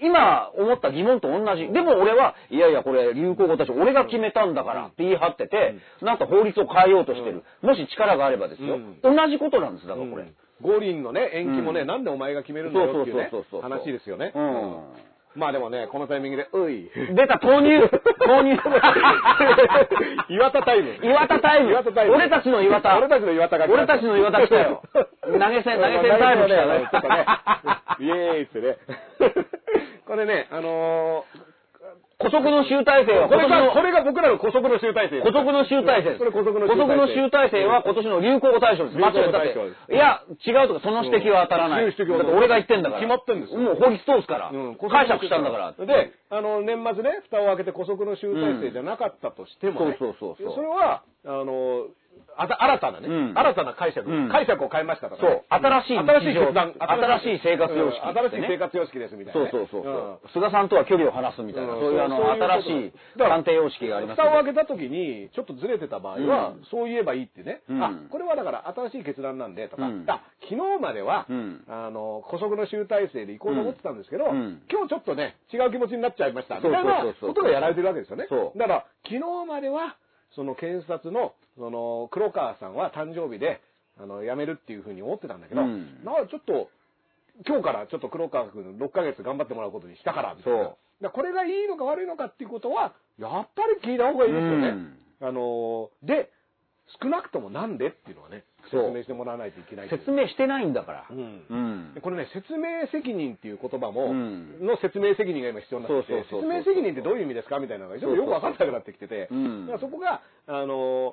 今思った疑問と同じ。でも俺は、いやいやこれ流行語大賞俺が決めたんだからって言い張ってて、なんか法律を変えようとしてる。もし力があればですよ。うん同じことなんです、だからこれ。うん五輪のね、延期もね、うんなんでお前が決めるんだよっていうねそうそうそうそうそう、話ですよね。うんまあでもね、このタイミングで、う い。出た、投入投入 岩田タイム。岩田タイム岩田タイム。俺たちの岩田俺たちの岩田が来た。俺たちの岩田来た よ投げ銭投げ銭タイム来たねちょっとね、 イエーイってね。これね、あの古息の集大成ーはこ今れ年が、のこれが僕らの古速の集大 成。古息の集大成 です。これ古速の集大成古息の集大成は今年の流行語大賞です。流行語間違大えた賞っでて。いや、違うとか、その指摘は当たらない。うん指摘は当たらなだいって俺が言ってんだから。決まってんですよもう法律通すから。うん解釈したんだから。で、あの、年末ね、蓋を開けて古速の集大成じゃなかったとしてもね、うんそうそうそうそうれは、あの、あた新たなね、うん新たな解釈、うん解釈を変えましたから、そうね。新しい新しい日常決断、新しい生活様式うん新しい生活様式ですみたいそなうね、そうそうそんう。菅さんとは距離を離すみたいな、うんそういうあのそうそういうこと新しい鑑定様式がありますけ蓋をど。開けた時に、ちょっとずれてた場合は、うんそう言えばいいってね、うんあ、これはだから新しい決断なんでとか、うんあ、昨日までは、うんあの、古速の集大成で行こうと思ってたんですけど、うんうん今日ちょっとね、違う気持ちになっちゃいました、みそたういそうなそうそうことがやられてるわけですよね。そうだから、昨日までは、その検察の、その、黒川さんは誕生日で、あの、辞めるっていうふうに思ってたんだけど、うんなんかちょっと、今日からちょっと黒川君6ヶ月頑張ってもらうことにしたからみたいな。そうだからこれがいいのか悪いのかっていうことは、やっぱり聞いた方がいいですよね。あのーで、少なくともなんでっていうのはね、説そう明してもらわないといけないという説明してないんだから。うんうんでこれね、説明責任っていう言葉も、うんの説明責任が今必要になってて、そ説うそうそうそう明責任ってどういう意味ですかみたいなのが、ちょっとよくわかんなくなってきてて、うんだからそこが、あのー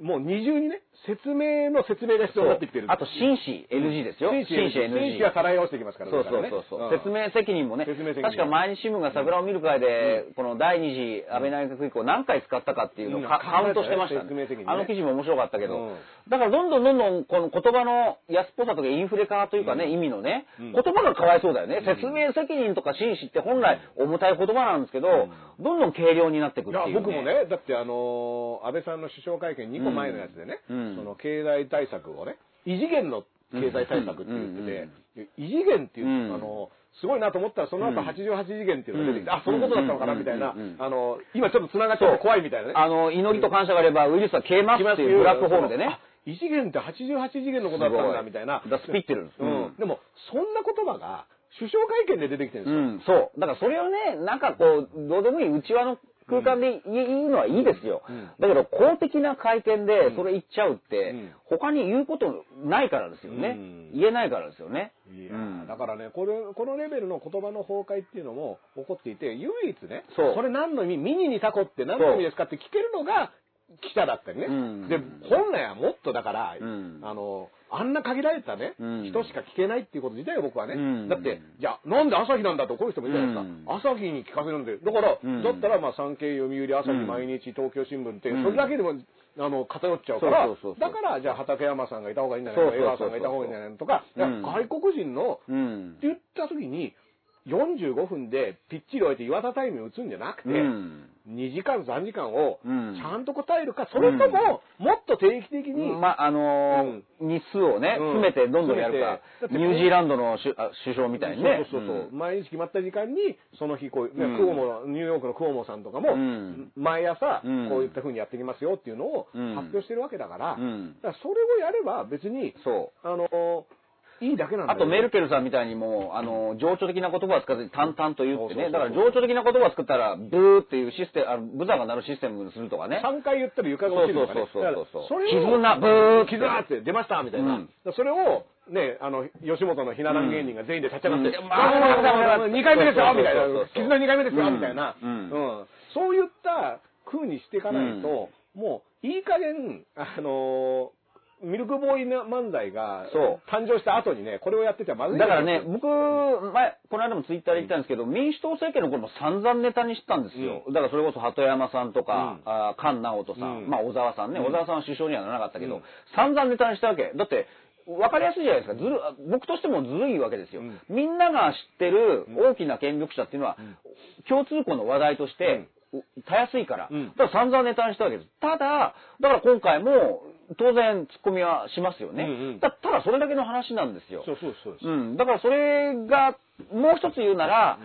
もう二重にね、説明の説明が必要になってきてる。あと、紳士 NG ですよ。紳士紳士 NG。がさらい直していきますから、そうそうそうそう、説明責任もね説明責任確か毎日新聞が桜を見る会で、この第二次安倍内閣以降何回使ったかっていうのをか、うんカウントしてました、説明責任ねあの記事も面白かったけど、うんだからどんどんどんどんこの言葉の安っぽさとかインフレ化というかね、意味のね、うん言葉がかわいそうだよね、説明責任とか紳士って本来重たい言葉なんですけど、どんどん軽量になってくいってやいう、ね、僕もね、だってあのー安倍さんの首相会見2個前のやつでね、うんその経済対策をね、異次元の経済対策って言ってて、異次元っていう、うんあのーすごいなと思ったら、その後うん88次元っていうのが出てきて、うんあ、そのことだったのかなみたいな、うんうんうんあのー今ちょっと繋がっちゃって怖いみたいなね。あの祈りと感謝があればウイルスは消えますっていうブラックホールでね。異次元って88次元のことだったんだみたいな。すごいだからスピってるんですううんん。でも、そんな言葉が首相会見で出てきてるんですうよ。ん、そう。だからそれをね、なんかこう、どうでもいい内輪の空間でいいのはいいですよ。うんだけど公的な会見でそれ言っちゃうって、うん他に言うことないからですよね。うん言えないからですよね。いうやんーだからねこれ、このレベルの言葉の崩壊っていうのも起こっていて、唯一ね、そうれ何の意味、ミニにタコって何の意味ですかって聞けるのが、記者だったりね、うんで、本来はもっとだから、うんあの、あんな限られたね、うん人しか聞けないっていうこと自体が僕はね、うんだって、じゃあ、なんで朝日なんだとこういう人もいるじゃないですか。うん朝日に聞かせるんで、だから、うんだったら、まあ、産経、読売、朝日、毎日、東京新聞って、うんそれだけでも、あの、偏っちゃうから、そうそうそうそうだから、じゃあ、畠山さんがいた方がいいんじゃないか、そう江そ川さうそうそうんがいた方がいいんじゃないのとか、だからうん外国人の、うっんて。言った時に、45分でぴっちり終えて岩田タイム打つんじゃなくて、うん2時間、3時間をちうんゃんと答えるか、それとも、もっと定期的に、まあ、あのー日数をね、うん詰めてどんどんやるか、詰めてだってニュージーランドの首あ首相みたいにね。そうそうそうそう、うん毎日決まった時間に、その日こう、ねうんクオモのニューヨークのクオモさんとかも、うん毎朝、うんこういった風にやってきますよっていうのをうん発表してるわけだから、うんだからそれをやれば別に、そう。あの、いいだけなんだあよとメルケルさんみたいにもう、あの、情緒的な言葉は使わずに淡々と言っそうそうてそうね。だから情緒的な言葉を作ったら、ブーっていうシステム、あの、ブザーが鳴るシステムにするとかね。 3回言ったら床が落ちるとかね。そうそうそうそうそうだかられを絆ブーっ絆てって出ましたみたいな。うんだからそれを、ね、あの、吉本のひな壇芸人が全員で立ち上がって、うんああ2回目ですよみたいなそうそうそう。そう絆2回目ですようみんたいな。うんうんそういった風にしていかないと、もう、いい加減、あのー、ミルクボーイな漫才がそう誕生した後にね、これをやってちゃまずいんだよからね、、僕、前、この間もツイッターで言ったんですけど、民主党政権の頃も散々ネタにしてたんですよ。だからそれこそ鳩山さんとか、うんあ菅直人さん、うんまあ小沢さんね、小沢さんは首相にはならなかったけど、うん散々ネタにしたわけ。だって、わかりやすいじゃないですか。ずる、あ僕としてもずるいわけですよ。うんみんなが知ってる大きな権力者っていうのは、共通項の話題として、たやすいから、うんだから散々ネタにしたわけです。ただ、だから今回も、当然、ツッコミはしますよね。うんうんだただ、それだけの話なんですよ。そうそうそうです。うん、だからそれが、もう一つ言うなら、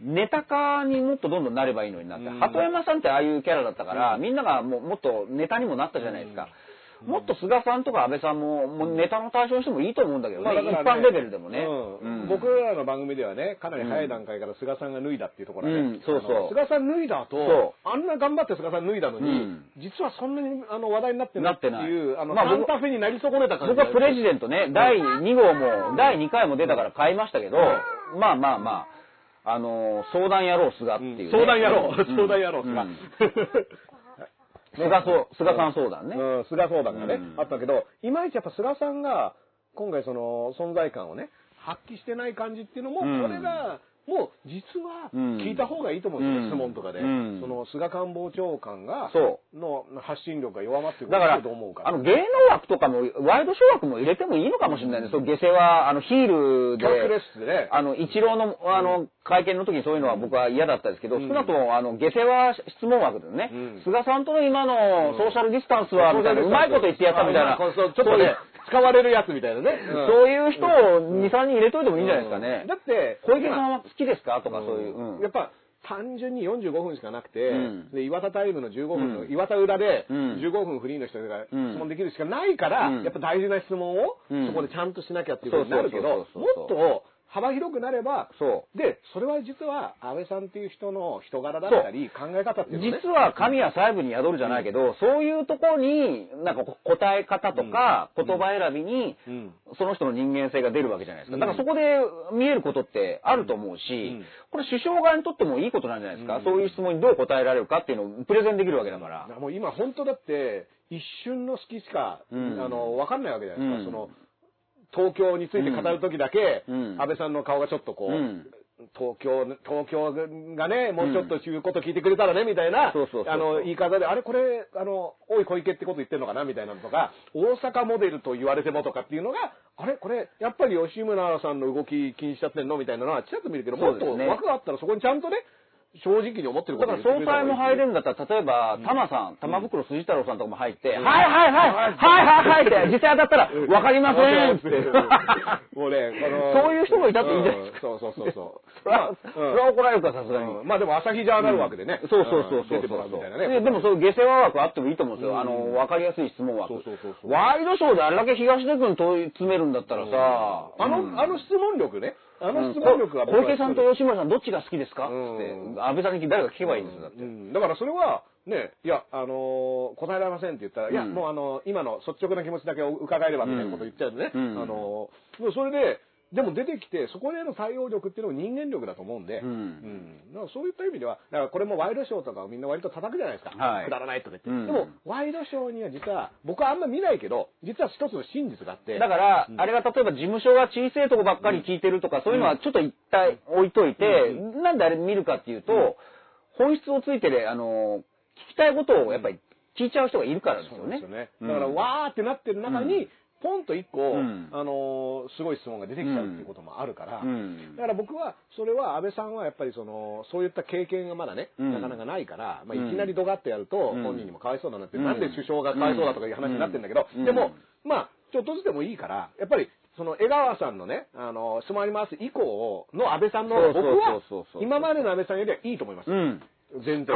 ネタ化にもっとどんどんなればいいのになって、うん鳩山さんってああいうキャラだったから、うみんながもうもっとネタにもなったじゃないですか。もっと菅さんとか安倍さんももうネタの対象にしてもいいと思うんだけどね、まあだから一般レベルでもね。うんうん僕らの番組ではね、かなり早い段階から菅さんが脱いだっていうところはね、うんそうそうあの菅さん脱いだそと、あんな頑張って菅さん脱いだのに、うん実はそんなにあの話題になってないってなっいてう、ないあの、まあサンタフェになり損ねた感じ僕はプレジデントね、第2号も、第2回も出たから買いましたけど、まあまあまあ、あのー相談やろう菅っていうね、うん相談やろう、ん相談やろう、菅。ん 菅そう菅さん相談ね。うん、菅相談がね、うんあったけど、いまいちやっぱ菅さんが、今回その存在感をね、発揮してない感じっていうのも、うんこれが、もう実はうん聞いた方がいいと思うんですよ、うん質問とかで。うんその菅官房長官が、その発信力が弱まってくるだから、どう思うか。あの、芸能枠とかも、ワイドショー枠も入れてもいいのかもしれないね。そう、下世は、あの、ヒールでキャラクターレスでねあの、一郎の、あの、会見の時にそういうのは僕は嫌だったですけど、少なくとも、あの、下世は質問枠でね、うん菅さんとの今のソーシャルディスタンスは、みたいな、うまいこと言ってやったみたいな、あまあそうちょっとね、使われるやつみたいなね。そんうう、そういう人を2、3人入れといてもいいんじゃないですかね。だって、小池さんは好きですかとか、そういう。うんやっぱ単純に45分しかなくて、うんで岩田タイムの15分の、うん岩田裏でうん15分フリーの人が質うん問できるしかないから、うんやっぱ大事な質問をうんそこでちゃんとしなきゃっていうことになるけど、そうそうそうそうもっと幅広くなれば、そう。で、それは実は安倍さんっていう人の人柄だったり、考え方っていうのね。実は神は細部に宿るじゃないけど、そういうところに、なんかこ答え方とか、うん言葉選びに、うんその人の人間性が出るわけじゃないですか。うんだからそこで見えることってあると思うし、うんこれ首相側にとってもいいことなんじゃないですか、うんそういう質問にどう答えられるかっていうのをプレゼンできるわけだかだらか。らもう今本当だって、一瞬の隙しか、うんあの、わかんないわけじゃないですか。うんその、東京について語るときだけ、うん安倍さんの顔がちょっとこう、うん東京、東京がね、もうちょっと言うこと聞いてくれたらね、みたいな、そうそうそうそうあの、言い方で、あれこれ、あの、おい小池ってこと言ってるのかな、みたいなのとか、大阪モデルと言われてもとかっていうのが、あれこれ、やっぱり吉村さんの動き気にしちゃってんのみたいなのは、ちらっと見るけど、もっとそうですね枠があったらそこにちゃんとね、正直に思ってるこだとかをら言ってく総た方がいい裁も入れるんだったら、例えば、玉さん、玉袋筋太郎さんとかも入って、はいはいはいはいはいはいって、実際当たったら、わかりませんって。 もうね、この。そういう人もいたっていいんじゃないですかうんそうそうそうそう。それは、うんそれは怒られるか、さすがに。うんまあでも朝日ジャーナル枠でね。そうそうそうそんう出てそもらううみたいなでね。でもそういう下世話枠あってもいいと思うんですよ、うんあの分かりやすい質問枠そうそうそうそうワイドショーであれだけ東出君問い詰めるんだったらさ、あうんの、あの質問力ね。あの質問力がこ小池さんと吉村さんどっちが好きですか、うんって安倍さんに誰が聞けばいいんですよだって、うんだからそれは、ね、いや、あのー答えられませんって言ったら、いや、うんもうあのー今の率直な気持ちだけを伺えればみたいなこと言っちゃうんでね。うんあのーでもそれで、でも出てきて、そこへの対応力っていうのも人間力だと思うんで、うんうんだからそういった意味では、だからこれもワイドショーとかをみんな割と叩くじゃないですか。はいくだらないとか言って。うんでも、ワイドショーには実は、僕はあんま見ないけど、実は一つの真実があって。だから、あれが例えば事務所が小さいとこばっかり聞いてるとか、そういうのはちょっと一体置いといて、なんであれ見るかっていうと、本質をついてで、あの、聞きたいことをやっぱり聞いちゃう人がいるからですそうよなんでね。すよね。うだんから、わーってなってる中うに、ポンと一個、うんあのーすごい質問が出てきちゃうっていうこともあるから、うんだから僕は、それは安倍さんはやっぱりその、そういった経験がまだね、うんなかなかないから、まあ、うんいきなりドガッとやると、うん本人にもかわいそうだなって、うんなんで首相がかわいそうだとかいう話になってるんだけど、うんでも、まあ、ちょっとずつでもいいから、やっぱり、その江川さんのね、あの、質問あります以降の安倍さんの、そうそ僕うはそうそう、今までの安倍さんよりはいいと思います。うん全然こ。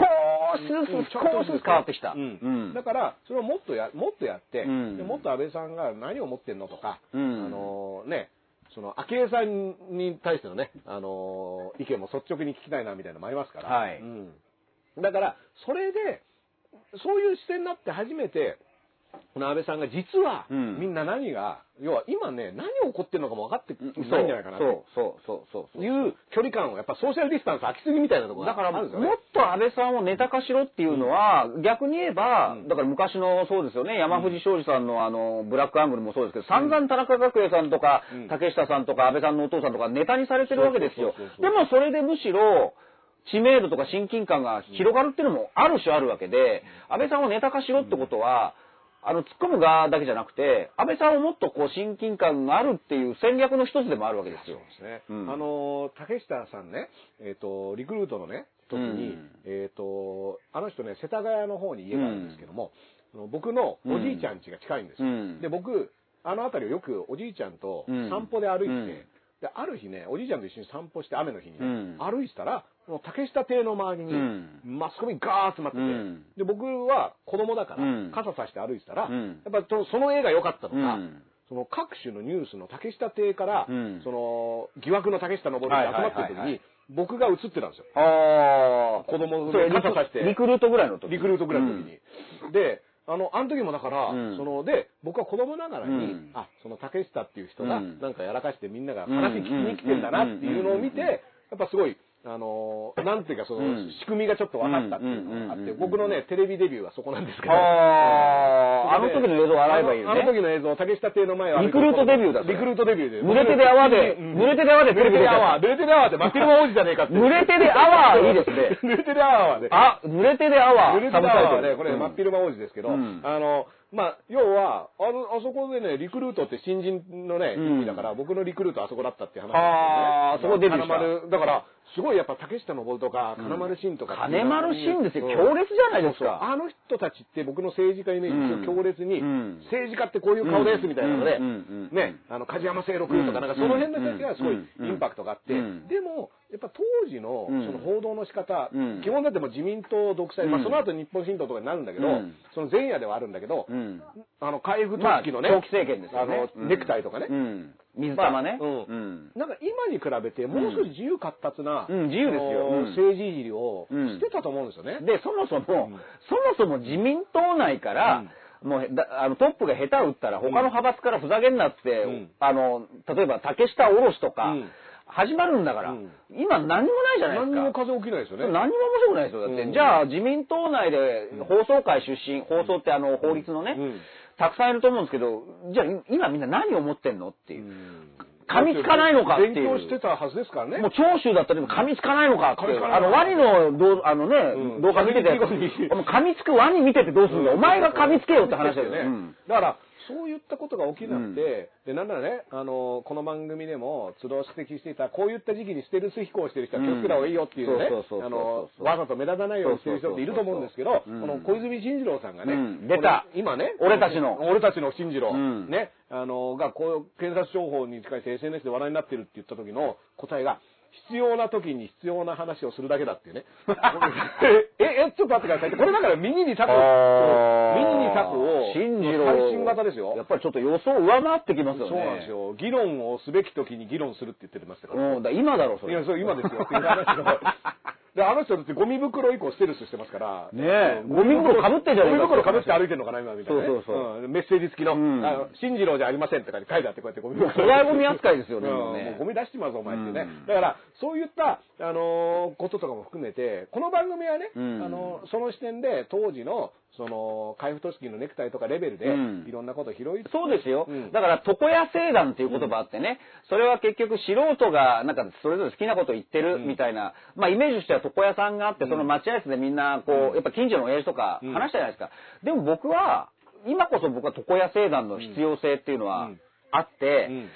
うずつ、こうずつ変わってきた。うんうんだからそれをもっとやもっとやって、うんでもっと安倍さんが何を持ってんのとか、うんあのねその昭恵さんに対してのねあの意見も率直に聞きたいなみたいなのもありますから、はいうんだからそれでそういう視点になって初めてこの安倍さんが実は、うんみんな何が要は今ね何起こってるのかも分かってないんじゃないかなとそうそうそうそうそうい。う距離感をやっぱソーシャルディスタンス空きすぎみたいなところだから、あもるっんですよね。と安倍さんをネタ化しろっていうのは、逆に言えば、うんだから昔のそうですよね、山藤昌司さんのあの、ブラックアングルもそうですけど、散々田中角栄さんとか、うん竹下さんとか、安倍さんのお父さんとか、ネタにされてるわけですよそうそう。そうそでうも、それでむしろ、知名度とか親近感が広がるっていうのもある種あるわけで、安倍さんをネタ化しろってことは、あの、突っ込む側だけじゃなくて、安倍さんをもっとこう、親近感があるっていう戦略の一つでもあるわけですよ。そうですね。うんあのー、竹下さんね、えっ、と、リクルートのね、時に、うんえっ、と、あの人ね、世田谷の方に家があるんですけども、あの僕のおじいちゃん家が近いんですよ。うんで、僕、あの辺りをよくおじいちゃんとうん散歩で歩いて、うんで、ある日ね、おじいちゃんと一緒に散歩して、雨の日にね、うん歩いてたら、この竹下邸の周りに、うんマスコミガーッ集まってて、うんで、僕は子供だから、うん傘さして歩いてたら、うんやっぱその絵が良かったのか、うんその各種のニュースの竹下邸から、うんその疑惑の竹下登りが集まってる時に、はいはいはいはい僕が映ってたんですよ。ああ。子供それで傘さして、リクルートぐらいの時リクルートぐらいの時に。で、あの、あの時もだから、うんその、で、僕は子供ながらに、うんあ、その竹下っていう人が、うんなんかやらかしてみんなが話聞きに来てんだなっていうのを見て、うんやっぱすごい、あのーなんていうかその、うん仕組みがちょっと分かったっていうのがあっうんうんうんて、うん僕のね、テレビデビューはそこなんですけど。うあーんあの時の映像を洗えばいいよねあのあの時の映像、竹下邸の前は。リクルートデビューだそれリクルートデビューで。濡れてで泡でうん濡れてで泡でテレビ濡れて出でた泡、濡れてで泡って、マキルマ王子じゃねえかって。濡れてでアワーいいですね。濡れてで泡はね。あ、濡れてでアワブー。ルータワーはね、これ、うん真っ昼間王子ですけど、うんあの、まあ、要は、あの、あそこでね、リクルートって新人のね、うん意味だから、僕のリクルートあそこだったっていう話ですよね。あーそこデビューした金丸だから、すごいやっぱ竹下登とか、金丸信とかっていう金のは。丸信ですよ。うん強烈じゃないですか。あの人たちって僕の政治家イメージを強烈に、うん政治家ってこういう顔ですみたいなので、うんうんうんね、あの、梶山清六とかなんかその辺の時はすごいインパクトがあって、うんでも、やっぱ当時のうんその報道の仕方、うん基本だってもう自民党独裁、まうあんその後日本新党とかになるんだけど、うんその前夜ではあるんだけど、うんあの、海部まあ、突起長の期ね、政権ですよね。あの、ネクタイとかね、うん水玉ね。まあうんうん。なんか今に比べてもう少し自由闊達な、うんうん自由ですよあのうん政治いじりをしてたと思うんですよね。で、そもそも、うんそもそも自民党内から、もうだあのトップが下手打ったら他の派閥からふざけんなって、うんあの例えば竹下ろしとか、うん始まるんだから、うん今何にもないじゃないですか何にも風起きないですよね。何にも面白くないですよ。だって、うんじゃあ自民党内で放送会出身、放送ってあの法律のね、うんたくさんいると思うんですけど、じゃあ今みんな何を思ってんのっていう。噛噛みつかないのかっていう。勉強してたはずですからね。もう長州だったらでも噛みつかないのかって噛みいつう。かあないのの、かワニのどう、あのね、うん動画見てたやつ。噛みつきワニもう噛みつくワニ見ててどうすんだ、お前が噛みつけよって話だよね。ううんんだから、そういったことが起きなくて、で、なんならね、あの、この番組でも、都度指摘していた、こういった時期にステルス飛行してる人は気をつけた方がいいよっていうねうんそうそうそう、そうあの、わざと目立たないようにしてる人っていると思うんですけど、そうそうそうこそううのん小泉進次郎さんがね、うん出たこの今ね、俺たちの俺たちの進次郎、うんね、あの、が、こう、検察庁法に近いて SNS で話題になってるって言った時の答えが、必要な時に必要な話をするだけだって いうね。え、え、ちょっと待ってくださいって。これだから耳にタコ、耳にタコを、進次郎。最新型ですよ。やっぱりちょっと予想上回ってきますよね。そうなんですよ。議論をすべき時に議論するって言ってましたから。うん、だから今だろ、そいれ。や、そう、今ですよっていう話の。で、あの人だってゴミ袋以降ステルスしてますから。ねえゴミ袋被ってんじゃねえかゴミ袋被って歩いてんのかな、今みたいなね。そうそうんそメッセージ付きの、うんあの、進次郎じゃありませんって書いて書いてあって、こうやってゴミ袋。粗大ゴミ扱いですよねうんもうねもうゴミ出してます、お前ってね。うんだから、そういった、あのーこととかも含めて、この番組はね、うんあのーその視点で、当時の、その、開封都市のネクタイとかレベルで、うんいろんなことを拾いつつそうですよ。うんだから、床屋聖団っていう言葉あってね、それは結局素人が、なんかそれぞれ好きなことを言ってるみたいな、まあイメージとしては床屋さんがあって、その待合室でみんな、こう、やっぱ近所の親父とかうん話したじゃないですか。でも僕は、今こそ僕は床屋聖団の必要性っていうのうはんあって、うん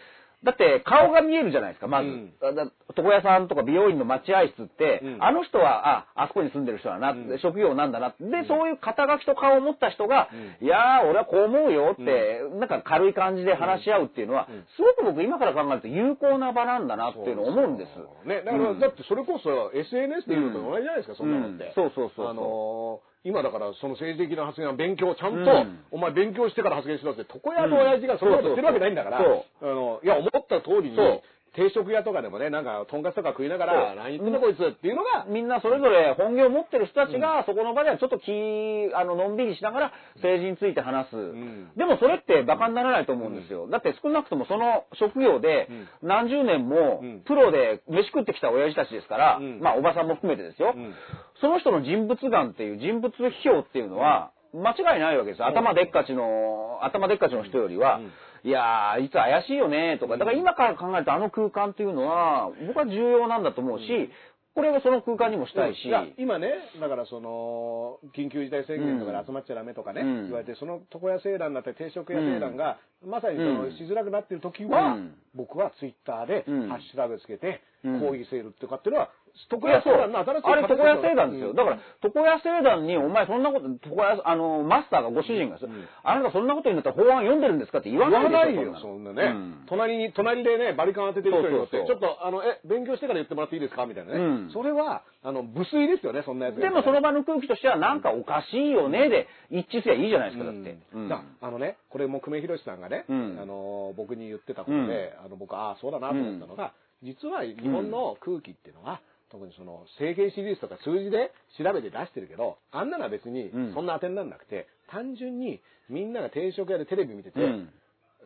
だって顔が見えるじゃないですか、まず。うんだだ床屋さんとか美容院の待合室って、うんあの人は、あ、あそこに住んでる人だな、うん職業なんだな、で、そういう肩書きと顔を持った人が、ういやー、俺はこう思うよって、なんか軽い感じで話し合うっていうのは、うんすごく僕今から考えると有効な場なんだなっていうのを思うんです。ね、だから、うんだってそれこそ SNS で言うのと同じじゃないですか、そんなのって。うんそうそうそうそうあのー今だからその政治的な発言は勉強ちゃんと、うんお前勉強してから発言しろって床屋の親父がそんなことしてるわけないんだから、そうあのいや思った通りにそう定食屋とかでもねなんかとんかつとか食いながそらう何言ってんだこいつっていうのが、みんなそれぞれ本業を持ってる人たちが、そこの場ではちょっと気、あの、のんびりしながら政治について話す。んでもそれって馬鹿にならないと思うんですよ。だって少なくともその職業で何十年もうんプロで飯食ってきた親父たちですから、うんまあおばさんも含めてですよ。うんその人の人物眼っていう人物批評っていうのは、間違いないわけですよ。頭でっかちの、頭でっかちの人よりは、うんいやー、あいつ怪しいよねとか、だから今から考えるとあの空間っていうのは、僕は重要なんだと思うし、これをその空間にもしたいし、や今ねだからその緊急事態宣言とかで集まっちゃダメとかね、うん言われてその床屋青団だったり定食屋青団が、まさにその、うんしづらくなってる時は、うん僕はツイッターでうんハッシュタグつけて、うん抗議セールとかっていうのは床いや屋そう青団の新しいあれ、床屋形聖団ですよ。だから、床屋聖団に、お前そんなこと、床屋、あの、マスターがご主人がですよ、あなたそんなこと言うんだったら法案読んでるんですかって言わ言わなないいでしょよ、そんなね、うん隣に、隣でね、バリカン当ててる人に乗って、そうそうそうちょっと、あの、え、勉強してから言ってもらっていいですかみたいなね、うんそれは、あの、無粋ですよね、そんなやつがでもその場の空気としては、なんかおかしいよね、で、一致すりゃいいじゃないですか、だって。うんだあのね、これも久米宏さんがね、うんあの僕に言ってたことで、あの僕ああそうだなと思ったのが、実は日本の空気っていうのは、特にその政権支持率とか数字で調べて出してるけど、あんなのは別にうんそんな当てにならなくて、単純にみんなが定食屋でテレビ見てて、うん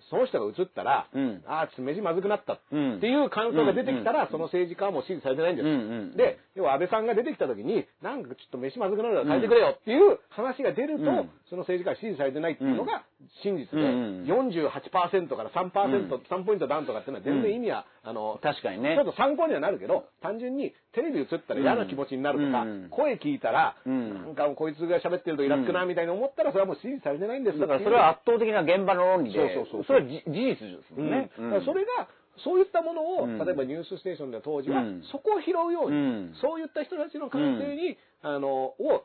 その人が映ったら、うんああ、飯まずくなったってうんいう感想が出てきたら、その政治家はもう支持されてないんですよ。うんうんで、要は安倍さんが出てきた時に、なんかちょっと飯まずくなるから変えてくれよっていう話が出ると、うんその政治家は支持されてないっていうのが真実で、うんうん48%から3%、3ポイントダウンとかっていうのは全然意味は、あの、確かにねちょっと参考にはなるけど、単純にテレビ映ったら嫌な気持ちになるとか、うん声聞いたら、うんなんかこいつが喋ってるとイラつくなみたいに思ったら、それはもう支持されてないんですだからそれは圧倒的な現場の論理で、そうそうそうそれはじ事実ですもんね。うんだからそれがそういったものを、うん例えば「ニュースステーション」では当時は、うんそこを拾うように、うんそういった人たちの感性に、あのを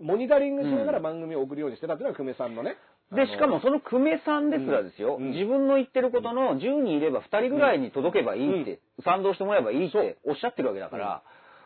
モニタリングしながら番組を送るようにしてたっていうのは久米さんのね。で、しかもその久米さんですらですよ、うんうん自分の言ってることの10人いれば2人ぐらいに届けばいいって、賛同してもらえばいいっておっしゃってるわけだから、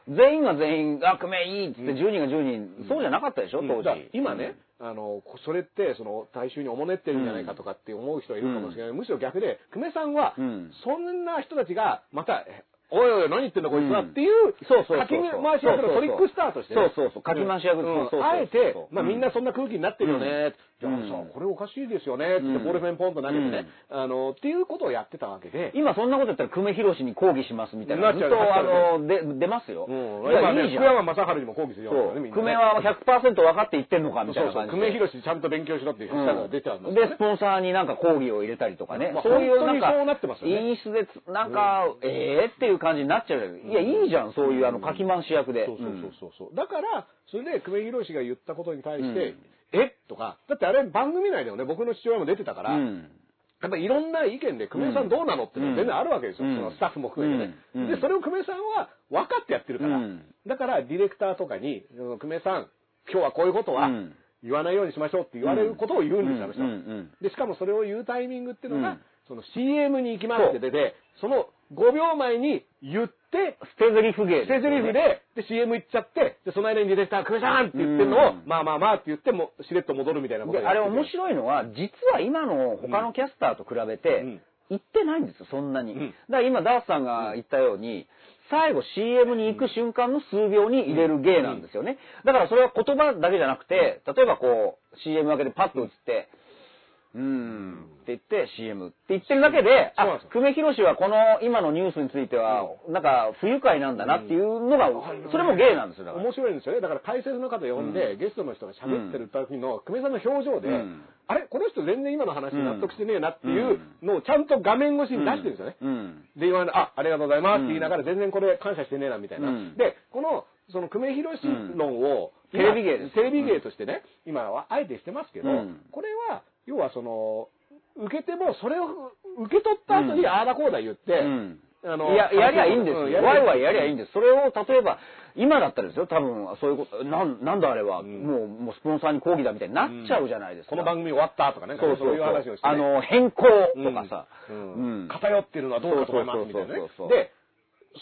全員が全員、あ、久米いいって言って10人が10人、そうじゃなかったでしょ、うん当だから時。今ね、あの、それって、その、大衆におもねってるんじゃないかとかって思う人がいるかもしれない。むしろ逆で、久米さんは、うんそんな人たちが、また、えおいおい、何言ってんだこいつは、っていう、そうそうそうそうかき回し役のトリックスターとしてね、そうそうそうかき回し役うんそうそうそうそうあえて、まあうんみんなそんな空気になってるよね、うんじゃあさ、これおかしいですよね、ってうんボールペンポンと投げてね、あの、っていうことをやってたわけで、今そんなことやったら久米宏に抗議しますみたいななっずちっゃうとなっちあゃうので出ますよ、うん、いや今いね、いじゃ福ん山雅治にも抗議するよそうね、みん久なね米は100%分かって言ってんのかみたいそうなそう、感じ久で米宏ちゃんと勉強しろっていう人が出てますで、スポンサーになんか抗議を入れたりとかね。まあそういうなんか、本当にそうなってますよね演出でつ、なんか、ええー、っていう感じになっちゃうよいや、いいじゃん、そういう、あの、かき回し役で。そうそうそううそうそう。だから、それで、久米宏が言ったことに対して、うんえとか、だってあれ番組内でもね、僕の父親も出てたから、ん。うやっんぱりいろんな意見で、久米さんどうなのっていうのは全然あるわけですよ。うんそのスタッフも含めてね、うんうんで、それを久米さんは分かってやってるから、うんだからディレクターとかに、その久米さん、今日はこういうことはうん言わないようにしましょうって言われることを言うんですよ、あの人うはんうんで、しかもそれを言うタイミングっていうのが、うんその CM に行きますって出て、その5秒前に言って、捨て台詞芸。ステージリーフ。で、で、CM 行っちゃって、で、その間にディレクター、久米さんって言ってるのをうん、まあまあまあって言って、もうしれっと戻るみたいなことであれ面い。白いのは、実は今の他のキャスターと比べうてん、行ってないんですよ、そんなに。うんだから今、ダースさんが言ったように、最後 CM に行く瞬間の数秒に入れる芸なんですよね。だからそれは言葉だけじゃなくて、例えばこう、CM 明けでパッと映って、うーん、って言って CM って言ってるだけで、そうなんあですよ、久米宏はこの今のニュースについては、なんか不愉快なんだなっていうのが、それも芸なんですよ、だから。面白いんですよね。だから解説の方呼んで、ゲストの人が喋ってる時の、久米さんの表情で、うんあれこの人全然今の話に納得してねえなっていううのをちゃんと画面越しに出してるんですよね。うん。で、言わない、あ、ありがとうございますっうんて言いながら全然これ感謝してねえな、みたいな。うんで、この、その、久米宏論を、うんテレビ芸ですテレビ芸としてね、今はあえてしてますけど、うんこれは、要はその、受けても、それを受け取った後うんに、ああだこうだ言って、うんあいや、やりゃいいんですうよ。やりゃワイワイやりゃいいんです。それを、例えば、今だったらですよ、多分、そういうこと、なん、なんだあれは、んもう、もうスポンサーに抗議だみたいになっちゃうじゃないですか。この番組終わったとかね、そうそうそういう話をして、ね。あの、変更とかさ、うんうん偏ってるのはどうかと思いますみたいなねそうそうそうそうで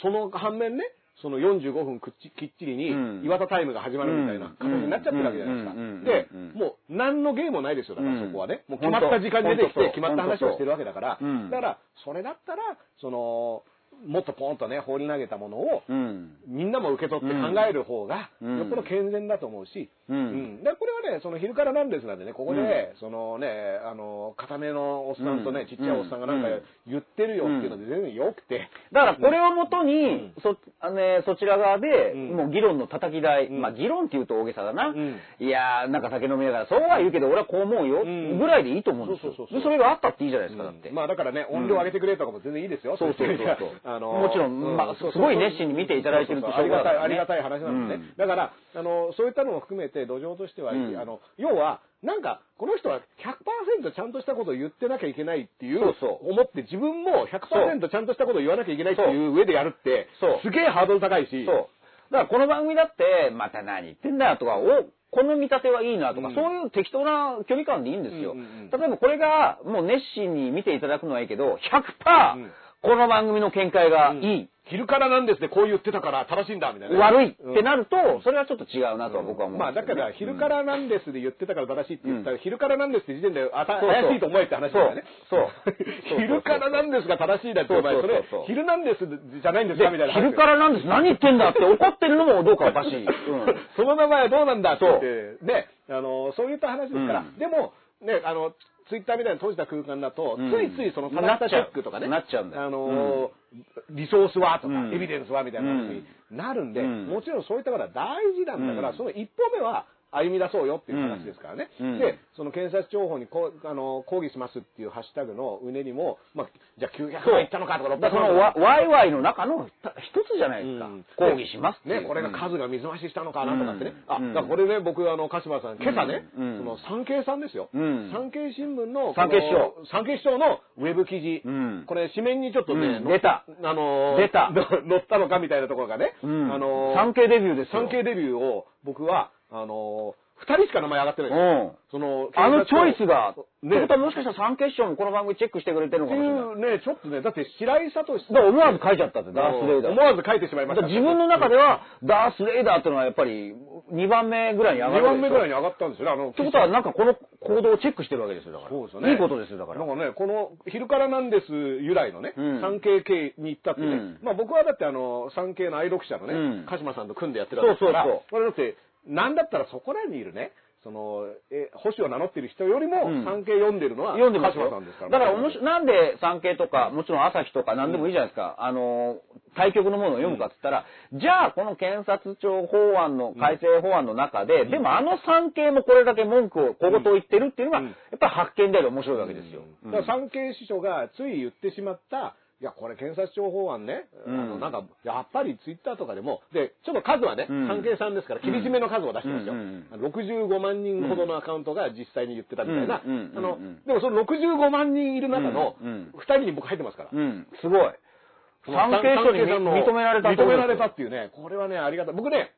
その反面ねその45分くっちきっちりうんに岩田タイムが始まるみたいな形になっちゃってるわけじゃないですかうんうんうんうんでうんもう何の芸もないですよだからうんそこはねもう決まった時間に出てき本て当決まった話をしてるわけだからうんだからそれだったらそのもっとポンとね放り投げたものをうん。みんなも受け取って考える方が、うんよっぽど健全だと思うし、うんでこれはね、その昼からなんですなんでね、ここで、うそのね、あの、固めのおっさんとね、うんちっちゃいおっさんがなんかうん言ってるよっていうので全然良くて、だから、これをもとに、んそ、あのね、そちら側で、うんもう議論の叩き台、うんまあ、議論って言うと大げさだな。うんいやー、なんか酒飲みながら、そうは言うけど、俺はこう思うよ、うんぐらいでいいと思うんですよ。そうそうそうそうでそれがあったっていいじゃないですか、だって。まあだからね、音量上げてくれとかも全然いいですよ。そうそうそうそういやあのもちろんうまあすごい熱心に見ていただいてるとそうそうそうありがたい、あしょうがないねりがたい話なんですね。だから、あの、そういったのも含めて、土壌としては、うんあの、要は、なんか、この人は100%ちゃんとしたことを言ってなきゃいけないっていう、そうそう思って自分も100%ちゃんとしたことを言わなきゃいけないっていう上でやるって、そうすげえハードル高いし、そう。だからこの番組だって、また何言ってんだよとか、お、この見立てはいいなとか、うんそういう適当な距離感でいいんですよ。うんうん例えばこれが、もう熱心に見ていただくのはいいけど、100%、うんこの番組の見解がいうんい、昼からなんですね、こう言ってたから正しいんだ、みたいなね。悪いってうんなると、それはちょっと違うなとは僕は思うんまあでだすかよら、ね昼からなんですで言ってたから正しいって言ったら、う昼からなんですって時点であたそうそう怪しいと思えって話だよね。そうそ う昼からなんですが正しいだって、お前、そうそそうそうれそう、昼なんですじゃないんですでかみたいな話。昼からなんです、何言ってんだって怒ってるのもどうかおかし い。うんその名前はどうなんだって言って、ね、あの、そういった話ですから、うんでも、ね、あの、ツイッターみたいな閉じた空間だと、うんついついその、なっちゃうチェックとかね、なっちゃうんだよあの、リソースはとか、うんエビデンスはみたいな話になるんで、うんもちろんそういったことは大事なんだから、うんその一歩目は歩み出そうよっていう話ですからね。うんで、その検察情報にこうあの抗議しますっていうハッシュタグのうねりも、まあ、じゃあ900万いったのかとか600万だからそのわ、ワイワイの中のた一つじゃないですか。うん抗議しますっていうね、これが数が水増ししたのかなとかってね。うあ、んだからこれね、僕、あの、鹿島さん、今朝ね、うんその、産経さんですよ。うん産経新聞の、産経この産経師匠のウェブ記事。うんこれ、紙面にちょっとうね、ん載っ出たあ のー出た載ったのかみたいなところがね、うんあのー産経デビューですよ産経デビューを、僕は、あのー二人しか名前上がってない。うん。その、あのチョイスが、ねってことはもしかしたら3決勝もこの番組チェックしてくれてるのってかもしれない。いうね、ちょっとね、だって白井聡さんだから思わず書いちゃったって、ダース・レイダー。思わず書いてしまいまだした。から自分の中では、ダース・レイダーってのはやっぱり2番目ぐらいに上が2る。番目ぐらいい。に上がったんですよね、あの。ってことは、なんかこの行動をチェックしてるわけですよ、だから。そうですよね。いいことですよ、だから。なんかね、この、昼からなんです由来のね、うん産経系に行ったってね、うんまあ僕はだってあの、産経の愛読者のね、うん鹿島さんと組んでやってるわけですから、そうそうこれだって、なんだったらそこらにいるね、その、え、保守を名乗ってる人よりもうん、産経読んで るのは、読んでます鹿島よ。さんですから。だから面白い、なんで産経とか、もちろん朝日とか何でもいいじゃないですか。あの、対局のものを読むかって言ったら、じゃあこの検察庁法案の、改正法案の中で、でもあの産経もこれだけ文句を、小言を言ってるっていうのが、うんやっぱり発見であり面白いわけですよ。だから産経師匠がつい言ってしまった、いや、これ検察庁法案ね、うんあの、なんか、やっぱりツイッターとかでも、で、ちょっと数はね、うん産経さんですから厳しめの数を出してますよ。うんうんあの65万人ほどのアカウントが実際に言ってたみたいな、うんうんうんあのうん、でもその65万人いる中のうんうん2人に僕入ってますから。うん、すごい。その産経書に産経さんの認められたってこ認めとですよられたっていうね、これはね、ありがたい。僕ね、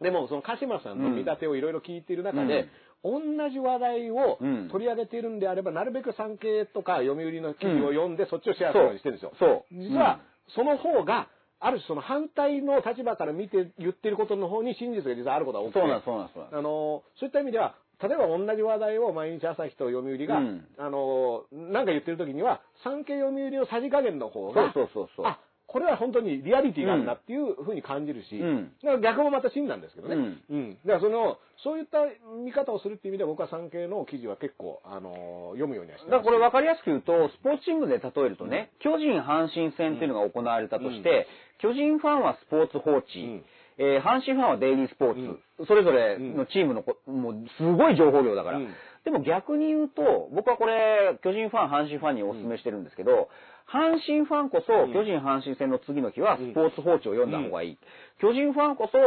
でもその鹿島さんの見立てをいろいろ聞いている中で、同じ話題をうん取り上げているんであれば、なるべく産経とか読売の記事を読んで、そっちをシェアするようにしてるんですよ。そうそう実は、その方が、ある種その反対の立場から見て言ってることの方に真実が実はあることが多くて。そうなんですそうなんですそうなんですあのそういった意味では、例えば同じ話題を毎日朝日と読売が、うんあのなんか言ってる時には、産経読売のさじ加減の方が、そうそうそうそうあこれは本当にリアリティがあるなっていうふうに感じるし、うんだから逆もまた真なんですけどね。うんだからその、そういった見方をするっていう意味では、僕は産経の記事は結構、あの読むようにはしてだからますこれ分かりやすく言うと、スポーツチームで例えるとね、巨人・阪神戦っていうのが行われたとして、巨人ファンはスポーツ報知、んえー阪神ファンはデイリースポーツ、それぞれのチームのこ、もうすごい情報量だから、うんでも逆に言うと、僕はこれ、巨人ファン、阪神ファンにお勧めしてるんですけど、阪神ファンこそ、巨人・阪神戦の次の日はスポーツ報知を読んだ方がいい。巨人ファンこそ、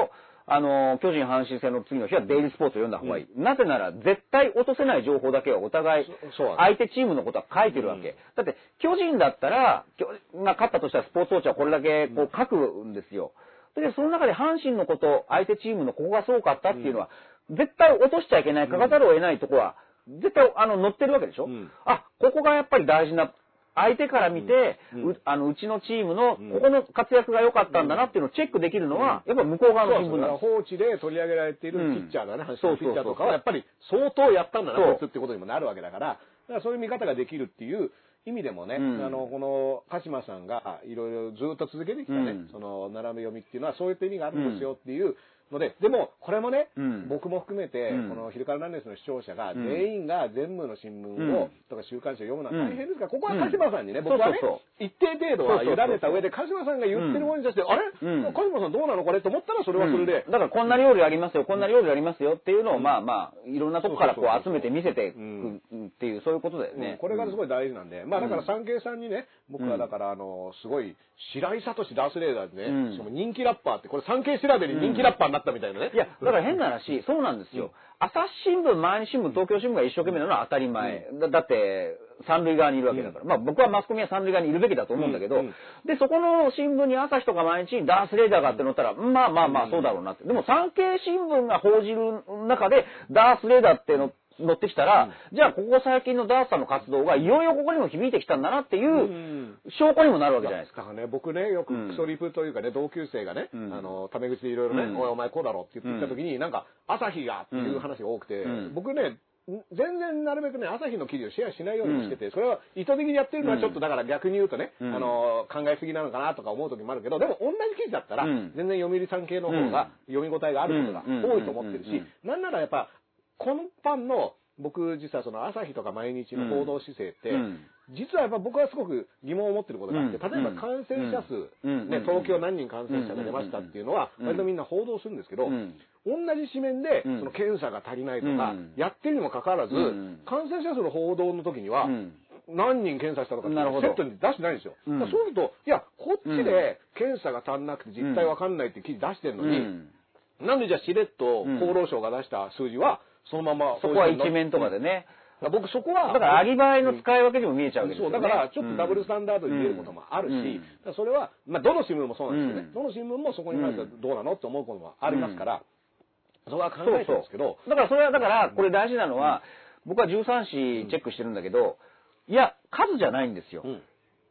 あの、巨人・阪神戦の次の日はデイリースポーツを読んだ方がいい。なぜなら、絶対落とせない情報だけはお互いそそうなんです、相手チームのことは書いてるわけ。だって、巨人だったら、巨まあ、勝ったとしたらスポーツウォッチはこれだけこう書くんですよ。で、その中で阪神のこと、相手チームのここがそうかったっていうのは、絶対落としちゃいけない、書かざるを得ないとこは、絶対、あの、載ってるわけでしょ、うんあ、ここがやっぱり大事な、相手から見て、うあの、うちのチームの、ここの活躍が良かったんだなっていうのをチェックできるのは、やっぱ向こう側のそうそう新聞だかなんらです。放置で取り上げられているうんピッチャーだね、阪そ神のうそうピそうッチャーとかは、やっぱり相当やったんだな、そうこいつってことにもなるわけだから、だからそういう見方ができるっていう意味でもね、うんあのこの鹿島さんがいろいろずっと続けてきたね、うんその並べ読みっていうのは、そういった意味があるんですよっていうので、でもこれもね、うん僕も含めて、うんこの「昼からなんです」の視聴者が、ん全員が全部の新聞を、うんとか週刊誌を読むのうんは大変ですから、ここは鹿島さんにね、うん僕はねそうそう一定程度は委ねた上で、そ鹿島さんが言ってるものに対して、あれ、うん鹿島さんどうなのこれと思ったら、それはそれで。うんだからこんな料理ありますよ、こんな料理ありますよっていうのを、まあまあ、いろんなとこからそこうそううそう集そうめて見せていくうんっていう、そういうことだよね。うんこれがすごい大事なんで、まあだから産経さんにね、僕はだからあの、すごい、白井聡ダースレーダーでね、うんしかも人気ラッパーって、これ産経調べに人気ラッパーになったみたいなね。いや、だから変な話、そうなんですよ。朝日新聞、毎日新聞、東京新聞が一生懸命なのは当たり前。だだって、三塁側にいるわけだから。まあ僕はマスコミは三塁側にいるべきだと思うんだけど、うんうんで、そこの新聞に朝日とか毎日にダースレーダーがあって載ったら、まあまあまあそうだろうなって。でも産経新聞が報じる中で、ダースレーダーっての載ってきたら、じゃあここ最近のダースさんの活動がいよいよここにも響いてきたんだなっていう証拠にもなるわけじゃないですか。だからね、僕ね、よくクソリプというかね、同級生がね、んあの、タメ口でいろいろね、うんおいお前こうだろって言ってきた時に、なんか、朝日がっていう話が多くて、うん僕ね、全然なるべくね、朝日の記事をシェアしないようにしてて、それは意図的にやってるのはちょっとだから逆に言うとね、うんあの、考えすぎなのかなとか思う時もあるけど、でも同じ記事だったら、うん全然読売産経の方が読み応えがあることが多いと思ってるし、うんなんならやっぱ、このパンの、僕実はその朝日とか毎日の報道姿勢って、うん実はやっぱ僕はすごく疑問を持ってることがあって、うん例えば感染者数、うんうねん、東京何人感染者が出ましたっていうのは、うん割とみんな報道するんですけど、うん同じ紙面で、うんその検査が足りないとか、うんやってるにもかかわらず、うん感染者数の報道の時には、うん何人検査したとかっていうなるほセどットに出してないんですよ。うんだからそうすると、いや、こっちで検査が足んなくて実態わかんないって記事出してるのうに、んなんでじゃあしれっとん厚労省が出した数字は、そのままそこは一面とかでね。僕そこは、だからアリバイの使い分けにも見えちゃうわけですそよ、う、だね。から、ちょっとダブルスタンダードに見えることもあるし、だからそれは、まあ、どの新聞もそうなんですよね。うんどの新聞もそこに関してはどうなのって思うこともありますから、それは考そうえてそるうんですけど、だからそれはだからこれ大事なのは、僕は13紙チェックしてるんだけど、いや数じゃないんですよ、うん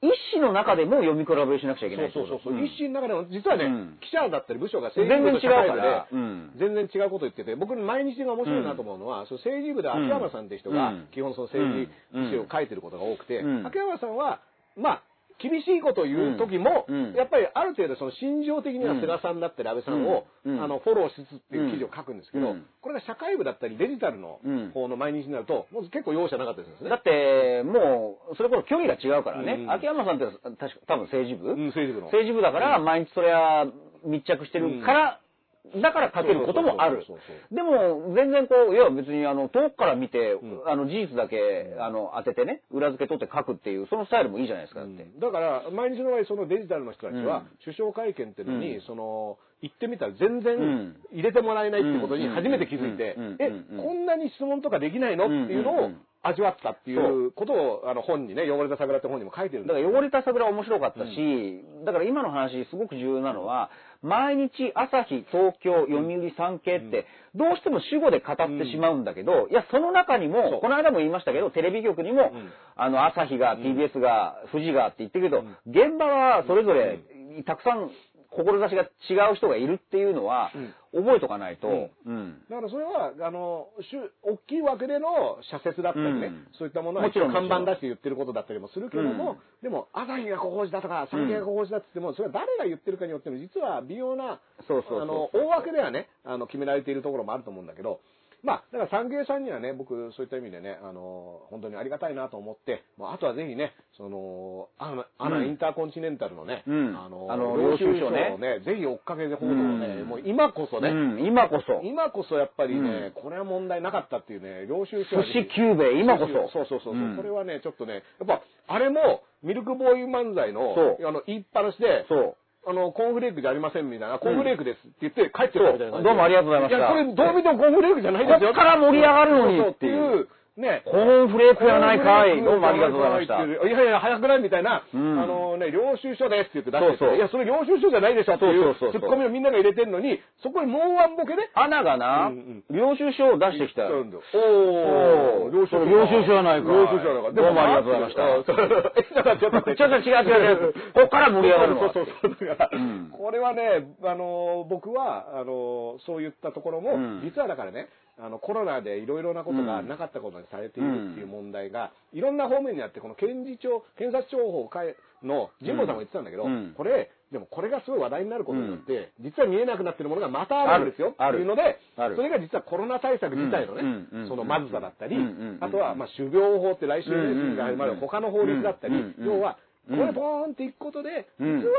一紙の中でも読み比べをしなくちゃいけそなういそうそうそう、ん一心の中でも、実はね、うん記者だったり部署が全然違うと社か会部でら、うん全然違うこと言ってて、僕、毎日が面白いなと思うのは、その政治部で秋山さんって人が、うん基本その政治史を書いてることが多くて、うん秋山さんは、まあ、厳しいことを言う時も、うんうんやっぱりある程度その心情的には菅さんだったり安倍さんを、うんあのフォローしつつっていう記事を書くんですけど、うんこれが社会部だったりデジタルのうん方の毎日になると、もう結構容赦なかったりするんですね。だってもうそれこそ距離が違うからうね、ん秋山さんって確か多分政治部、うん政治部の政治部だから毎日それは密着してるから、だから書けることもあるそうそうそうそうでも全然こういや別にあの遠くから見て、んあの事実だけあの当ててね裏付け取って書くっていうそのスタイルもいいじゃないですかだって、だから毎日の場合そのデジタルの人たちうんは首相会見っていうのに、うんその行ってみたら全然うん入れてもらえないってことにうん初めて気づいて、うんえうんこんなに質問とかできないのっていううんうのんうをん味わったっていそうことをあの本にね汚れた桜って本にも書いてるんだだかけらど汚れた桜は面白かったし、だから今の話すごく重要なのは、毎日朝日、東京、読売、産経って、どうしても主語で語ってしまうんだけど、いや、その中にそも、うこの間も言いましたけど、テレビ局にも、んあの、朝日が、TBS が、富士がって言ってるけど、現場はそれぞれ、たくさん、志が違う人がいるっていうのは、覚えとかないと、うんうんだからそれはあのしゅ大きい枠での社説だったりね、うんそういったものはもちろん看板だって言ってることだったりもするけども、でも朝日がここだとか産経がここだって言ってもそれは誰が言ってるかによっても実は微妙なそうそうそうそうあの大枠ではねあの決められているところもあると思うんだけど。まあ、だから産経さんにはね、僕、そういった意味でね、あの、本当にありがたいなと思って、もうあとはぜひね、その、アナ、アうナんインターコンチネンタルのね、うんあの、あの領収領収書書をね、ねぜひ追っかけて報道をね、うんもう今こそね、うん今こそ。今こそやっぱりね、これは問題なかったっていうね、領収書寿はぜひ司キューベ今こそ。そうそうそうそう、うんこれはね、ちょっとね、やっぱ、あれも、ミルクボーイ漫才のそ、うあの、言いっぱなしで、そうあの、コーンフレークじゃありませんみたいな、コーンフレークですって言って帰ってるみたいな感じで。そうどうもありがとうございましたいや、これどう見てもコーンフレークじゃないですよ。こっから盛り上がるのにそうそうっていう、ね。コーンフレークやないかい。どうもありがとうございました。いやいや、早くないみたいな、うんあのね、領収書ですって言って出してそうそういや、それ領収書じゃないでしょっていうそうそうツッそうそうコミをみんなが入れてるのに、そこにもうワンボケで、アナがな、うん領収書を出してきた。そうなんだよおー領収書。領収書やないかい領収書やないかい。どうもありがとうございました した。ちょっと待って ちょっと違う違う違うこっから盛り上がるのはそうそうそうだからうんこれはね、あのー、僕は、あのー、そういったところも、うん実はだからね、あの、コロナでいろいろなことがなかったことにされているっていう問題が、いろんな方面にあって、この検事庁、検察庁法会の、神保さんも言ってたんだけど、うんこれ、でもこれがすごい話題になることによって、実は見えなくなってるものがまたあるんですよ、ってあるいうのである、それが実はコロナ対策自体のね、うんうんそのまずさだったり、うんうんあとは、まあ、種苗法って来週ね、うんうん審議が始まる他の法律だったり、うんうん要は、うこんれポーンっていくことで、うん実は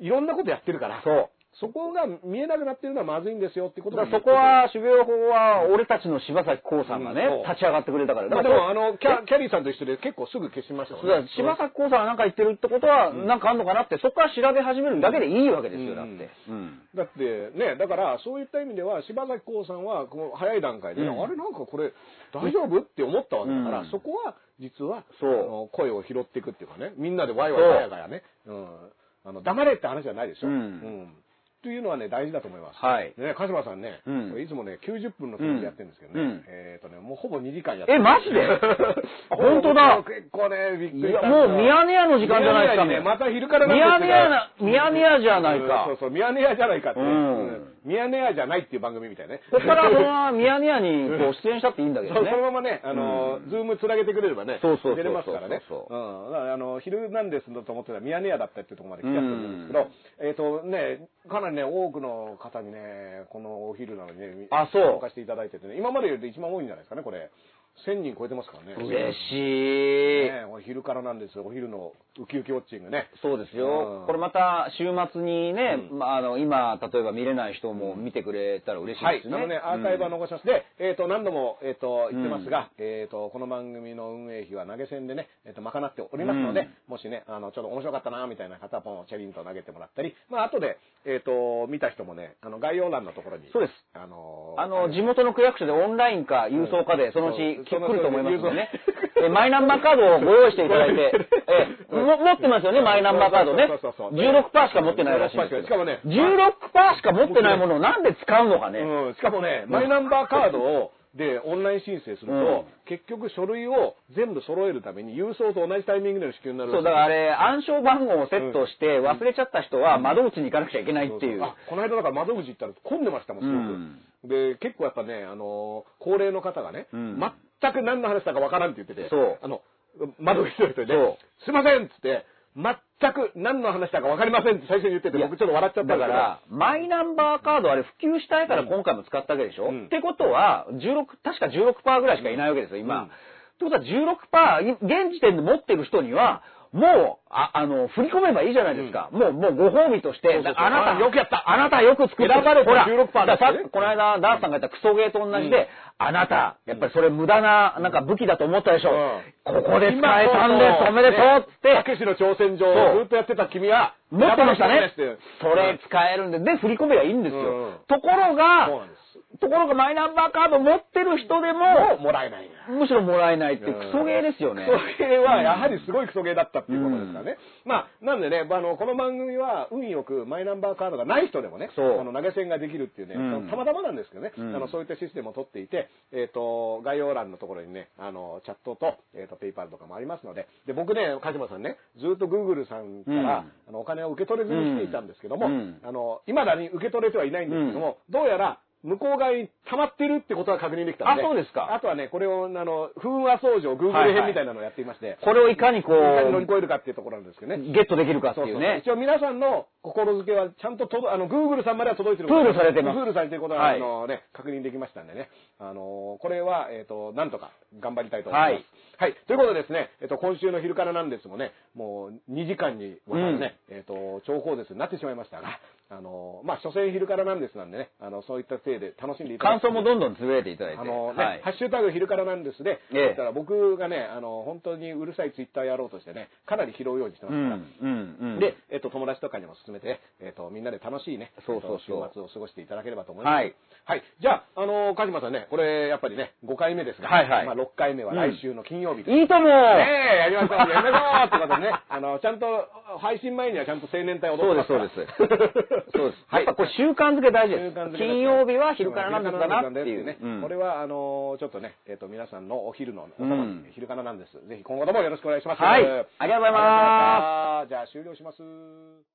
いろんなことやってるから、そう。そこが見えなくなってるのはまずいんですよってことだがからそこ、は、種苗法は、俺たちの柴咲コウさんがうね、んそう立ち上がってくれたから。まあ、だかでらもあのキャ、キャリーさんと一緒で結構すぐ消しましたもそんうだからね。柴咲コウさんがなんか言ってるってことは、なんかあんのかなって、そこから調べ始めるだけでいいわけですよ、うんだって。うん。だってね、だからそういった意味では、柴咲コウさんはこの早い段階でね、うんあれなんかこれ大丈夫って思ったわけだから、うんそこは実はそうあの声を拾っていくっていうかね、みんなでワイワイガヤガヤね、うん、あの黙れって話じゃないでしょ。うんというのはね、大事だと思います。はいね、鹿島さんね、うんこれいつもね、90分の数でやってるんですけどね、うんえっ、とね、もうほぼ2時間やってえ、マ ジで本当だ結構ね、びっくりしいたや、もうミヤネ屋の時間じゃないですかミヤネ屋にね。また昼からなミヤんですけネど屋な、ミヤネ屋じゃないかうんそう。そう、ミヤネ屋じゃないかってね。うんうんミヤネ屋じゃないっていう番組みたいなね。ここ からそのままミヤネ屋にこう出演したっていいんだけそどうねそ。のままね、あの、ズームつなげてくれればね、そうそうそうそう出れますからね。そうそううん。だからあの、昼なんですだと思ってたら、ミヤネ屋だったっていうところまで来ちゃってるんですけど、えっ、とね、かなりね、多くの方にね、このお昼なのにね、あそう参加していただいててね、今までより一番多いんじゃないですかね、これ。1000人超えてますからね。嬉しい。ね、お昼からなんですよ、お昼のウキウキウォッチングね。そうですよ、うんこれまた週末にね、まあ、あの今、例えば見れない人も見てくれたら嬉しいはでい、すあね。のね、アーカイブは残します。で、えっ、と、何度も、えっ、と、言ってますが、えっ、と、この番組の運営費は投げ銭でね、えっ、と、賄っておりますので、うんもしね、あの、ちょっと面白かったな、みたいな方は、ポン、チャリンと投げてもらったり、まあ、後で、えっ、と、見た人もね、あの、概要欄のところに、そうです。あのあの地元の区役所でオンラインか郵送かで、そのうちき来ると思いますんでね。えマイナンバーカードをご用意していただいて、えも持ってますよね、マイナンバーカードね。そうそうそうそう16%しか持ってないらしいんですけど。しかもね16%しか持ってないものをなんで使うのかね。うん、しかもね、マイナンバーカードを、で、オンライン申請すると、うん結局書類を全部揃えるために、郵送と同じタイミングでの支給になるそう、だからあれ、暗証番号をセットして忘れちゃった人は窓口に行かなくちゃいけないっていう。あこの間だから窓口行ったら混んでましたもん、すごく。で、結構やっぱね、あのー高齢の方がね、うん全く何の話だかわからんって言ってて、そうあの、窓口の人で、そうすいませんっつって、全く何の話だかわかりませんって最初に言ってて、いや僕ちょっと笑っちゃっただから、マイナンバーカードあれ普及したいから今回も使ったわけでしょ、うんってことは、16、確か16%ぐらいしかいないわけですよ、う今。んってことは16%、い現時点で持ってる人には、もう、あ、あの、振り込めばいいじゃないですか。もう、もうご褒美として、そうそうあなあた、よくやったあなたよく作った。選ばれたほら、 16%だかだらってさねこの間、ダースさんが言ったクソゲーと同じで、あなた、やっぱりそれ無駄な、なんか武器だと思ったでしょ。うんここで使えたんです、おめでとうっつっね、てたけしの挑戦状そうをずっとやってた君は、持ってましたね選ばれたんですって。それ使えるんで、で、振り込めばいいんですよ。うんうんところがそうなんで、ところがマイナンバーカード持ってる人でも、もらえないむしろもらえないっていううんクソゲーですよね。クソゲーはやはりすごいクソゲーだったっていうことですからね。まあ、なんでね、まああの、この番組は運よくマイナンバーカードがない人でもね、そうあの投げ銭ができるっていうね、うんたまたまなんですけどね、うんあのそういったシステムを取っていて、えっ、と、概要欄のところにね、あの、チャットと、えっ、と、ペイパルとかもありますので、で、僕ね、鹿島さんね、ずっと Google さんから、うんあのお金を受け取れずにしていたんですけども、うんあの、未だに受け取れてはいないんですけども、どうやら、向こう側に溜まってるってことは確認できたんで。あそうですかあとはね、これを、あの、不運は相乗、Google 編みたいなのをやっていまして、これをいかにこいかに乗りう、越えるかっていうところなんですけどね。ゲットできるかってそういそううね一。応皆さんの心づけはちゃんと届、あの、Google さんまでは届いてるプールされてますプールされてることは、はいあのね、確認できましたんでね。あのーこれは、えっ、と、なんとか頑張りたいと思います。はい。ということでですね、えっ、と、今週の昼からなんですもね、もう2時間にわたるね、えっ、と、長方ですになってしまいましたが、あのーまあ、所詮昼からなんですなんでね、あの、そういったせいで楽しんでいただ感きたい想もどんどんつぶやいていただいて。あのね、はいハッシュタグ昼からなんですで、えだえったら僕がね、あの、本当にうるさいツイッターやろうとしてね、かなり拾うようにしてまうすから。ん、うん、うん。で、、えっと、友達とかにも勧めてね、えっと、みんなで楽しいね、そうそうそうえっと週末を過ごしていただければと思います。はい。はい。じゃあ、あの、鹿島さんね、これ、やっぱりね、5回目ですが、はいはいまあ、6回目は来週の金曜日です。いいとねもえ、やりましょう、やりましょうってことでね、あの、ちゃんと、配信前にはちゃんと青年隊を踊そっうてで、ますすかそうらです。そう です。やっぱこれ習慣づけ大事で習慣づす。け金曜日は昼からなんですかなっていう。ねうんこれはあのーちょっとね、えっ、と皆さんのお昼のお供に、うん昼からなんです。ぜひ今後ともよろしくお願いします。はいありがとうございますありがとうございました。じゃあ終了します。